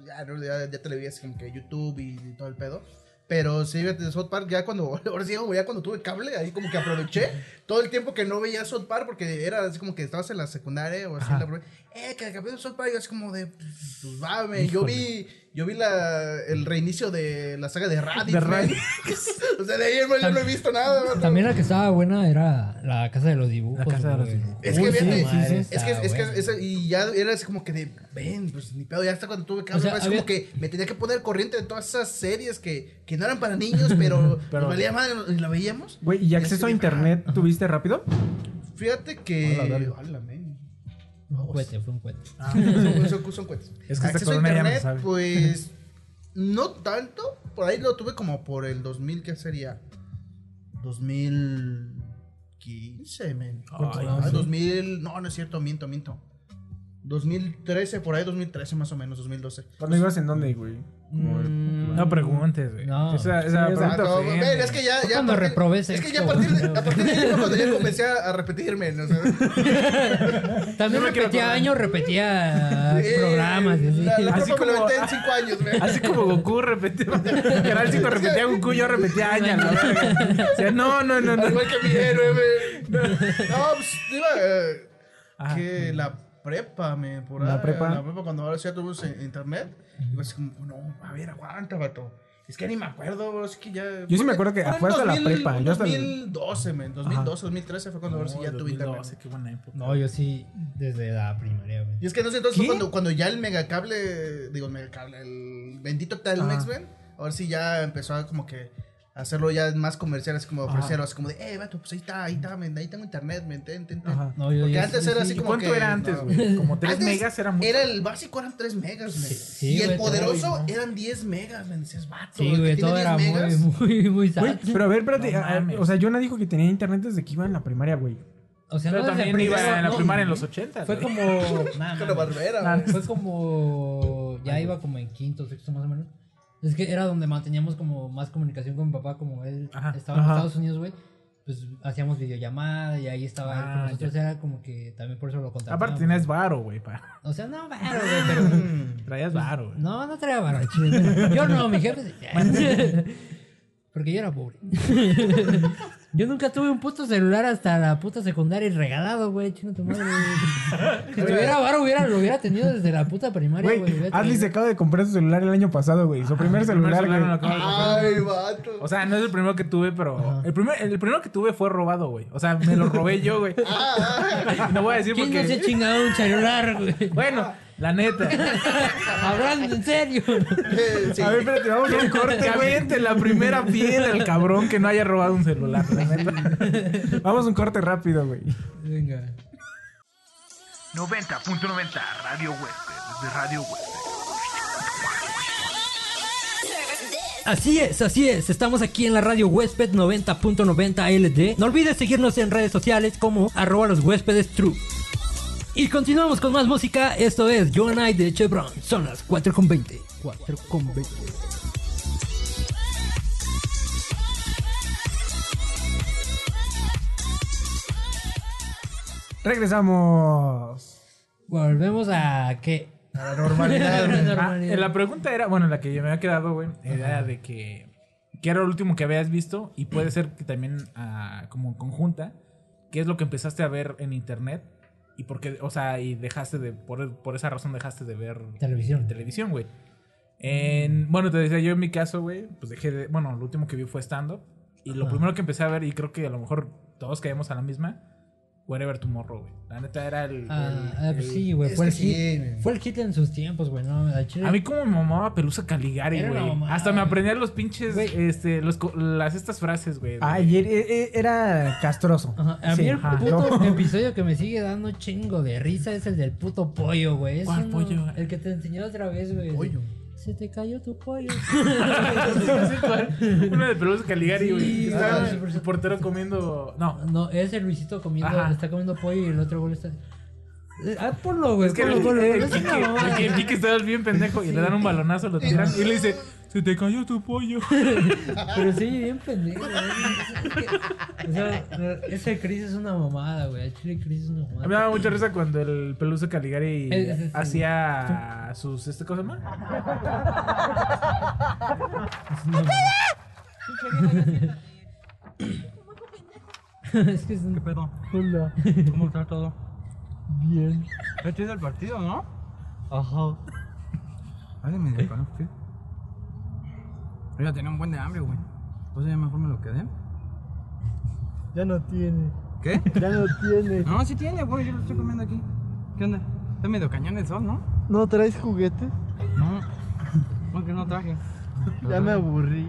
Speaker 5: Ya, ¿no? ya, ya te lo vi así como que YouTube y, y todo el pedo. Pero sí, fíjate, de South Park ya cuando. Ahora sí, güey, ya cuando tuve cable, ahí como que aproveché todo el tiempo que no veía South Park porque era así como que estabas en la secundaria o así en la pro- Eh, que el capítulo de South Park, yo así como de. Pues va, me. Yo vi. Yo vi la, el reinicio de la saga de Raditz.
Speaker 7: De
Speaker 5: man.
Speaker 7: Raditz.
Speaker 5: o sea, de ahí, güey, yo no he visto nada, man.
Speaker 9: También la que estaba buena era la casa de los dibujos.
Speaker 7: La Casa de los
Speaker 9: güey.
Speaker 7: Dibujos.
Speaker 5: Es que,
Speaker 9: Uy, sí,
Speaker 5: fíjate,
Speaker 9: madre,
Speaker 5: es que,
Speaker 9: estaba
Speaker 5: es que,
Speaker 9: buena.
Speaker 5: esa- y ya era así como que de, ven, pues ni pedo, ya hasta cuando tuve que
Speaker 9: sea,
Speaker 5: es
Speaker 9: había-
Speaker 5: como que me tenía que poner corriente de todas esas series que, que no eran para niños, pero,
Speaker 7: Pero-
Speaker 5: nos valía madre, ¿y la veíamos.
Speaker 6: Güey, ¿y
Speaker 5: Ya
Speaker 6: acceso a
Speaker 5: se-
Speaker 6: internet tuviste rápido?
Speaker 5: Fíjate que.
Speaker 6: Hola, verga.
Speaker 5: Hola, men.
Speaker 9: Un cohete, fue un cohete.
Speaker 5: Son, son- son cuentas.
Speaker 7: Ah, Es que esta
Speaker 5: Acceso a
Speaker 7: corona ya no
Speaker 5: internet,
Speaker 7: sabe.
Speaker 5: pues. No tanto. Por ahí lo tuve como por el 2000, ¿qué sería? 2015, men.
Speaker 7: Ay,
Speaker 5: Ah,
Speaker 7: sí.
Speaker 5: 2000. No, no es cierto, miento, miento. 2013, por ahí 2013 más o menos, 2012.
Speaker 6: ¿Cuándo ibas en dónde, güey? Como-
Speaker 7: Mm, No preguntes, güey.
Speaker 9: No.
Speaker 7: Esa, esa
Speaker 6: Sí, o sea,
Speaker 7: pregunta
Speaker 5: Ah, No,
Speaker 7: ofende.
Speaker 5: men, es que ya, ya
Speaker 9: Cuando
Speaker 5: a partir-
Speaker 9: reprobé
Speaker 5: Es que
Speaker 9: sexto,
Speaker 5: ya a partir de,
Speaker 9: güey.
Speaker 5: a partir de ahí fue cuando ya comencé a, a repetirme. ¿no? O sea,
Speaker 9: Mm, También
Speaker 7: me quiero
Speaker 9: repetía
Speaker 7: acordar.
Speaker 9: años,
Speaker 7: Ah,
Speaker 9: repetía
Speaker 5: eh,
Speaker 9: programas. y así.
Speaker 5: La, la
Speaker 7: Así
Speaker 5: propa me lo
Speaker 7: como-
Speaker 5: aventé en 5 años, men.
Speaker 7: Así como Goku repetía. Canal 5 repetía a Goku, yo repetía a Aña, la verga. O sea, no, no, no,
Speaker 5: Al
Speaker 7: no.
Speaker 5: igual que mi héroe, men. No, pues, iba. eh,
Speaker 7: Ajá.
Speaker 5: que la prepa, me por
Speaker 6: Ah. La
Speaker 5: ahí,
Speaker 6: prepa.
Speaker 5: La prepa, cuando ahora sí ya tuvimos en- internet. Y pues, como, no, a ver, aguanta, vato. Es que ni me acuerdo, es que ya.
Speaker 6: Yo sí me acuerdo que
Speaker 5: Fue en
Speaker 6: a fuerza la
Speaker 5: 2000,
Speaker 6: prepa, yo hasta el-
Speaker 5: 2012, men. 2012, 2013 fue cuando ahora sí ya tuve internet.
Speaker 7: qué buena época.
Speaker 9: No, yo sí, desde la primaria, güey.
Speaker 5: Y es que no sé, entonces fue
Speaker 7: ¿Qué?
Speaker 5: cuando, cuando ya el megacable, digo, el megacable, el bendito Telmex,
Speaker 7: Ajá.
Speaker 5: ven, ahora sí ya empezó a como que hacerlo ya más comercial, así como
Speaker 7: Ajá.
Speaker 5: ofrecerlo, así como de, eh, vato, pues ahí está, ahí está, men, ahí tengo internet, men, ten, ten, ten.
Speaker 7: Ajá.
Speaker 9: No, yo,
Speaker 5: Porque
Speaker 9: yo
Speaker 5: antes
Speaker 9: sí-
Speaker 5: era
Speaker 9: sí,
Speaker 5: así
Speaker 7: ¿Y
Speaker 5: como
Speaker 7: cuánto
Speaker 5: que-
Speaker 7: era antes,
Speaker 5: no,
Speaker 7: güey? Como 3
Speaker 5: Antes
Speaker 7: megas era mucho.
Speaker 5: Era el básico, eran 3 megas, men.
Speaker 9: sí,
Speaker 5: y el
Speaker 9: güey,
Speaker 5: poderoso
Speaker 9: todo, ¿no?
Speaker 5: eran 10 megas, men. Dices, vato,
Speaker 9: Sí,
Speaker 5: el que
Speaker 9: güey,
Speaker 5: tiene
Speaker 9: todo
Speaker 5: 10
Speaker 9: era muy,
Speaker 5: megas.
Speaker 9: muy, muy
Speaker 6: Güey,
Speaker 9: sad.
Speaker 6: pero a ver, espérate.
Speaker 7: No
Speaker 6: a- a-
Speaker 7: mames.
Speaker 6: o sea, Jonah dijo que tenía internet desde que iba en la primaria, güey.
Speaker 9: O sea,
Speaker 7: Pero
Speaker 9: no desde
Speaker 7: también
Speaker 9: primero,
Speaker 7: iba en la
Speaker 9: no.
Speaker 7: primaria en los 80.
Speaker 9: Fue
Speaker 7: güey.
Speaker 9: como. Nah,
Speaker 5: Con
Speaker 9: nah,
Speaker 5: la
Speaker 9: nah.
Speaker 5: barbera,
Speaker 9: Nah,
Speaker 5: men.
Speaker 9: Fue como. Ya iba como en quinto, sexto más o menos. Es que era donde manteníamos como más comunicación con mi papá, como él
Speaker 7: Ajá,
Speaker 9: estaba en
Speaker 7: ajá.
Speaker 9: Estados Unidos, güey. Pues pues hacíamos videollamada y ahí estaba él con
Speaker 7: Ah,
Speaker 9: nosotros. Era como que también por eso lo contratamos.
Speaker 7: Aparte tenías varo, güey. pa-
Speaker 9: O sea, no, varo, güey, pero.
Speaker 7: Traías varo, güey.
Speaker 9: No, no traía varo, chile. Yo no, mi jefe. sí. Porque yo era pobre. Yo nunca tuve un puto celular hasta la puta secundaria y regalado, güey. Chino tu madre. Si tuviera varo, hubiera, lo hubiera tenido desde la puta primaria, güey.
Speaker 6: Güey,
Speaker 9: Hubiera
Speaker 6: Ashley
Speaker 9: tenido-
Speaker 6: se acaba de comprar su celular Ah, el año pasado, güey.
Speaker 15: Ah,
Speaker 6: Su primer celular,
Speaker 7: celular
Speaker 6: güey.
Speaker 7: me lo acabo de
Speaker 5: Ah.
Speaker 7: comprar.
Speaker 5: Ay, vato.
Speaker 7: O sea, no es el primero que tuve, pero. El, primer, el primero que tuve fue robado, güey. O sea, me lo robé yo, güey.
Speaker 5: Ah.
Speaker 7: No voy a decir
Speaker 9: ¿Quién
Speaker 7: porque.
Speaker 9: no se ha chingado un celular, güey?
Speaker 7: Bueno, la neta.
Speaker 9: Hablando en serio.
Speaker 5: Sí.
Speaker 7: A ver, espérate, vamos a un corte, güey. Entre la primera piel al cabrón que no haya robado un celular, la neta.
Speaker 6: Vamos a un corte rápido, güey.
Speaker 9: Venga.
Speaker 8: 90.90 Radio Hueste, desde Radio Hueste.
Speaker 9: Así es, así es. Estamos aquí en la radio Huésped 90.90 LD. No olvides seguirnos en redes sociales como arroba los huéspedes true. Y continuamos con más música. Esto es Joan I de Chevron. Son las 4.20. 4.20.
Speaker 6: Regresamos.
Speaker 9: Volvemos a que.
Speaker 5: A la normalidad, güey.
Speaker 7: Ah, eh, la pregunta era, bueno, la que yo me había quedado, güey, era de que. ¿Qué era lo último que habías visto? Y puede ser que también, ah, como conjunta, ¿qué es lo que empezaste a ver en internet? Y por qué, o sea, y dejaste de. Por, por esa razón dejaste de ver.
Speaker 9: Televisión.
Speaker 7: Televisión, güey. En- bueno, te decía yo en mi caso, güey, pues dejé de. Bueno, lo último que vi fue stand-up. Y lo
Speaker 9: Ajá.
Speaker 7: primero que empecé a ver, y creo que a lo mejor todos caemos a la misma, Wherever Tomorrow, güey. La neta era el.
Speaker 9: Ah,
Speaker 7: el-
Speaker 9: ah, pues
Speaker 7: el-
Speaker 9: sí, güey.
Speaker 5: Es
Speaker 9: Fue,
Speaker 5: que
Speaker 9: el hit-
Speaker 5: sí, güey.
Speaker 9: fue el hit en sus tiempos, güey. No, al chile.
Speaker 7: A mí como me mamaba Pelusa Caligari,
Speaker 9: Era una
Speaker 7: güey.
Speaker 9: mamada,
Speaker 7: Hasta me
Speaker 9: güey.
Speaker 7: aprendía los pinches,
Speaker 9: Güey.
Speaker 7: este, los, co- las estas frases, güey. de-
Speaker 6: Ayer eh, era castroso.
Speaker 9: Ajá, A
Speaker 6: Sí,
Speaker 9: mí el
Speaker 6: ajá.
Speaker 9: puto
Speaker 6: No.
Speaker 9: episodio que me sigue dando chingo de risa es el del puto pollo, güey. Es
Speaker 7: ¿Cuál
Speaker 9: uno-
Speaker 7: pollo?
Speaker 9: El que te enseñé otra vez, güey.
Speaker 5: Pollo.
Speaker 9: Se te cayó tu pollo.
Speaker 7: Una de Pelusa Caligari,
Speaker 9: Sí,
Speaker 7: güey. que
Speaker 9: güey.
Speaker 7: estaba el portero comiendo... No,
Speaker 9: no, es el Luisito comiendo,
Speaker 7: Ajá.
Speaker 9: está comiendo pollo y el otro güey está. Eh, Ah, ponlo, güey.
Speaker 7: es que el,
Speaker 9: ponlo, ponlo,
Speaker 7: el-
Speaker 9: pero
Speaker 7: el
Speaker 9: es una
Speaker 7: Quique-
Speaker 9: mamada.
Speaker 7: el que- el Quique estaba bien pendejo y le dan un balonazo, lo tiran y le dice, se te cayó tu pollo.
Speaker 9: Pero sí, bien pendejo, güey. O sea, ese Chris es una mamada, güey. El Chile Chris es una
Speaker 7: A mí me
Speaker 9: mamada.
Speaker 7: daba mucha risa cuando el Pelusa Caligari
Speaker 9: Ese sí.
Speaker 7: hacía sus... Este, ¿Cómo se llama?
Speaker 9: es que es un.
Speaker 15: pedo?
Speaker 9: Hola.
Speaker 15: ¿Cómo está todo?
Speaker 9: Bien.
Speaker 15: Este es el partido, ¿no? Ajá. Hábleme de pan usted. Yo ya tenía un buen de hambre, güey. Entonces ya mejor me lo quedé.
Speaker 9: Ya no tiene.
Speaker 15: ¿Qué?
Speaker 9: Ya no tiene.
Speaker 15: No, sí tiene, güey. Yo lo estoy comiendo aquí. ¿Qué onda? Está medio cañón el sol, ¿no?
Speaker 9: ¿No traes juguetes?
Speaker 15: No. No, que no traje.
Speaker 9: Ya me aburrí.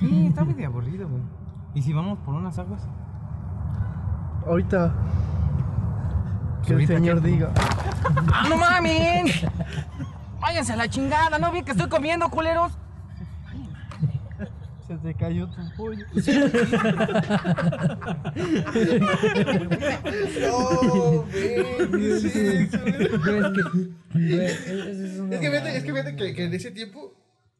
Speaker 15: Sí, está medio aburrido, güey. ¿Y si vamos por unas aguas?
Speaker 9: Ahorita.
Speaker 15: Que el señor
Speaker 9: diga.
Speaker 15: ¡Ah, no mamen! Váyanse a la chingada, ¿no vi que estoy comiendo, culeros?
Speaker 9: Se te cayó tu pollo.
Speaker 5: No, güey. Sí, sí, sí.
Speaker 9: Es
Speaker 5: Es que fíjate, es que, fíjate que, que en ese tiempo,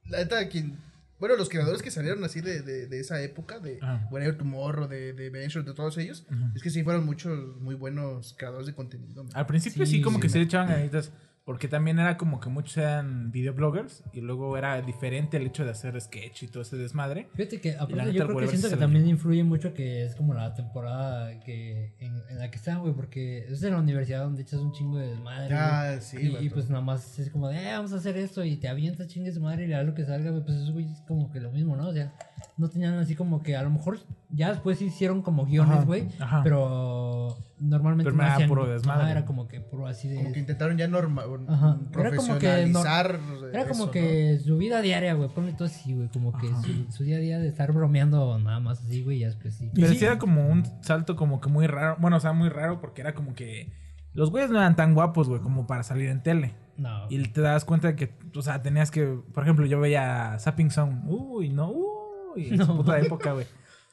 Speaker 5: la neta, quien. Bueno, los creadores que salieron así de, de, de esa época, de
Speaker 7: Ah.
Speaker 5: Whatever Tomorrow, de, de Venture, de todos ellos, es que sí fueron muchos muy buenos creadores de contenido.
Speaker 9: Ah,
Speaker 5: man.
Speaker 7: Al principio sí,
Speaker 9: Sí,
Speaker 7: como
Speaker 9: sí,
Speaker 7: que
Speaker 9: no.
Speaker 7: se le echaban ganitas. Porque también era como que muchos eran videobloggers. Y luego era diferente el hecho de hacer sketch y todo ese desmadre.
Speaker 9: Fíjate que
Speaker 7: La
Speaker 9: aparte
Speaker 7: neta,
Speaker 9: yo
Speaker 7: el
Speaker 9: creo que
Speaker 7: Wolverine
Speaker 9: siento
Speaker 7: se
Speaker 9: que
Speaker 7: ve
Speaker 9: también influye mucho que es como la temporada que en, en la que están, güey, porque es de la universidad donde echas un chingo de desmadre.
Speaker 5: Ah,
Speaker 9: güey.
Speaker 5: sí,
Speaker 9: Y, y
Speaker 5: vato.
Speaker 9: pues nada más es como de, eh, vamos a hacer esto y te avientas chingue su madre y le das lo que salga, güey, pues eso, güey, es como que lo mismo, ¿no? O sea, no tenían así como que a lo mejor ya después hicieron como
Speaker 7: Ajá,
Speaker 9: guiones, güey,
Speaker 7: ajá.
Speaker 9: pero normalmente
Speaker 7: Pero era
Speaker 9: hacían-
Speaker 7: puro desmadre.
Speaker 9: Ajá, era como que puro así de...
Speaker 5: Como que intentaron ya norma,
Speaker 9: Ajá. Era como que
Speaker 5: profesionalizar. eh,
Speaker 9: Era como
Speaker 5: eso, ¿no?
Speaker 9: que su vida diaria, güey. Ponle todo así, güey. Como que su, su día a día de estar bromeando nada más así, güey. Ya después sí.
Speaker 7: Pero sí era como un salto como que muy raro. Bueno, o sea, muy raro porque era como que... Los güeyes no eran tan guapos, güey, como para salir en tele.
Speaker 9: No.
Speaker 7: Y te das cuenta de que, o sea, tenías que... Por ejemplo, yo veía Sapping Sound. Uy, no, uy. en su
Speaker 9: No.
Speaker 7: puta época, güey.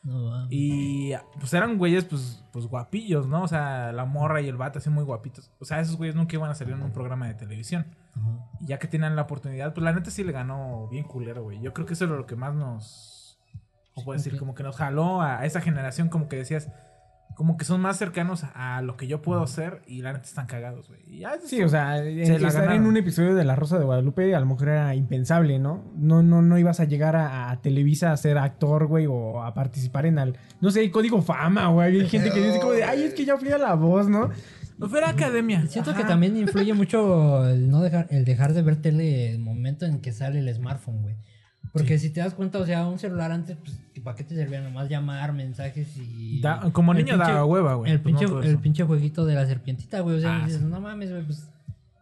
Speaker 9: No, va.
Speaker 7: Y pues eran güeyes, pues, pues guapillos, ¿no? O sea, la morra y el vato así muy guapitos. O sea, esos güeyes nunca iban a salir en un programa de televisión.
Speaker 9: Ajá.
Speaker 7: Y ya que tenían la oportunidad, pues la neta sí le ganó bien culero, güey. Yo creo que eso era lo que más nos. O puedo decir, como que nos jaló a esa generación, como que decías, como que son más cercanos a lo que yo puedo hacer y la neta están cagados, güey. Y ya, eso
Speaker 6: Sí,
Speaker 7: es-
Speaker 6: o sea,
Speaker 7: se
Speaker 6: en-
Speaker 7: la
Speaker 6: estar en
Speaker 7: ganaron.
Speaker 6: un episodio de La Rosa de Guadalupe a lo mejor era impensable, ¿no? No, no, no ibas a llegar a, a Televisa a ser actor, güey, o a participar en al, no sé, código fama, güey. Hay gente que dice como de, ay, es que ya fui a la voz, ¿no?
Speaker 7: No fue a la academia.
Speaker 9: Siento que también influye mucho el no dejar, el dejar de ver tele el momento en que sale el smartphone, güey. Porque si te das cuenta, o sea, un celular antes, pues, ¿para qué te servía nomás llamar, mensajes y.
Speaker 7: Da- como
Speaker 9: el
Speaker 7: niño daba hueva, güey.
Speaker 9: El
Speaker 7: Pues no
Speaker 9: pinche,
Speaker 7: todo eso.
Speaker 9: el pinche jueguito de la serpientita, güey. O sea,
Speaker 7: Ah,
Speaker 9: dices,
Speaker 7: sí.
Speaker 9: no mames, güey, pues.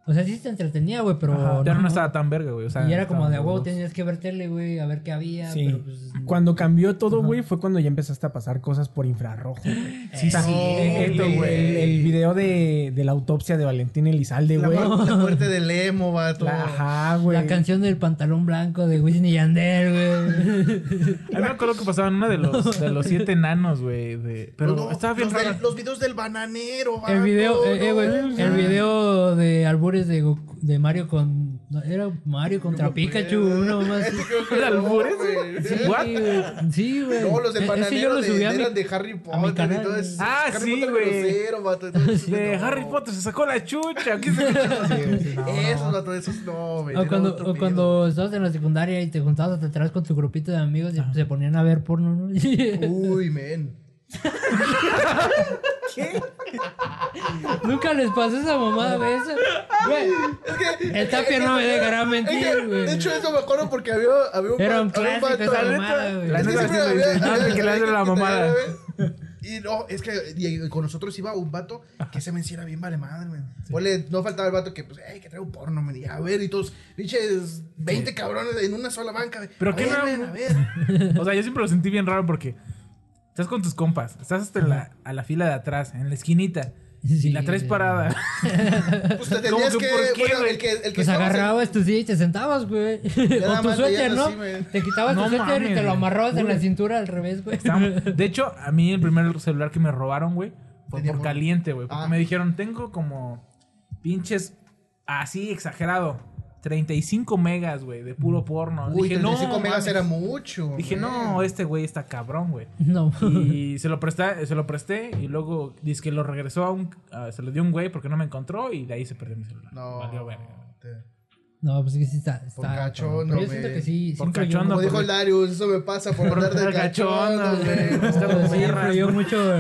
Speaker 9: O sea, sí te entretenía, güey, pero.
Speaker 7: Ajá, ya no, estaba tan verga, güey. O sea,
Speaker 9: y era como de,
Speaker 7: estaba-
Speaker 9: huevo, tenías que ver tele, güey, a ver qué había.
Speaker 6: Sí.
Speaker 9: Pero pues,
Speaker 6: Cuando cambió todo, güey, fue cuando ya empezaste a pasar cosas por infrarrojo. güey.
Speaker 7: Eh,
Speaker 9: Sí,
Speaker 6: O sea,
Speaker 9: sí,
Speaker 6: el,
Speaker 9: güey.
Speaker 6: el- el video de, de la autopsia de Valentín Elizalde,
Speaker 9: La
Speaker 6: güey.
Speaker 9: mu- la muerte
Speaker 5: del emo, vato.
Speaker 6: ajá, güey.
Speaker 9: La canción del pantalón blanco de Whitney Yandel, güey.
Speaker 7: A mí me acuerdo que pasaban uno de los, de los siete enanos, güey. de- Pero
Speaker 5: No,
Speaker 7: estaba bien
Speaker 5: los,
Speaker 7: raro.
Speaker 5: del- los videos del bananero,
Speaker 9: El
Speaker 5: vato,
Speaker 9: video, eh, eh,
Speaker 5: Ah, no
Speaker 9: güey,
Speaker 5: mames.
Speaker 9: el video de albures de, Goku- de Mario con. no, era Mario contra Pikachu, uno más.
Speaker 7: albures?
Speaker 9: Sí,
Speaker 7: ¿What?
Speaker 9: güey. Sí, güey.
Speaker 5: No, los del
Speaker 9: E- ese yo
Speaker 5: bananero
Speaker 9: lo
Speaker 5: de-
Speaker 9: subí a mi-
Speaker 5: eran de Harry
Speaker 9: a mi
Speaker 5: Potter y
Speaker 9: canal.
Speaker 5: todo eso.
Speaker 7: Ah,
Speaker 5: Harry
Speaker 7: sí,
Speaker 5: Potter
Speaker 7: güey.
Speaker 5: grosero, vato, y todo eso.
Speaker 7: De
Speaker 5: No.
Speaker 7: Harry Potter se sacó la chucha. ¿Qué se
Speaker 5: Esos, vato, esos no, güey.
Speaker 9: O
Speaker 5: era
Speaker 9: cuando,
Speaker 5: otro
Speaker 9: o cuando estabas en la secundaria y te juntabas hasta atrás con tu grupito de amigos
Speaker 5: Ah.
Speaker 9: y se ponían a ver porno, ¿no?
Speaker 5: pedo. Uy, men.
Speaker 9: Nunca les pasó esa mamada, güey. esa- güey,
Speaker 5: Es que-
Speaker 9: El Tapia no me dejará mentir,
Speaker 5: Es que,
Speaker 9: güey.
Speaker 5: De hecho, eso me acuerdo porque había, había un
Speaker 9: Era un
Speaker 5: vato- había
Speaker 9: clásico esa
Speaker 5: vato-
Speaker 9: mamada, güey.
Speaker 5: Es que
Speaker 7: La neta,
Speaker 5: siempre
Speaker 7: sí lo
Speaker 5: había-
Speaker 7: hice.
Speaker 5: había-
Speaker 7: Ah, que le
Speaker 5: había
Speaker 7: hace la
Speaker 5: que te-
Speaker 7: mamada.
Speaker 5: Y no, es que y con nosotros iba un vato que se menciona bien vale madre, güey. Ponle, no faltaba el vato que, pues, hey, que traigo porno, me a ver, y todos, pinches, 20 cabrones en una sola banca. güey.
Speaker 7: Pero
Speaker 5: a
Speaker 7: qué
Speaker 5: ver,
Speaker 7: no-
Speaker 5: ven, a ver.
Speaker 7: O sea, yo siempre lo sentí bien raro porque estás con tus compas, estás hasta en la, a la fila de atrás, en la esquinita. y la tres
Speaker 9: güey.
Speaker 7: parada.
Speaker 5: Pues te
Speaker 7: Como
Speaker 5: tenías
Speaker 7: que,
Speaker 5: que,
Speaker 7: ¿por qué,
Speaker 5: bueno,
Speaker 7: güey?
Speaker 5: el que, el que
Speaker 9: Pues
Speaker 5: estaba-
Speaker 9: agarrabas tu silla y te sentabas, güey.
Speaker 5: nada
Speaker 9: O tu
Speaker 5: más
Speaker 9: suéter,
Speaker 5: veías
Speaker 9: ¿no?
Speaker 5: así, güey.
Speaker 9: Te quitabas
Speaker 7: No
Speaker 9: tu suéter y
Speaker 7: mames,
Speaker 9: te lo
Speaker 7: güey.
Speaker 9: amarrabas en la
Speaker 7: Güey.
Speaker 9: cintura al revés, güey.
Speaker 7: Estábamos- De hecho, a mí el primer celular que me robaron, güey, fue
Speaker 5: Tenía
Speaker 7: por
Speaker 5: mono.
Speaker 7: caliente, güey. Porque
Speaker 5: Ah.
Speaker 7: me dijeron, tengo como pinches así exagerado. 35 megas, güey, de puro porno.
Speaker 5: Uy,
Speaker 7: Dije,
Speaker 5: 35
Speaker 7: no,
Speaker 5: megas
Speaker 7: mames".
Speaker 5: era mucho.
Speaker 7: Dije,
Speaker 5: güey.
Speaker 9: eh".
Speaker 7: no, este güey está cabrón, güey.
Speaker 9: No.
Speaker 7: Y se lo presté, se lo presté y luego dice que lo regresó a un... a- se lo dio un güey porque no me encontró y de ahí se perdió mi celular.
Speaker 5: No.
Speaker 7: Valió verga.
Speaker 5: te-
Speaker 9: No, pues que sí está. está
Speaker 5: Por cachondo,
Speaker 9: pero yo siento
Speaker 5: güey.
Speaker 9: que sí.
Speaker 7: Por
Speaker 9: sí influyó
Speaker 7: cachondo,
Speaker 5: Como
Speaker 9: mucho.
Speaker 5: dijo el Darius, eso me pasa por andar de cachondo, güey.
Speaker 7: güey. Está
Speaker 9: Pero
Speaker 7: como
Speaker 9: Sí,
Speaker 7: perras,
Speaker 9: influyó
Speaker 7: güey.
Speaker 9: mucho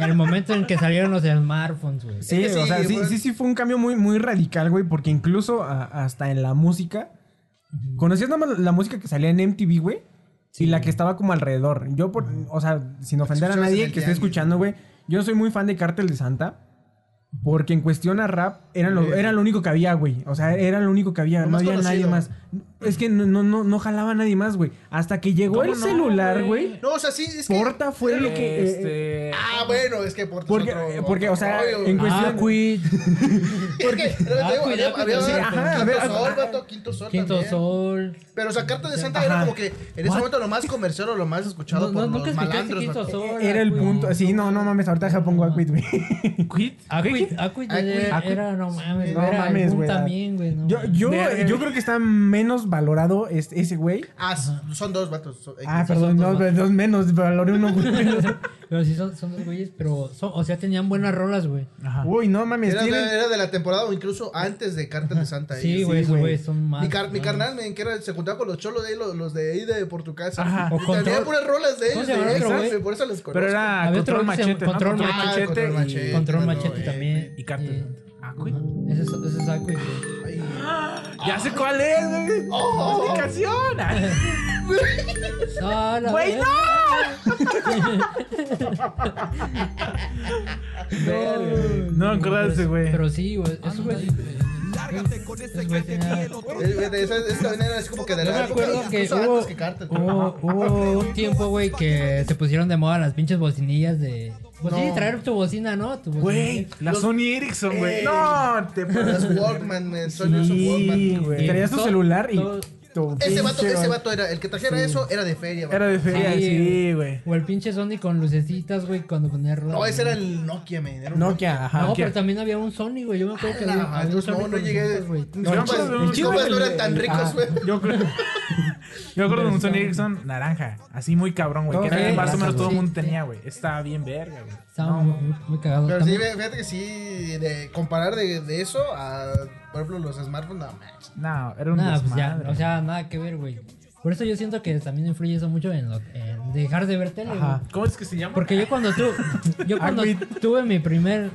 Speaker 9: el momento en que salieron los smartphones, güey.
Speaker 6: Sí,
Speaker 5: Es que
Speaker 6: o
Speaker 5: sí,
Speaker 6: sea, sí,
Speaker 5: fue-
Speaker 6: sí, sí fue un cambio muy, muy radical, güey, porque incluso a- hasta en la música, ¿conocías nada más la música que salía en MTV, güey? Y la que estaba como alrededor. Yo, por, o sea, sin ofender a
Speaker 5: escuchabas en
Speaker 6: nadie
Speaker 5: el
Speaker 6: que esté
Speaker 5: tianguis,
Speaker 6: escuchando, güey, yo no soy muy fan de Cártel de Santa. Porque en cuestión a rap era lo, era lo único que había, güey. O sea, era lo único que había.
Speaker 5: Lo
Speaker 6: No
Speaker 5: más
Speaker 6: había nadie
Speaker 5: conocido.
Speaker 6: más. Es que no, no, no, no jalaba a nadie más, güey. Hasta que llegó el
Speaker 7: ¿Cómo no,
Speaker 6: celular,
Speaker 7: güey?
Speaker 6: güey.
Speaker 5: No, o sea, sí, es que...
Speaker 6: Porta fue lo que... eh,
Speaker 7: Este...
Speaker 5: Ah, bueno, es que Porta
Speaker 6: Porque, eh,
Speaker 5: es otro-
Speaker 6: porque, o sea,
Speaker 5: otro rollo,
Speaker 6: en
Speaker 5: güey.
Speaker 6: cuestión...
Speaker 9: Aquid,
Speaker 5: Es que, lo que te digo,
Speaker 9: Ah,
Speaker 5: había,
Speaker 9: cuidado,
Speaker 5: había-
Speaker 9: cuidado.
Speaker 5: ajá,
Speaker 6: a ver,
Speaker 5: Quinto Sol,
Speaker 6: ajá.
Speaker 5: vato, Quinto Sol
Speaker 9: Quinto
Speaker 5: también.
Speaker 9: Sol.
Speaker 5: Pero sacarte de Santa
Speaker 6: Ajá.
Speaker 5: era como que en ese
Speaker 6: What?
Speaker 5: momento lo más comercial o lo más escuchado
Speaker 9: No,
Speaker 5: por
Speaker 9: no, nunca
Speaker 5: los
Speaker 9: escuchaste
Speaker 5: malandros.
Speaker 9: Quinto
Speaker 5: vato.
Speaker 9: Sol.
Speaker 6: Era el
Speaker 9: Aquid.
Speaker 6: punto. Sí, no, no mames. Ahorita ya pongo Aquid, güey.
Speaker 7: ¿Quit?
Speaker 9: Aquid, Aquid era,
Speaker 7: Aquid.
Speaker 9: era- no mames,
Speaker 6: No
Speaker 9: era
Speaker 6: mames,
Speaker 9: el boom
Speaker 6: güey.
Speaker 9: también, güey. no
Speaker 6: Yo,
Speaker 9: mames.
Speaker 6: yo, eh,
Speaker 7: Verga.
Speaker 6: yo creo que está menos valorado este- ese güey.
Speaker 5: Ah, son dos vatos. son-
Speaker 6: Ah,
Speaker 5: eh,
Speaker 6: perdón, no,
Speaker 9: otros,
Speaker 6: dos menos. Valoré uno, güey.
Speaker 9: Pero sí son, son dos güeyes, pero son, o sea, tenían buenas rolas, güey.
Speaker 7: Ajá.
Speaker 6: Uy, no mames.
Speaker 5: Era,
Speaker 6: Tienen,
Speaker 5: de- era de la temporada o incluso antes de Cártel de Santa.
Speaker 9: Sí,
Speaker 5: ellos.
Speaker 9: güey, esos
Speaker 6: güey.
Speaker 9: güeyes son más.
Speaker 5: Mi, car- mi
Speaker 9: más-
Speaker 5: carnal, men, que era, se juntaba con los cholos de ahí, los, los de ahí de por tu casa.
Speaker 7: Ajá.
Speaker 9: O
Speaker 5: Y tenía
Speaker 9: control.
Speaker 5: puras rolas de
Speaker 9: ¿Cómo
Speaker 5: ellos,
Speaker 9: se llama
Speaker 5: de
Speaker 9: el otro
Speaker 5: esas,
Speaker 9: güey?
Speaker 5: por eso los conozco.
Speaker 7: Pero era
Speaker 9: Había otro
Speaker 7: control
Speaker 9: que se llama
Speaker 7: machete, ¿no?
Speaker 9: Control
Speaker 5: Ah,
Speaker 9: Machete
Speaker 5: Control
Speaker 7: y-
Speaker 5: Machete.
Speaker 9: Control
Speaker 5: no,
Speaker 9: Machete
Speaker 5: eh,
Speaker 9: también.
Speaker 7: Y Cártel de Santa. Ah, güey.
Speaker 9: Eh, Ese es, ese es Aquid, güey.
Speaker 5: Ay,
Speaker 7: Ya sé cuál es, güey.
Speaker 5: Oh.
Speaker 7: ¡Qué canción!
Speaker 6: ah,
Speaker 5: Ah,
Speaker 9: No, la
Speaker 7: Güey,
Speaker 9: verga.
Speaker 7: No me acordaba de ese güey.
Speaker 9: Pues, Pero sí, güey.
Speaker 5: Ah,
Speaker 9: Esos güeyes. Esos güeyes tenían-
Speaker 5: eh, eh, Esa esa también era así como que de
Speaker 9: Yo me
Speaker 5: la época,
Speaker 9: acuerdo que
Speaker 5: incluso
Speaker 9: hubo,
Speaker 5: antes que Cártel.
Speaker 9: hubo, hubo un tiempo, güey, que se pusieron de moda las pinches bocinillas de. Pues sí,
Speaker 5: No.
Speaker 9: traer tu bocina, ¿no? Tu bocina.
Speaker 7: Güey, la Sony Ericsson, güey.
Speaker 5: Ey.
Speaker 7: No, te
Speaker 5: Las Walkman, men, son esos Walkman.
Speaker 6: güey. Traías tu
Speaker 9: Todo-
Speaker 6: celular y.
Speaker 9: todo-
Speaker 6: tu
Speaker 5: Ese vato,
Speaker 6: pinche-
Speaker 5: ese vato era, el que trajera eso era de feria, vato.
Speaker 7: Era de feria,
Speaker 9: Sí,
Speaker 7: sí, güey.
Speaker 9: O el pinche Sony con lucecitas, güey, cuando ponerlo.
Speaker 5: No, ese era el Nokia, men. Era un
Speaker 6: Nokia, ajá.
Speaker 9: No,
Speaker 7: ¿qué?
Speaker 9: pero también había un Sony, güey. Yo me acuerdo que
Speaker 5: Ah,
Speaker 9: había,
Speaker 5: no,
Speaker 9: había un
Speaker 5: entonces
Speaker 9: Sony
Speaker 5: no, no
Speaker 9: con
Speaker 5: llegué.
Speaker 9: lucecitas, güey.
Speaker 5: Mis
Speaker 7: No, el
Speaker 5: compas
Speaker 7: chido- el
Speaker 5: mis
Speaker 7: chido
Speaker 5: compas
Speaker 7: es
Speaker 5: no
Speaker 7: el-
Speaker 5: eran tan
Speaker 7: el-
Speaker 5: ricos,
Speaker 7: ah,
Speaker 5: güey.
Speaker 7: Yo creo. Yo me acuerdo de un Sony Ericsson naranja. Así muy cabrón, güey. Que era el que
Speaker 9: Sí,
Speaker 7: más o menos
Speaker 9: naranja,
Speaker 7: todo el
Speaker 9: güey.
Speaker 7: mundo tenía, güey. Estaba bien verga, güey.
Speaker 9: Estaba muy, muy- muy cagado.
Speaker 5: Pero sí,
Speaker 9: También-
Speaker 5: fíjate que sí, de comparar de, de eso a, por ejemplo, los smartphones, no, manches.
Speaker 7: No, era un
Speaker 9: Nah, pues ya,
Speaker 7: desmadre.
Speaker 9: o sea, nada que ver, güey. Por eso yo siento que también influye eso mucho en, lo- en dejar de ver tele.
Speaker 7: Ajá.
Speaker 9: güey.
Speaker 7: ¿Cómo es que se llama?
Speaker 9: Porque yo cuando tu- yo cuando
Speaker 7: güey.
Speaker 9: tuve mi primer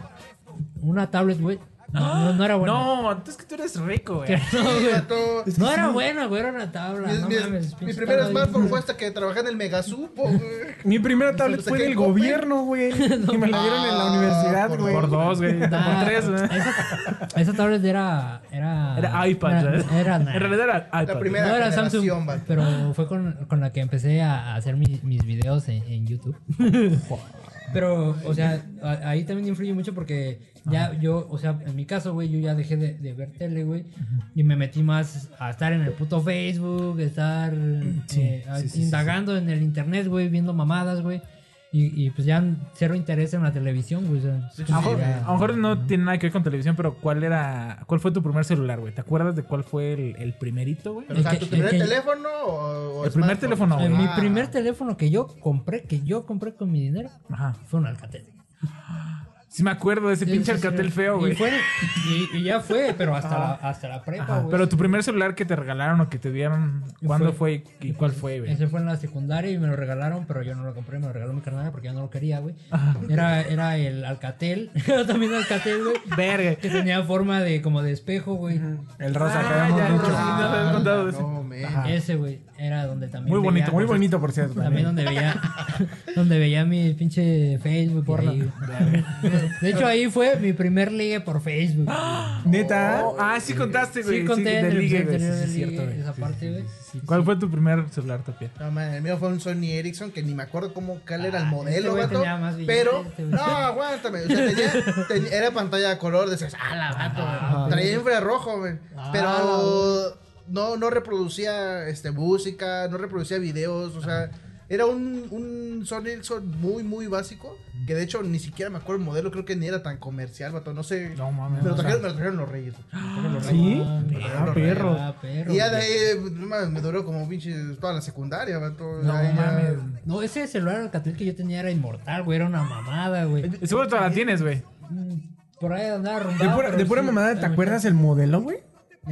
Speaker 9: una tablet, güey, no, no era buena.
Speaker 7: No, tú es que tú eres rico, güey.
Speaker 9: No, güey.
Speaker 5: Todo-
Speaker 9: No era buena, güey, era una tabla.
Speaker 5: Mi,
Speaker 9: Ah, no
Speaker 5: mi-
Speaker 9: mames,
Speaker 5: mi
Speaker 9: pinche
Speaker 5: primer
Speaker 9: tabla bien-
Speaker 5: smartphone fue hasta que trabajé en el Megasupo, güey.
Speaker 6: Mi primera tablet
Speaker 5: Pues,
Speaker 6: fue
Speaker 5: ¿qué Ah,
Speaker 6: del
Speaker 5: copen?
Speaker 6: gobierno, güey. Y me la dieron en la universidad, güey.
Speaker 7: Por dos, güey.
Speaker 9: Nah,
Speaker 7: Por tres, güey.
Speaker 9: Esa tablet era. Era,
Speaker 7: Era iPad,
Speaker 9: Era,
Speaker 7: ¿eh?
Speaker 9: era-
Speaker 7: En realidad era iPad.
Speaker 5: La
Speaker 7: güey.
Speaker 5: primera
Speaker 9: no era
Speaker 5: generación,
Speaker 9: Samsung,
Speaker 5: vato.
Speaker 9: pero fue con, con la que empecé a hacer mis, mis videos en, en YouTube. pero, o sea, a- ahí también influye mucho porque ya yo, o sea, en mi caso, güey, yo ya dejé de, de ver tele, güey, y me metí más a estar en el puto Facebook, estar eh, a-
Speaker 7: sí, sí, sí.
Speaker 9: indagando en el internet, güey, viendo mamadas, güey. Y, y, pues ya cero interés en la televisión, güey. o sea,
Speaker 7: A lo mejor-
Speaker 9: ya-
Speaker 7: a lo mejor no tiene nada que ver con televisión, pero ¿cuál era, cuál fue tu primer celular, güey? ¿Te acuerdas de cuál fue el, el primerito, güey?
Speaker 5: Pero, o sea,
Speaker 9: que-
Speaker 5: ¿tu primer
Speaker 9: el que-
Speaker 5: teléfono o, o
Speaker 7: El primer
Speaker 5: smartphone?
Speaker 7: teléfono,
Speaker 9: Eh,
Speaker 7: güey.
Speaker 9: mi
Speaker 5: Ah.
Speaker 9: primer teléfono que yo compré, que yo compré con mi dinero,
Speaker 7: Ajá.
Speaker 9: fue un Alcatel.
Speaker 7: Sí me acuerdo de ese pinche
Speaker 9: Sí, sí, sí.
Speaker 7: Alcatel feo,
Speaker 9: Y,
Speaker 7: güey.
Speaker 9: fue- y- y ya fue, pero hasta, la, hasta la
Speaker 7: Ajá.
Speaker 9: prepa, güey.
Speaker 7: Pero tu primer celular que te regalaron o que te dieron, ¿cuándo fue, y cuál fue, güey?
Speaker 9: Ese fue en la secundaria y me lo regalaron, pero yo no lo compré, me lo regaló mi carnal porque yo no lo quería, güey. Era, era el Alcatel, era también Alcatel, güey.
Speaker 7: Verga.
Speaker 9: Que tenía forma de como de espejo, güey.
Speaker 6: El rosa que
Speaker 7: Ah,
Speaker 6: habíamos
Speaker 7: ya,
Speaker 6: dicho.
Speaker 7: sí, no te habías contado de ese.
Speaker 5: No, man.
Speaker 9: Ese, Ah. güey, era donde también.
Speaker 6: Muy
Speaker 9: veía-
Speaker 6: bonito, muy bonito, por cierto. también.
Speaker 9: También donde veía, donde veía mi pinche Facebook. por De hecho, ahí fue mi primer ligue por Facebook. güey.
Speaker 6: Neta.
Speaker 7: Ah, sí contaste, güey.
Speaker 9: Sí, conté
Speaker 7: de
Speaker 9: en el
Speaker 7: ligue, güey. Sí,
Speaker 9: anterior
Speaker 7: sí,
Speaker 9: de
Speaker 7: es cierto,
Speaker 9: ligue,
Speaker 7: güey.
Speaker 9: esa
Speaker 7: Sí,
Speaker 9: parte,
Speaker 7: sí,
Speaker 9: güey.
Speaker 7: sí, sí. ¿Cuál fue tu primer celular, Tapia?
Speaker 5: No, man, el mío fue un Sony Ericsson que ni me acuerdo cómo cuál era el
Speaker 9: Ah, este
Speaker 5: modelo,
Speaker 9: güey
Speaker 5: vato,
Speaker 9: tenía más billete,
Speaker 5: pero
Speaker 9: este güey.
Speaker 5: no, aguántame, o sea, tenía- tenía- era pantalla a color, decías, "Ah, la vato." güey". Traía infrarrojo, güey. pero no no reproducía este música, no reproducía videos, o sea, era un, un Sony Ericsson muy, muy básico. Que de hecho ni siquiera me acuerdo el modelo, creo que ni era tan comercial, vato. No sé.
Speaker 7: No mames.
Speaker 5: me, lo trajeron, me lo trajeron los Reyes. güey. Me lo trajeron los Reyes.
Speaker 6: ¿Sí?
Speaker 5: Ah,
Speaker 6: Ah, perro.
Speaker 9: Ah, perro,
Speaker 5: Y ya de
Speaker 9: güey.
Speaker 5: ahí eh, no mames, me duró como pinche toda la secundaria, vato.
Speaker 9: No
Speaker 5: Ahí ya-
Speaker 9: mames. No, ese celular Alcatel que yo tenía era inmortal, güey. Era una mamada, güey.
Speaker 7: Seguro todavía la tienes, güey.
Speaker 9: Mm, Por ahí andaba
Speaker 6: De
Speaker 9: arrumbado.
Speaker 6: pura,
Speaker 9: pero
Speaker 6: de pura
Speaker 9: sí,
Speaker 6: mamada, ¿te
Speaker 9: era
Speaker 6: acuerdas el modelo, güey?
Speaker 9: muy-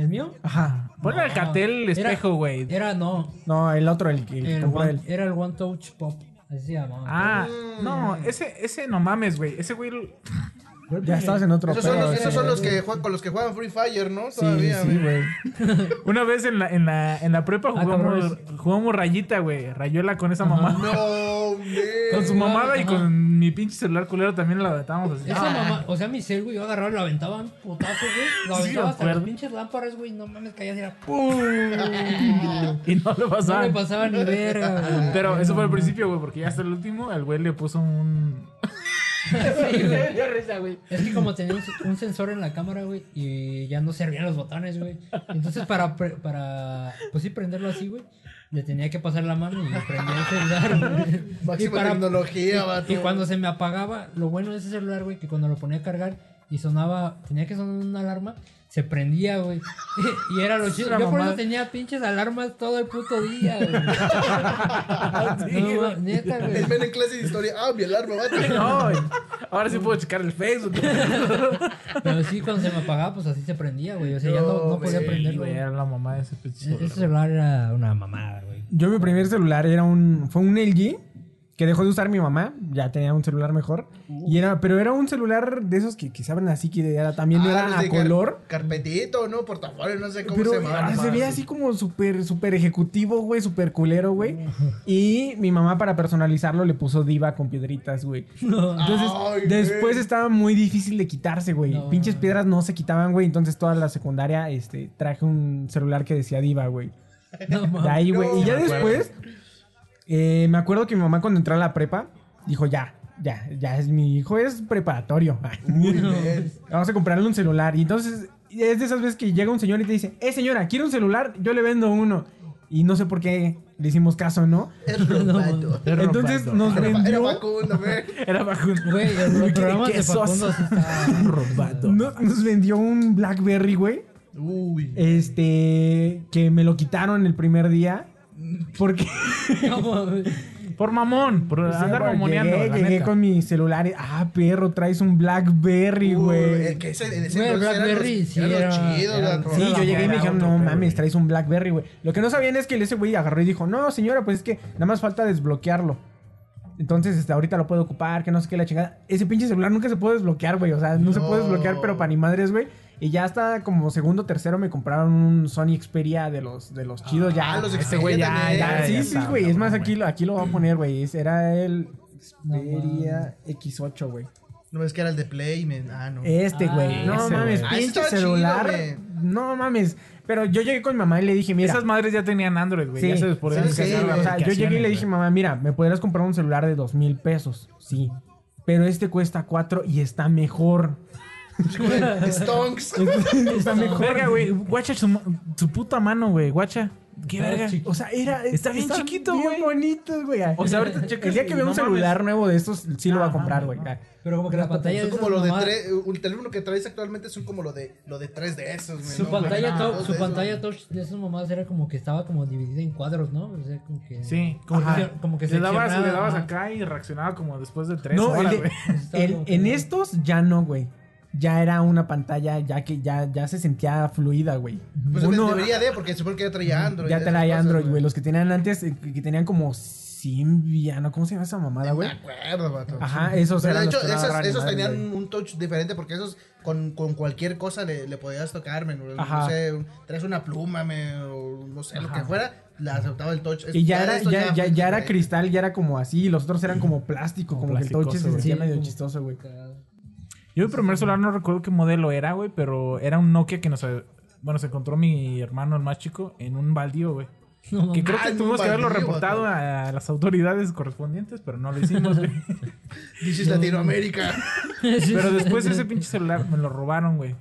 Speaker 9: ¿El mío?
Speaker 6: Ajá.
Speaker 7: Ponle
Speaker 9: No.
Speaker 7: Alcatel
Speaker 9: Era-
Speaker 7: espejo, güey.
Speaker 9: Era, no.
Speaker 6: No, el otro, el que
Speaker 9: El
Speaker 6: te acuerdas
Speaker 9: one,
Speaker 6: del-
Speaker 9: era el One Touch Pop. Así se llamaba.
Speaker 7: Ah, no, ese, ese no mames, güey. Ese güey
Speaker 6: Ya estabas en otro
Speaker 5: Esos son,
Speaker 6: pedo,
Speaker 5: los, esos
Speaker 6: sí.
Speaker 5: son los que juegan, con los que juegan Free Fire, ¿no?
Speaker 6: Sí,
Speaker 5: Todavía,
Speaker 6: sí,
Speaker 5: güey.
Speaker 6: güey.
Speaker 7: Una vez en la, en la, en la prepa
Speaker 9: Ah,
Speaker 7: jugamos, jugamos rayita, güey. Rayuela con esa mamá.
Speaker 5: No, güey.
Speaker 7: Con su
Speaker 9: Ajá.
Speaker 7: mamada y con mi pinche celular culero también la aventábamos así.
Speaker 9: Esa mamá, o sea, mi cel, güey, yo agarraba y lo aventaba en putazo, güey. Lo
Speaker 7: Sí,
Speaker 9: aventaba
Speaker 7: me
Speaker 9: hasta las
Speaker 7: acuerdo.
Speaker 9: pinches lámparas, güey. No mames, caías y era ¡pum!
Speaker 7: Y no le
Speaker 9: No
Speaker 7: pasaba.
Speaker 9: le pasaba ni verga, güey.
Speaker 7: Pero eso fue al
Speaker 9: No,
Speaker 7: principio, güey, porque ya hasta el último, al güey le puso un.
Speaker 9: sí, güey.
Speaker 7: dio risa, güey.
Speaker 9: Es que como tenía un, un sensor en la cámara, güey, y ya no servían los botones, güey. Entonces para, pre- para pues sí, prenderlo así, güey, le tenía que pasar la mano y le prendía el celular, güey. Y,
Speaker 5: Máxima
Speaker 9: para-
Speaker 5: tecnología, vato.
Speaker 9: y cuando se me apagaba, lo bueno de ese celular, güey, que cuando lo ponía a cargar y sonaba, tenía que sonar una alarma, se prendía, güey. Y era lo chido.
Speaker 7: una
Speaker 9: Yo por eso
Speaker 7: mamada.
Speaker 9: tenía pinches alarmas todo el puto día, güey. No, neta, güey.
Speaker 5: Ah, El men en clase de historia. Ah, mi alarma, vato.
Speaker 7: No, güey. ahora sí puedo checar el Facebook.
Speaker 9: Pero sí, cuando se me apagaba, pues así se prendía, güey. O sea, ya no, no
Speaker 5: No,
Speaker 9: podía
Speaker 5: sí,
Speaker 7: Sí,
Speaker 9: prenderlo.
Speaker 7: güey,
Speaker 9: güey.
Speaker 7: era la mamá de ese pinche
Speaker 9: E- Ese
Speaker 7: celular.
Speaker 9: celular era una mamada, güey.
Speaker 6: Yo mi primer celular era un fue un LG que dejó de usar mi mamá, ya tenía un celular mejor y era pero era un celular de esos que, que se abren así que era también
Speaker 5: Ah, los
Speaker 6: era a
Speaker 5: de car-
Speaker 6: color.
Speaker 5: Carpetito, ¿no? Portafolio, no sé cómo
Speaker 6: Pero
Speaker 5: se llama.
Speaker 6: ah, se veía así como súper, súper ejecutivo, güey, súper culero, güey. Y mi mamá para personalizarlo le puso diva con piedritas, güey. Entonces,
Speaker 5: Ay,
Speaker 6: después
Speaker 5: güey.
Speaker 6: estaba muy difícil de quitarse, güey.
Speaker 9: No,
Speaker 6: Pinches
Speaker 9: no.
Speaker 6: piedras no se quitaban, güey. Entonces toda la secundaria este, traje un celular que decía diva, güey.
Speaker 9: No
Speaker 6: De
Speaker 9: mames.
Speaker 6: ahí, güey. y ya
Speaker 5: No, me acuerdo.
Speaker 6: después, eh, me acuerdo que mi mamá cuando entró a la prepa, dijo, ya, ya, ya es mi hijo, es preparatorio. Vamos a comprarle un celular. Y entonces, es de esas veces que llega un señor y te dice, eh, señora, quiero un celular, yo le vendo uno. Y no sé por qué le hicimos caso, ¿no?
Speaker 5: Es robando.
Speaker 7: Era
Speaker 6: Entonces
Speaker 7: robando.
Speaker 6: nos
Speaker 5: Era, era
Speaker 6: vendió...
Speaker 5: Facundo, güey.
Speaker 7: Era Facundo.
Speaker 9: Güey, el- los
Speaker 7: Qué
Speaker 9: programas de
Speaker 7: quesos.
Speaker 9: Facundo sí estaban-
Speaker 7: Robando.
Speaker 6: no- nos vendió un Blackberry, güey.
Speaker 5: Uy.
Speaker 6: Este, que me lo quitaron el primer día.
Speaker 7: ¿Por qué? por mamón, por
Speaker 6: O sea,
Speaker 7: andar
Speaker 6: bro,
Speaker 7: mamoneando.
Speaker 6: Llegué,
Speaker 7: la
Speaker 6: llegué
Speaker 7: neta.
Speaker 6: con mi celular. y, Ah, perro, traes un Blackberry, güey.
Speaker 7: eh,
Speaker 5: el que ese- en ese
Speaker 6: Güey,
Speaker 5: entonces eran los- eran los chidos,
Speaker 6: era-
Speaker 5: la-
Speaker 6: Sí, yo llegué y me
Speaker 5: era
Speaker 6: dijeron,
Speaker 5: otro
Speaker 6: no
Speaker 5: pedo".
Speaker 6: mames, traes un Blackberry, güey. Lo que no sabían es que ese güey agarró y dijo, no, señora, pues es que nada más falta desbloquearlo. Entonces, este, ahorita lo puedo ocupar, que no sé qué, la chingada. Ese pinche celular nunca se puede desbloquear, güey. O sea, no, se puede desbloquear, pero para ni madres, güey. Y ya hasta como segundo tercero me compraron un Sony Xperia de los, de los chidos. ya,
Speaker 5: Ah, los
Speaker 6: Este
Speaker 5: Xperia
Speaker 6: güey ya,
Speaker 5: también.
Speaker 6: ya,
Speaker 5: Ya
Speaker 6: Sí, sí,
Speaker 5: está,
Speaker 6: güey. Es más, aquí lo, aquí lo voy a poner, güey. Es- Era el Xperia X8, güey.
Speaker 5: No, es que era el de Play, men. Ah, no.
Speaker 9: Eh,
Speaker 6: Este, güey. no mames,
Speaker 5: Ah, ese
Speaker 6: pinche
Speaker 5: estaba chido,
Speaker 6: celular.
Speaker 5: men.
Speaker 6: no mames. Pero yo llegué con mi mamá y le dije, mira.
Speaker 7: Esas madres ya tenían Android, güey. Ya se les podían
Speaker 6: sí,
Speaker 7: descargar
Speaker 6: güey.
Speaker 7: las
Speaker 6: O sea, yo llegué y le dije, mamá, mira, me podrías comprar un celular de dos mil pesos. Sí. Pero este cuesta cuatro y está mejor.
Speaker 5: Stonks.
Speaker 7: Está mejor. Verga, güey. Guacha su, ma- su puta mano, güey. Guacha. Qué
Speaker 6: Estaba
Speaker 7: verga.
Speaker 6: chiquito.
Speaker 7: O sea, era. Está bien chiquito,
Speaker 6: bien
Speaker 7: güey.
Speaker 6: bonitos, güey.
Speaker 7: O sea, ahorita checas
Speaker 6: El día que
Speaker 7: y
Speaker 6: vea
Speaker 7: no
Speaker 6: un
Speaker 7: mames.
Speaker 6: celular nuevo de estos, sí lo va a comprar, güey.
Speaker 9: Pero como que la pantalla
Speaker 5: Son
Speaker 9: de
Speaker 5: como
Speaker 9: esas
Speaker 5: lo de
Speaker 9: mamadas-
Speaker 5: tres, el teléfono que traes actualmente son como lo de lo de tres de esos, men,
Speaker 9: Su
Speaker 5: no,
Speaker 9: pantalla,
Speaker 5: mames,
Speaker 9: touch-
Speaker 5: dos
Speaker 9: su
Speaker 5: de esos.
Speaker 9: pantalla touch de esas mamás era como que estaba como dividida en cuadros, ¿no? O sea, como que.
Speaker 7: Sí, como
Speaker 9: Ajá.
Speaker 7: que,
Speaker 9: como que
Speaker 7: le dabas,
Speaker 9: seccionaba,
Speaker 7: le dabas
Speaker 9: ajá.
Speaker 7: acá y reaccionaba como después de tres
Speaker 6: No,
Speaker 7: horas,
Speaker 6: el de-
Speaker 7: güey.
Speaker 6: el- en estos ya no, güey. Ya era una pantalla, ya que ya, ya se sentía fluida, güey.
Speaker 5: Pues
Speaker 6: Uno-
Speaker 5: debería de, porque supongo que ya traía Android.
Speaker 6: Ya
Speaker 5: esas
Speaker 6: traía
Speaker 5: cosas,
Speaker 6: Android, güey. Los que tenían antes, eh, que que tenían como Symbian, ¿no? ¿cómo se llama esa mamada, güey?
Speaker 5: Me acuerdo, vato.
Speaker 6: Ajá, esos
Speaker 5: Pero
Speaker 6: eran
Speaker 5: De
Speaker 6: los
Speaker 5: hecho,
Speaker 6: que no
Speaker 5: esos,
Speaker 6: agarraban
Speaker 5: esos
Speaker 6: madre,
Speaker 5: tenían
Speaker 6: güey.
Speaker 5: un touch diferente porque esos con, con cualquier cosa le, le podías tocar, men.
Speaker 6: Ajá.
Speaker 5: No sé, un- traes una pluma, men, o no sé, lo
Speaker 6: Ajá.
Speaker 5: que fuera, la aceptaba el touch. Es-
Speaker 6: Y ya, era,
Speaker 5: esto
Speaker 6: ya, ya,
Speaker 5: fue
Speaker 6: ya era
Speaker 5: diferente.
Speaker 6: cristal, ya era como así. Y los otros eran como plástico, como, que el touch se
Speaker 7: plasticoso,
Speaker 6: sentía
Speaker 7: güey.
Speaker 6: medio chistoso, güey.
Speaker 7: Yo el primer celular no recuerdo qué modelo era, güey, pero era un Nokia que nos... eh, Bueno, se encontró mi hermano, el más chico, en un baldío, güey.
Speaker 9: No,
Speaker 7: que creo que
Speaker 5: mames. Ah, en un
Speaker 7: tuvimos que haberlo
Speaker 5: baldío,
Speaker 7: reportado a las autoridades correspondientes, pero no lo hicimos, güey.
Speaker 5: This is Latinoamérica.
Speaker 7: pero después ese pinche celular me lo robaron, güey.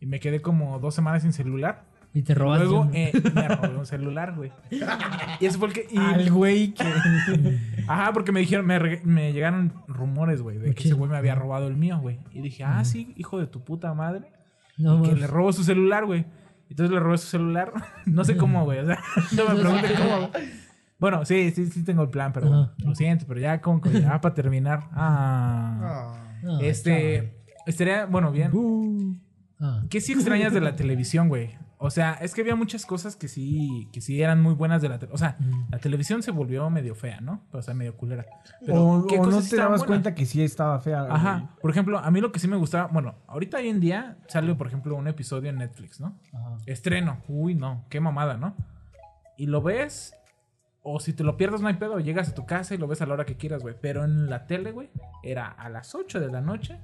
Speaker 7: Y me quedé como dos semanas sin celular.
Speaker 9: Y te robaste.
Speaker 7: Luego
Speaker 9: un-
Speaker 7: eh, me robé un celular, güey. Y eso fue el que... y-
Speaker 6: Al güey que.
Speaker 7: Ajá, porque me dijeron, me, re- me llegaron rumores, güey, de que ese güey me había robado el mío, güey. Y dije, ah, sí, hijo de tu puta madre.
Speaker 9: No,
Speaker 7: y que
Speaker 9: mames.
Speaker 6: Pues.
Speaker 7: le robó su celular, güey. Entonces le robé su celular. no sé cómo, güey. O sea, no me pregunten cómo. güey. Bueno, sí, sí, sí tengo el plan, pero
Speaker 9: Ajá.
Speaker 7: lo siento, pero ya como que ya para terminar. Ah.
Speaker 9: No,
Speaker 6: Ah,
Speaker 7: este. Estaría, bueno, bien.
Speaker 9: Ah.
Speaker 7: ¿Qué sí extrañas de la televisión, güey? O sea, es que había muchas cosas que sí, que sí eran muy buenas de la televisión. O sea,
Speaker 6: Mm.
Speaker 7: la televisión se volvió medio fea, ¿no? O sea, medio culera. Pero,
Speaker 6: o
Speaker 7: ¿qué
Speaker 6: o no
Speaker 7: cosas
Speaker 6: te
Speaker 7: estaban
Speaker 6: dabas
Speaker 7: buenas?
Speaker 6: cuenta que sí estaba fea. güey.
Speaker 7: Ajá. Por ejemplo, a mí lo que sí me gustaba, bueno, ahorita hoy en día sale, por ejemplo, un episodio en Netflix, ¿no?
Speaker 9: Ah,
Speaker 7: Estreno. Uy, no, qué mamada, ¿no? Y lo ves, o si te lo pierdes, no hay pedo, llegas a tu casa y lo ves a la hora que quieras, güey. Pero en la tele, güey, era a las 8 de la noche,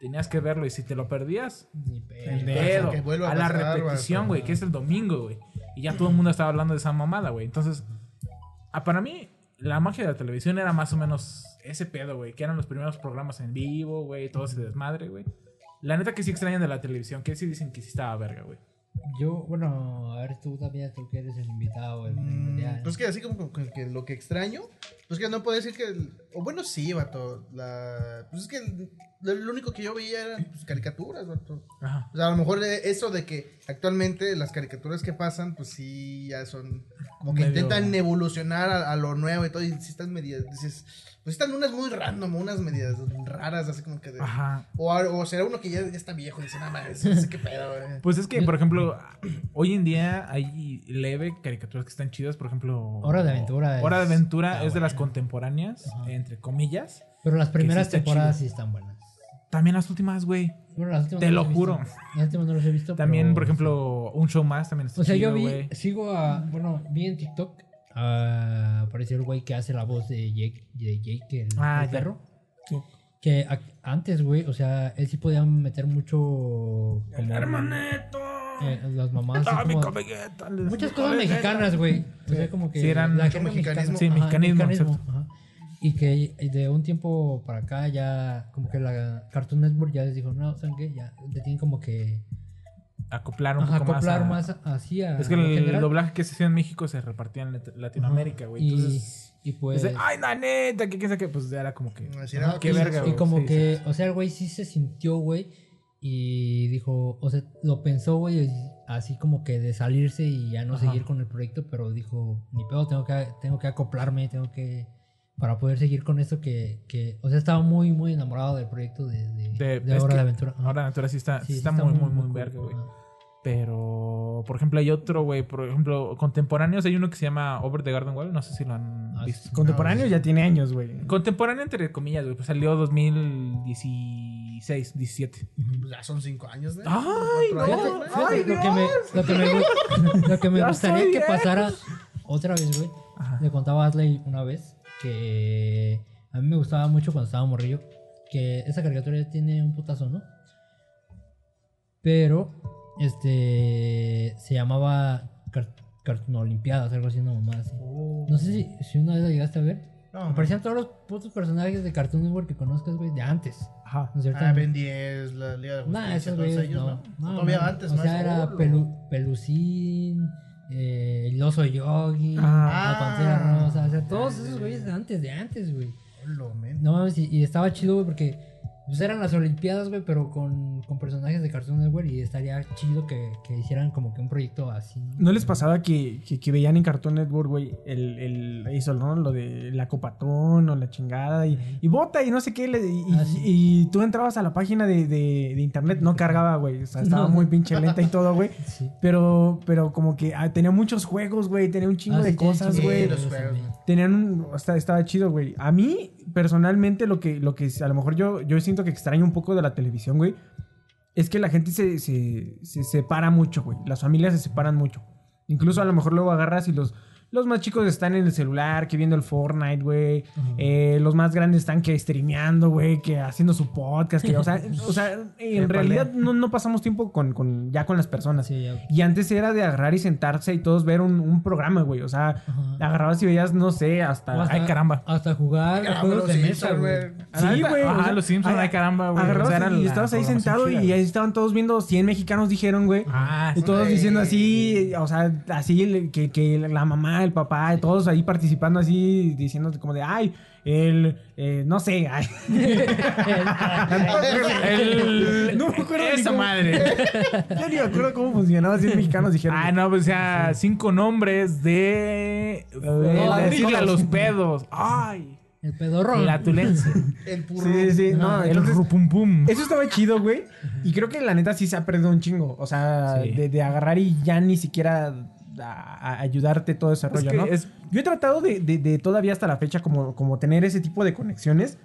Speaker 7: tenías que verlo y si te lo perdías,
Speaker 9: Ni
Speaker 7: el
Speaker 9: pedo.
Speaker 7: pedo,
Speaker 5: que vuelva a
Speaker 7: a, la
Speaker 5: pasar,
Speaker 7: repetición,
Speaker 5: vato.
Speaker 7: güey, que es el domingo, güey. Y ya todo el mundo estaba hablando de esa mamada, güey. Entonces, ah, para mí, la magia de la televisión era más o menos ese pedo, güey. Que eran los primeros programas en vivo, güey, todo ese desmadre, güey. La neta que sí extrañan de la televisión, que sí dicen que sí estaba verga, güey.
Speaker 9: Yo, bueno, a ver, tú también, tú que eres el invitado, el
Speaker 5: Mm,
Speaker 9: ya.
Speaker 5: Pues que así como como que, que lo que extraño, pues que no puedo decir que. el- o bueno, sí, vato. La, pues es que el- lo, lo único que yo veía eran pues, caricaturas, vato.
Speaker 7: Ajá.
Speaker 5: O sea, a lo mejor eh, eso de que actualmente las caricaturas que pasan, pues sí, ya son como que
Speaker 7: Medio-
Speaker 5: intentan evolucionar a, a lo nuevo y todo. Y si están medias, dices, pues están unas muy random, unas medias raras, así como que de.
Speaker 7: Ajá.
Speaker 5: O, a- o será uno que ya, ya está viejo y dice, nada más, no sé qué pedo, güey".
Speaker 7: Pues es que, por ejemplo, hoy en día hay leve caricaturas que están chidas, por ejemplo...
Speaker 9: Hora de Aventura
Speaker 7: Hora de
Speaker 9: es-
Speaker 7: Aventura
Speaker 9: está
Speaker 7: es de
Speaker 9: buena.
Speaker 7: las contemporáneas, entre comillas.
Speaker 9: Pero las
Speaker 7: que
Speaker 9: primeras
Speaker 7: sí está
Speaker 9: temporadas
Speaker 7: chido.
Speaker 9: sí están buenas.
Speaker 7: También las últimas, güey.
Speaker 9: Bueno, las últimas
Speaker 7: Te
Speaker 9: no
Speaker 7: lo
Speaker 9: las he
Speaker 7: juro.
Speaker 9: visto. Las últimas no las he visto.
Speaker 7: También,
Speaker 9: pero-
Speaker 7: por ejemplo, un show más también está
Speaker 9: O sea,
Speaker 7: chido,
Speaker 9: yo vi,
Speaker 7: güey.
Speaker 9: sigo a. Bueno, vi en TikTok. ah, apareció el güey que hace la voz de Jake, de Jake el,
Speaker 7: Ah,
Speaker 9: el
Speaker 7: ya.
Speaker 9: perro.
Speaker 7: Sí.
Speaker 9: Que a- antes, güey, o sea, él sí podía meter mucho. como-
Speaker 7: Hermanito.
Speaker 9: eh, las mamás. así
Speaker 7: Dame
Speaker 9: como-
Speaker 7: ah, comigueta, les-
Speaker 9: muchas cosas mexicanas, güey. O sea, como que.
Speaker 7: Sí, eran
Speaker 9: la
Speaker 7: mucho
Speaker 9: jerga
Speaker 7: mexicanismo.
Speaker 9: mexicana.
Speaker 7: Sí, mexicanismo,
Speaker 9: ajá. Y que de un tiempo para acá ya, como que la Cartoon Network ya les dijo, no, ¿saben qué? Ya te tienen como que
Speaker 7: Acoplar un
Speaker 9: ajá,
Speaker 7: poco más.
Speaker 9: acoplar
Speaker 7: a-
Speaker 9: más, así a.
Speaker 7: Es que
Speaker 9: en
Speaker 7: el
Speaker 9: general.
Speaker 7: doblaje que se hacía en México se repartía en Lat- Latinoamérica, güey.
Speaker 9: Y-
Speaker 7: Entonces.
Speaker 9: Y pues.
Speaker 7: es de, Ay, la neta, que qué que pues ya era como que.
Speaker 5: Así era,
Speaker 9: Ajá,
Speaker 7: Qué
Speaker 9: y,
Speaker 7: verga,
Speaker 9: y
Speaker 7: güey,
Speaker 9: como
Speaker 7: sí,
Speaker 9: que, o sea, el güey sí se sintió, güey. Y dijo, o sea, lo pensó, güey. y así como que de salirse y ya no
Speaker 7: Ajá.
Speaker 9: seguir con el proyecto, pero dijo, ni pedo, tengo que, tengo que acoplarme, tengo que... Para poder seguir con esto que, que... O sea, estaba muy, muy enamorado del proyecto de, de,
Speaker 7: De,
Speaker 9: de
Speaker 7: es
Speaker 9: Hora
Speaker 7: que
Speaker 9: de Aventura. Ajá.
Speaker 7: Hora de Aventura sí está, sí
Speaker 9: Sí, sí
Speaker 7: está,
Speaker 9: está
Speaker 7: muy,
Speaker 9: muy,
Speaker 7: muy, muy,
Speaker 9: muy
Speaker 7: verga,
Speaker 9: cool,
Speaker 7: güey. Pero, por ejemplo, hay otro, güey. Por ejemplo, contemporáneos. Hay uno que se llama Over the Garden Wall. No sé si lo han visto.
Speaker 6: Contemporáneo ya tiene años, güey.
Speaker 7: Contemporáneo, entre comillas, güey. Pues salió 2016, 17.
Speaker 5: Pues ya son cinco años, ¿no?
Speaker 7: ¡Ay,
Speaker 5: Cuatro años,
Speaker 9: Fíjate,
Speaker 5: güey.
Speaker 9: fíjate, lo, que me, lo que me gu- lo que me
Speaker 5: Ya
Speaker 9: gustaría
Speaker 5: soy
Speaker 9: que
Speaker 5: viejo.
Speaker 9: pasara otra vez, güey. Le contaba a Atley una vez que a mí me gustaba mucho cuando estaba morrillo. Que esa caricatura ya tiene un putazo, ¿no? Pero, este. Se llamaba Car- Cartoon Olimpiadas, algo así, una mamada así. No sé si, si una vez la llegaste a ver.
Speaker 5: Oh. No,
Speaker 9: Aparecían todos los putos personajes de Cartoon Network que conozcas, güey, de antes.
Speaker 7: Ajá.
Speaker 9: ¿No es cierto?
Speaker 5: Ah, Ben 10, la Liga
Speaker 9: Nah,
Speaker 5: de Justicia,
Speaker 9: esos
Speaker 5: todos
Speaker 9: güeyes
Speaker 5: ellos,
Speaker 9: no.
Speaker 5: ¿no?
Speaker 9: No,
Speaker 5: Todavía
Speaker 9: no.
Speaker 5: antes,
Speaker 9: O
Speaker 5: más.
Speaker 9: sea, era
Speaker 5: solo.
Speaker 9: Pelu- Pelucín, eh, el oso yogi, la pantera rosa. O sea, todos esos güeyes de antes, de antes, güey.
Speaker 5: Hola, men.
Speaker 9: No mames, y, y estaba chido, güey, porque pues, eran las Olimpiadas, güey, pero con, con personajes de Cartoon Network y estaría chido que, que hicieran como que un proyecto así, ¿no?
Speaker 6: ¿No les pasaba que, que, que veían en Cartoon Network, güey, el, el, eso, ¿no? Lo de la copatón o la chingada y, y bota y no sé qué. le- y,
Speaker 9: Ah,
Speaker 6: y- y tú entrabas a la página de, de- de internet, no cargaba, güey. O sea, estaba
Speaker 9: No.
Speaker 6: muy pinche lenta y todo, güey.
Speaker 9: Sí.
Speaker 6: Pero, pero como que ah, tenía muchos juegos, güey. Tenía un chingo
Speaker 9: Ah,
Speaker 6: de
Speaker 9: sí, tiene un
Speaker 6: cosas,
Speaker 9: chingo de
Speaker 6: güey.
Speaker 9: juegos también.
Speaker 6: Tenían un. o sea, estaba chido, güey. A mí, personalmente, lo que, lo que a lo mejor yo, yo siento que extraño un poco de la televisión, güey. Es que la gente se, se, se separa mucho, güey. Las familias se separan mucho. Incluso a lo mejor luego agarras y los, los más chicos están en el celular, que viendo el Fortnite, güey. Eh, los más grandes están que streameando, güey, que haciendo su podcast. Que, o sea, o sea en
Speaker 7: Épale.
Speaker 6: realidad no, no pasamos tiempo con, con- ya con las personas. Y antes era de agarrar y sentarse y todos ver un, un programa, güey. O sea, agarrabas y veías, no sé, hasta...
Speaker 7: O hasta- Ay, caramba.
Speaker 9: Hasta jugar
Speaker 7: Caramba,
Speaker 9: juegos
Speaker 7: los
Speaker 9: de mesa,
Speaker 7: Simpsons,
Speaker 9: güey.
Speaker 7: güey. Sí, güey, o sea, ay, agarrabas
Speaker 6: Agarrabas
Speaker 7: y
Speaker 6: y estabas
Speaker 7: estabas ahí
Speaker 6: ahí sentado y ahí estaban todos viendo 100 mexicanos dijeron, güey.
Speaker 9: Ah,
Speaker 6: y todos diciendo así, o sea, así el- que, que la mamá, el papá, todos ahí participando así, diciendo como de, ay, el, eh, no sé, ay.
Speaker 7: El-
Speaker 6: no me acuerdo. ni
Speaker 7: esa
Speaker 6: cómo-
Speaker 7: madre.
Speaker 6: Ya ni me acuerdo cómo funcionaba, 100 mexicanos dijeron.
Speaker 7: Ah, no, pues ya cinco nombres de.
Speaker 6: no,
Speaker 7: de decirle
Speaker 6: pedos.
Speaker 7: a los pedos. Ay.
Speaker 9: El pedorro.
Speaker 7: La tulencia.
Speaker 5: El purro.
Speaker 6: Sí, sí, sí. No,
Speaker 7: Ah, el
Speaker 6: entonces,
Speaker 7: rupum pum.
Speaker 6: Eso estaba chido, güey. Y creo que la neta sí se ha perdido un chingo. O sea,
Speaker 7: Sí.
Speaker 6: de, de agarrar y ya ni siquiera a- a ayudarte todo ese
Speaker 7: Es
Speaker 6: rollo,
Speaker 7: que
Speaker 6: ¿no?
Speaker 7: es-
Speaker 6: Yo he tratado de, de- de todavía hasta la fecha como, como tener ese tipo de conexiones.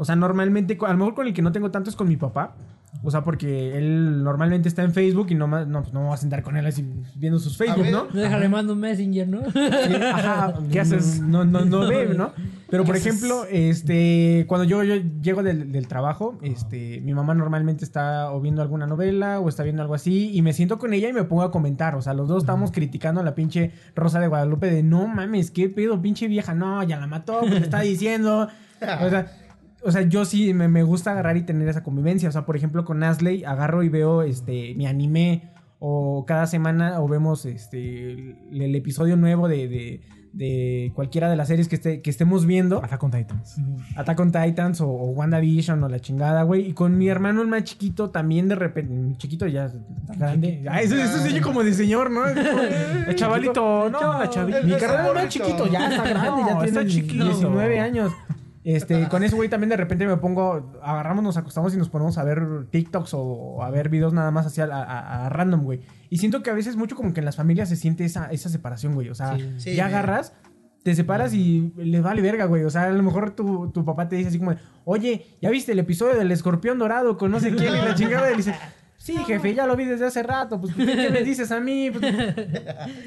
Speaker 6: O sea, normalmente, co- a lo mejor con el que no tengo tanto es con mi papá. O sea, porque él normalmente está en Facebook y no, ma- no, pues no me voy a sentar con él así viendo sus Facebook, ¿no?
Speaker 9: Déjale, mando un messenger, ¿no?
Speaker 6: Ajá, ¿qué haces? No, no, no ve, ¿no? Pero por
Speaker 9: ¿Qué haces?
Speaker 6: ejemplo, este, cuando yo, yo llego del, del trabajo, este, mi mamá normalmente está o viendo alguna novela o está viendo algo así y me siento con ella y me pongo a comentar, o sea, los dos estamos criticando a la pinche Rosa de Guadalupe de, no mames, qué pedo, pinche vieja, no, ya la mató, pues te está diciendo, o sea... O sea, yo sí me, me gusta agarrar y tener esa convivencia. O sea, por ejemplo, con Asley agarro y veo este mi anime. O cada semana o vemos este el, el episodio nuevo de, de- de cualquiera de las series que, esté, que estemos viendo.
Speaker 7: Attack on Titans.
Speaker 6: Attack on Titans o, o WandaVision o la chingada, güey. Y con mi hermano el más chiquito también de repente. mi Chiquito ya está grande. Ah, eso, eso se oye como de señor, ¿no?
Speaker 7: El chavalito, no, el chavito.
Speaker 6: Mi carnal más chiquito ya está grande, ya
Speaker 7: No,
Speaker 6: tiene
Speaker 7: está chiquito.
Speaker 6: 19 años. Este, con ese güey también de repente me pongo, agarramos, nos acostamos y nos ponemos a ver TikToks o, o a ver videos nada más hacia a, a- a random, güey. Y siento que a veces mucho como que en las familias se siente esa, esa separación, güey. O sea,
Speaker 7: Sí.
Speaker 6: ya
Speaker 7: Sí.
Speaker 6: agarras, te separas y les vale verga, güey. O sea, a lo mejor tu, tu papá te dice así como, de, oye, ¿ya viste el episodio del escorpión dorado con no sé quién y la chingada? Y le dice, sí, jefe, ya lo vi desde hace rato, pues, ¿qué me dices a mí? Pues,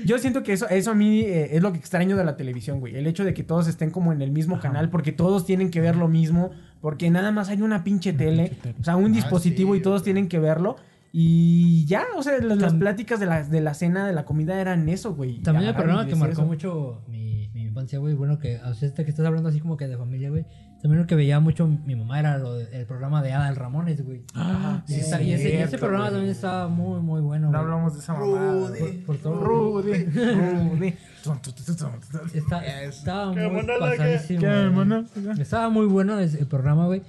Speaker 6: yo siento que eso, eso a mí eh, es lo que extraño de la televisión, güey. El hecho de que todos estén como en el mismo canal, porque todos tienen que ver lo mismo, porque nada más hay una pinche tele, o sea, un dispositivo y todos tienen que verlo. Y ya, o sea, las, las pláticas de la, de la cena, de la comida eran eso, güey.
Speaker 9: También el
Speaker 6: Agarrar y
Speaker 9: programa que
Speaker 6: decir
Speaker 9: marcó
Speaker 6: eso.
Speaker 9: mucho mi, mi infancia, güey. Bueno, que o sea, ahorita que estás hablando así como que de familia, güey. También lo que veía mucho mi mamá era lo de- el programa de Adal Ramones, güey.
Speaker 7: Ah, sí,
Speaker 9: Y
Speaker 7: es
Speaker 9: esa- y, ese, y ese
Speaker 7: cierto,
Speaker 9: programa
Speaker 7: güey.
Speaker 9: también estaba muy, muy
Speaker 7: No
Speaker 9: bueno. güey.
Speaker 7: hablamos de esa mamada.
Speaker 9: Por- por todo-
Speaker 7: Rudy, Rudy.
Speaker 9: Está- estaba
Speaker 7: Qué
Speaker 9: muy
Speaker 7: monólogo.
Speaker 9: pasadísimo,
Speaker 7: Qué
Speaker 9: güey.
Speaker 7: monólogo.
Speaker 9: Estaba muy bueno ese- el programa, güey.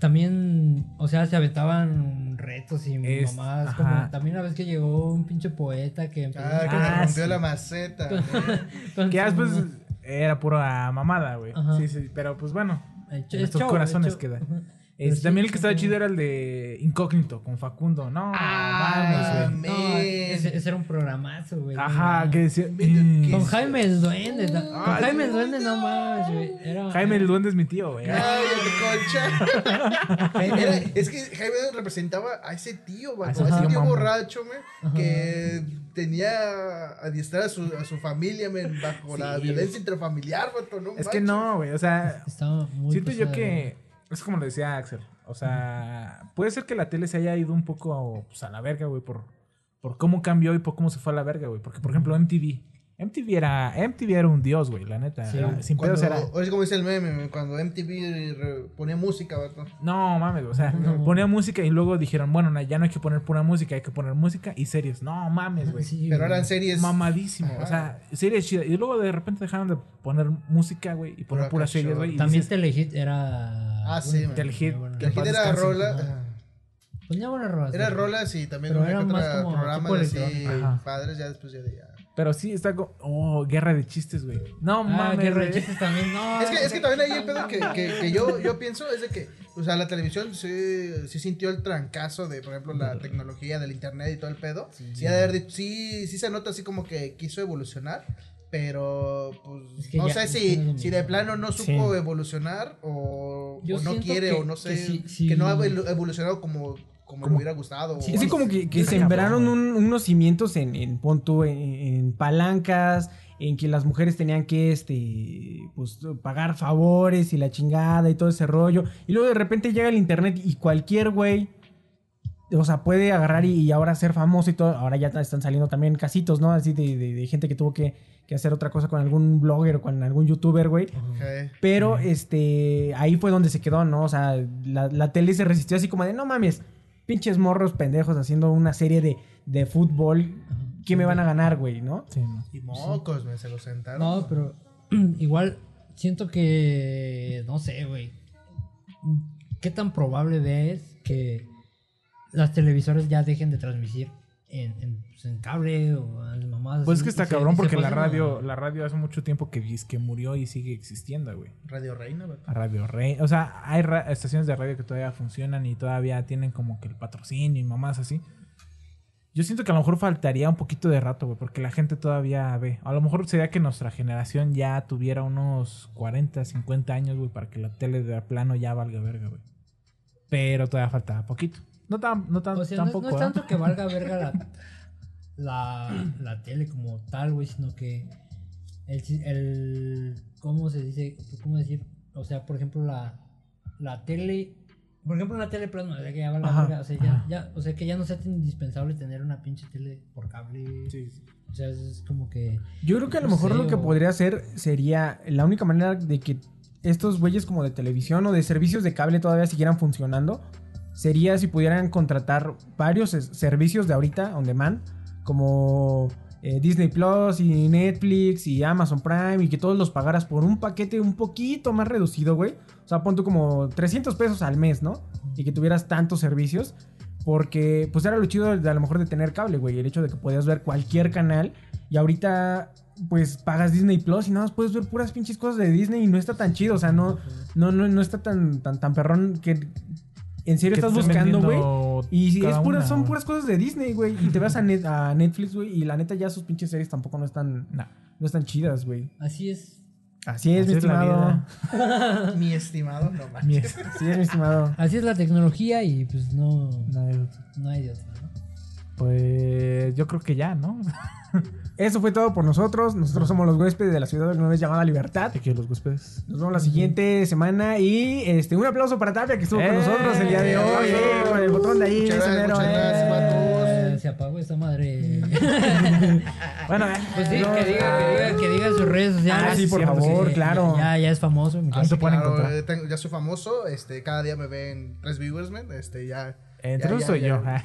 Speaker 9: También, o sea, se aventaban retos y
Speaker 5: Es-
Speaker 9: mamás.
Speaker 5: ajá.
Speaker 9: Como también la vez que llegó un pinche poeta que empezó
Speaker 5: Ah, que le rompió la maceta.
Speaker 9: Con
Speaker 7: que ya
Speaker 9: su
Speaker 7: después
Speaker 9: mamá.
Speaker 7: era pura mamada, güey. Sí, sí, pero pues bueno.
Speaker 9: El cho-
Speaker 7: En
Speaker 9: el
Speaker 7: nuestros
Speaker 9: show,
Speaker 7: corazones
Speaker 9: el show.
Speaker 7: queda.
Speaker 9: Ajá.
Speaker 7: Este,
Speaker 9: Pero sí,
Speaker 7: también el que
Speaker 9: sí,
Speaker 7: estaba
Speaker 9: sí.
Speaker 7: chido era el de Incógnito con Facundo. No, mames, güey.
Speaker 9: No, ese, ese era un programazo, Ah, güey.
Speaker 7: Ajá,
Speaker 9: Era-
Speaker 7: que decía. "Mm,
Speaker 9: Con Jaime el Duende. ta- Con Jaime el Duende, no mames, güey. Era-
Speaker 7: Jaime el Duende es mi tío, güey.
Speaker 9: Ah.
Speaker 5: Cállate, concha. Era- es que Jaime representaba a ese tío, vato, a
Speaker 7: Ajá.
Speaker 5: ese tío
Speaker 7: Mamá.
Speaker 5: borracho, men, que tenía adiestrar a su, a su familia, men, bajo la
Speaker 7: Sí.
Speaker 5: violencia intrafamiliar, vato, ¿no?
Speaker 7: Es que
Speaker 5: manches.
Speaker 7: no, güey. O sea,
Speaker 9: muy
Speaker 7: siento yo
Speaker 9: pesada,
Speaker 7: que. Es como lo decía Axel. O sea, puede ser que la tele se haya ido un poco pues, a la verga, güey, por, por cómo cambió y por cómo se fue a la verga, güey. Porque, por ejemplo, MTV. MTV era, MTV era un dios, güey, la neta.
Speaker 5: Sí,
Speaker 7: Era- sin
Speaker 5: cuando-
Speaker 7: pedos era.
Speaker 5: o Es como dice el meme, men, cuando MTV re- ponía música, vato.
Speaker 7: No mames, o sea, ponía música y luego dijeron, bueno, na- ya no hay que poner pura música, hay que poner música y series. No
Speaker 9: Ah,
Speaker 7: mames, güey.
Speaker 5: Pero eran series-
Speaker 7: Mamadísimo,
Speaker 5: Ajá.
Speaker 7: o sea, series chidas. Y luego de repente dejaron de poner música, güey, y poner
Speaker 5: Pura
Speaker 7: puras
Speaker 5: canción.
Speaker 7: series, güey. y
Speaker 9: También
Speaker 7: dices,
Speaker 9: Telehit era.
Speaker 5: Ah, sí, man.
Speaker 7: Telehit.
Speaker 5: Que aquí era rola.
Speaker 9: Ponía pues buenas rolas.
Speaker 5: Era
Speaker 9: güey.
Speaker 5: rolas y también
Speaker 9: Pero
Speaker 5: una que
Speaker 9: era
Speaker 5: otra
Speaker 9: más como
Speaker 5: programas
Speaker 9: tipo
Speaker 5: así
Speaker 9: electrónica. Ajá.
Speaker 5: padres, ya después ya de ya.
Speaker 7: Pero sí, está como, oh, guerra de chistes, güey. No
Speaker 9: Ah,
Speaker 7: mames.
Speaker 9: guerra de
Speaker 7: güey.
Speaker 9: chistes también, no.
Speaker 5: Es que, es que también ahí el pedo que, que- que yo, yo pienso es de que, o sea, la televisión sí, sí sintió el trancazo de, por ejemplo, la tecnología del internet y todo el pedo. Sí, ha de haber dicho- sí, sí se nota así como que quiso evolucionar, pero pues
Speaker 9: Es que
Speaker 5: no
Speaker 9: ya-
Speaker 5: sé
Speaker 9: ya no
Speaker 5: si,
Speaker 9: es
Speaker 5: si
Speaker 9: lo
Speaker 5: de
Speaker 9: mismo.
Speaker 5: plano no supo evolucionar o,
Speaker 9: Yo
Speaker 5: o no
Speaker 9: siento
Speaker 5: quiere
Speaker 9: que-
Speaker 5: o no sé,
Speaker 9: que
Speaker 5: que,
Speaker 9: sí- sí.
Speaker 5: no ha evolu- evolucionado como, como, le hubiera gustado.
Speaker 6: Sí,
Speaker 5: o
Speaker 6: sí,
Speaker 5: algo
Speaker 6: como
Speaker 5: así.
Speaker 6: que, que sembraron un- unos cimientos en, en pon tú, en, en palancas, en que las mujeres tenían que este pues pagar favores y la chingada y todo ese rollo. Y luego de repente llega el internet y cualquier güey. O sea, puede agarrar y, y ahora ser famoso y todo. Ahora ya ta- están saliendo también casitos, ¿no? Así de, de- de gente que tuvo que, que hacer otra cosa con algún blogger o con algún youtuber, güey.
Speaker 5: Ok.
Speaker 6: Pero este ahí fue donde se quedó, ¿no? O sea, la, la tele se resistió así como de no mames, pinches morros pendejos haciendo una serie de, de fútbol. ¿Qué me van a ganar, güey? ¿No?
Speaker 7: Sí, no.
Speaker 5: Y mocos, me se lo sentaron.
Speaker 9: No, pero igual siento que. No sé, güey. ¿Qué tan probable ves que las televisoras ya dejen de transmitir en, en, pues, en cable o en mamadas?
Speaker 7: Pues es
Speaker 9: así,
Speaker 7: que
Speaker 9: y
Speaker 7: está
Speaker 9: se- y
Speaker 7: cabrón
Speaker 9: se
Speaker 7: porque la
Speaker 9: pasen a-
Speaker 7: radio, la radio hace mucho tiempo que, dis- que murió y sigue existiendo, güey.
Speaker 5: Radio Reina, vato.
Speaker 7: A Radio Rey. O sea, hay ra- estaciones de radio que todavía funcionan y todavía tienen como que el patrocinio y mamás así. Yo siento que a lo mejor faltaría un poquito de rato, güey, porque la gente todavía ve. A lo mejor sería que nuestra generación ya tuviera unos 40, 50 años, güey, para que la tele de plano ya valga verga, güey. Pero todavía faltaba poquito. No tan, no tan,
Speaker 9: O sea, Pues no es-
Speaker 7: tampoco.
Speaker 9: no, es
Speaker 7: ¿eh?
Speaker 9: tanto que valga verga la, la, la tele como tal, güey, sino que el, si- el- ¿Cómo se dice? Pues, ¿Cómo decir? O sea, por ejemplo, la, la tele... Por ejemplo, una tele plasma, o sea, que ya valga
Speaker 7: Ajá,
Speaker 9: verga, o sea, ya,
Speaker 7: ajá.
Speaker 9: ya- o sea, que ya no sea tan indispensable tener una pinche tele por cable. O sea, es, es como que...
Speaker 6: Yo creo que a lo
Speaker 9: no
Speaker 6: mejor
Speaker 9: sé,
Speaker 6: lo que
Speaker 9: o-
Speaker 6: podría hacer sería la única manera de que estos güeyes como de televisión o de servicios de cable todavía siguieran funcionando sería si pudieran contratar varios es- servicios de ahorita on demand como eh, Disney Plus y Netflix y Amazon Prime y que todos los pagaras por un paquete un poquito más reducido, güey. O sea, pon tú como 300 pesos al mes, ¿no? Y que tuvieras tantos servicios. Porque, pues era lo chido de a lo mejor de tener cable, güey. El hecho de que podías ver cualquier canal. Y ahorita, pues pagas Disney Plus y nada más puedes ver puras pinches cosas de Disney. Y no está tan chido. O sea, no, no, no, no está tan, tan, tan perrón que. En serio
Speaker 7: Que te
Speaker 6: estás
Speaker 7: estén
Speaker 6: buscando, güey.
Speaker 7: vendiendo
Speaker 6: Y si es
Speaker 7: cada
Speaker 6: pura,
Speaker 7: una,
Speaker 6: son
Speaker 7: güey.
Speaker 6: puras cosas de Disney, güey. Y te vas a, Net- a Netflix, güey. Y la neta, ya sus pinches series tampoco no están. No están chidas, güey.
Speaker 9: Así es.
Speaker 6: Así es, mi estimado.
Speaker 5: Mi estimado, no manches.
Speaker 6: Mi es- Así es, mi estimado.
Speaker 9: Así es la tecnología y pues no... No hay de otra, ¿no?
Speaker 7: Pues yo creo que ya, ¿no?
Speaker 6: Eso fue todo por nosotros. Nosotros somos los huéspedes de la ciudad del es llamada Libertad.
Speaker 7: Aquí los huéspedes.
Speaker 6: Nos vemos la siguiente semana y este un aplauso para Tapia que estuvo
Speaker 9: Eh,
Speaker 6: con nosotros el día de hoy. eh, con el botón de ahí.
Speaker 5: Muchas gracias,
Speaker 6: sonero,
Speaker 5: muchas
Speaker 6: eh.
Speaker 5: gracias,
Speaker 9: Eh, Se apagó esta madre.
Speaker 6: bueno,
Speaker 9: pues sí, que diga, que diga, que diga en sus redes sociales.
Speaker 6: Ah, sí, por
Speaker 9: Cierto,
Speaker 6: favor,
Speaker 9: sí,
Speaker 6: claro.
Speaker 9: Ya, ya es famoso.
Speaker 5: Ah,
Speaker 9: muchachos.
Speaker 5: sí, claro, eh, tengo- ya soy famoso, este, cada día me ven tres viewers, man, este, ya...
Speaker 7: Entre
Speaker 5: ya,
Speaker 7: ellos
Speaker 5: ya,
Speaker 7: soy
Speaker 5: ya.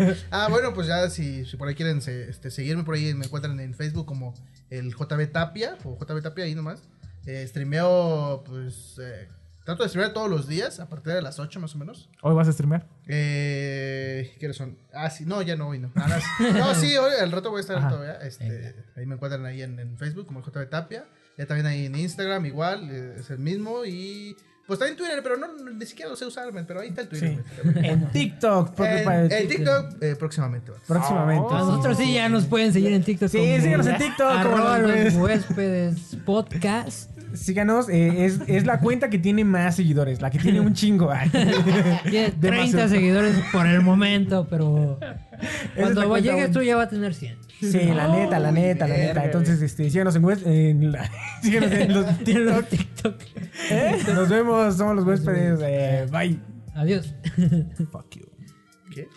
Speaker 7: yo.
Speaker 5: Ah, bueno, pues ya si, si por ahí quieren se- este, seguirme, por ahí me encuentran en Facebook como el JB Tapia, o JB Tapia ahí nomás. Eh, streameo, pues, eh, Trato de streamear todos los días, a partir de las 8 más o menos.
Speaker 7: ¿Hoy vas a streamear?
Speaker 5: Eh, ¿Qué horas son? Ah, sí, no, ya no, hoy no. Ah, no, sí. No, sí, hoy al rato voy a estar
Speaker 7: Ajá.
Speaker 5: todavía. Este, ahí me encuentran ahí en, en Facebook como el JB Tapia. Ya también ahí en Instagram, igual, eh, es el mismo. Y pues está en Twitter, pero no, no- ni siquiera lo sé usar, men, pero ahí está el Twitter. men.
Speaker 6: En TikTok. porque para
Speaker 5: En, en TikTok, eh, próximamente. va.
Speaker 6: Próximamente.
Speaker 9: A Ah, nosotros sí ya nos pueden seguir en TikTok.
Speaker 6: Oh, Sí,
Speaker 9: como
Speaker 6: síganos en TikTok, como
Speaker 9: arroba
Speaker 6: los
Speaker 9: los
Speaker 6: ves.
Speaker 9: huéspedes podcast.
Speaker 6: Síganos, eh, es, es la cuenta que tiene más seguidores, la que tiene un chingo. Ay.
Speaker 9: Tiene 30
Speaker 6: Demasiado.
Speaker 9: seguidores por el momento, pero
Speaker 6: es la
Speaker 9: cuando
Speaker 6: cuenta
Speaker 9: llegues
Speaker 6: buena.
Speaker 9: tú ya va a tener 100.
Speaker 6: Sí, la neta, la neta, la neta. Entonces, este, síganos en, West- en la- síganos en los TikTok. ¿Eh? Nos vemos, somos los huéspedes. eh, bye.
Speaker 9: Adiós.
Speaker 6: Fuck you.
Speaker 5: ¿Qué?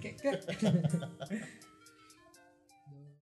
Speaker 9: ¿Qué?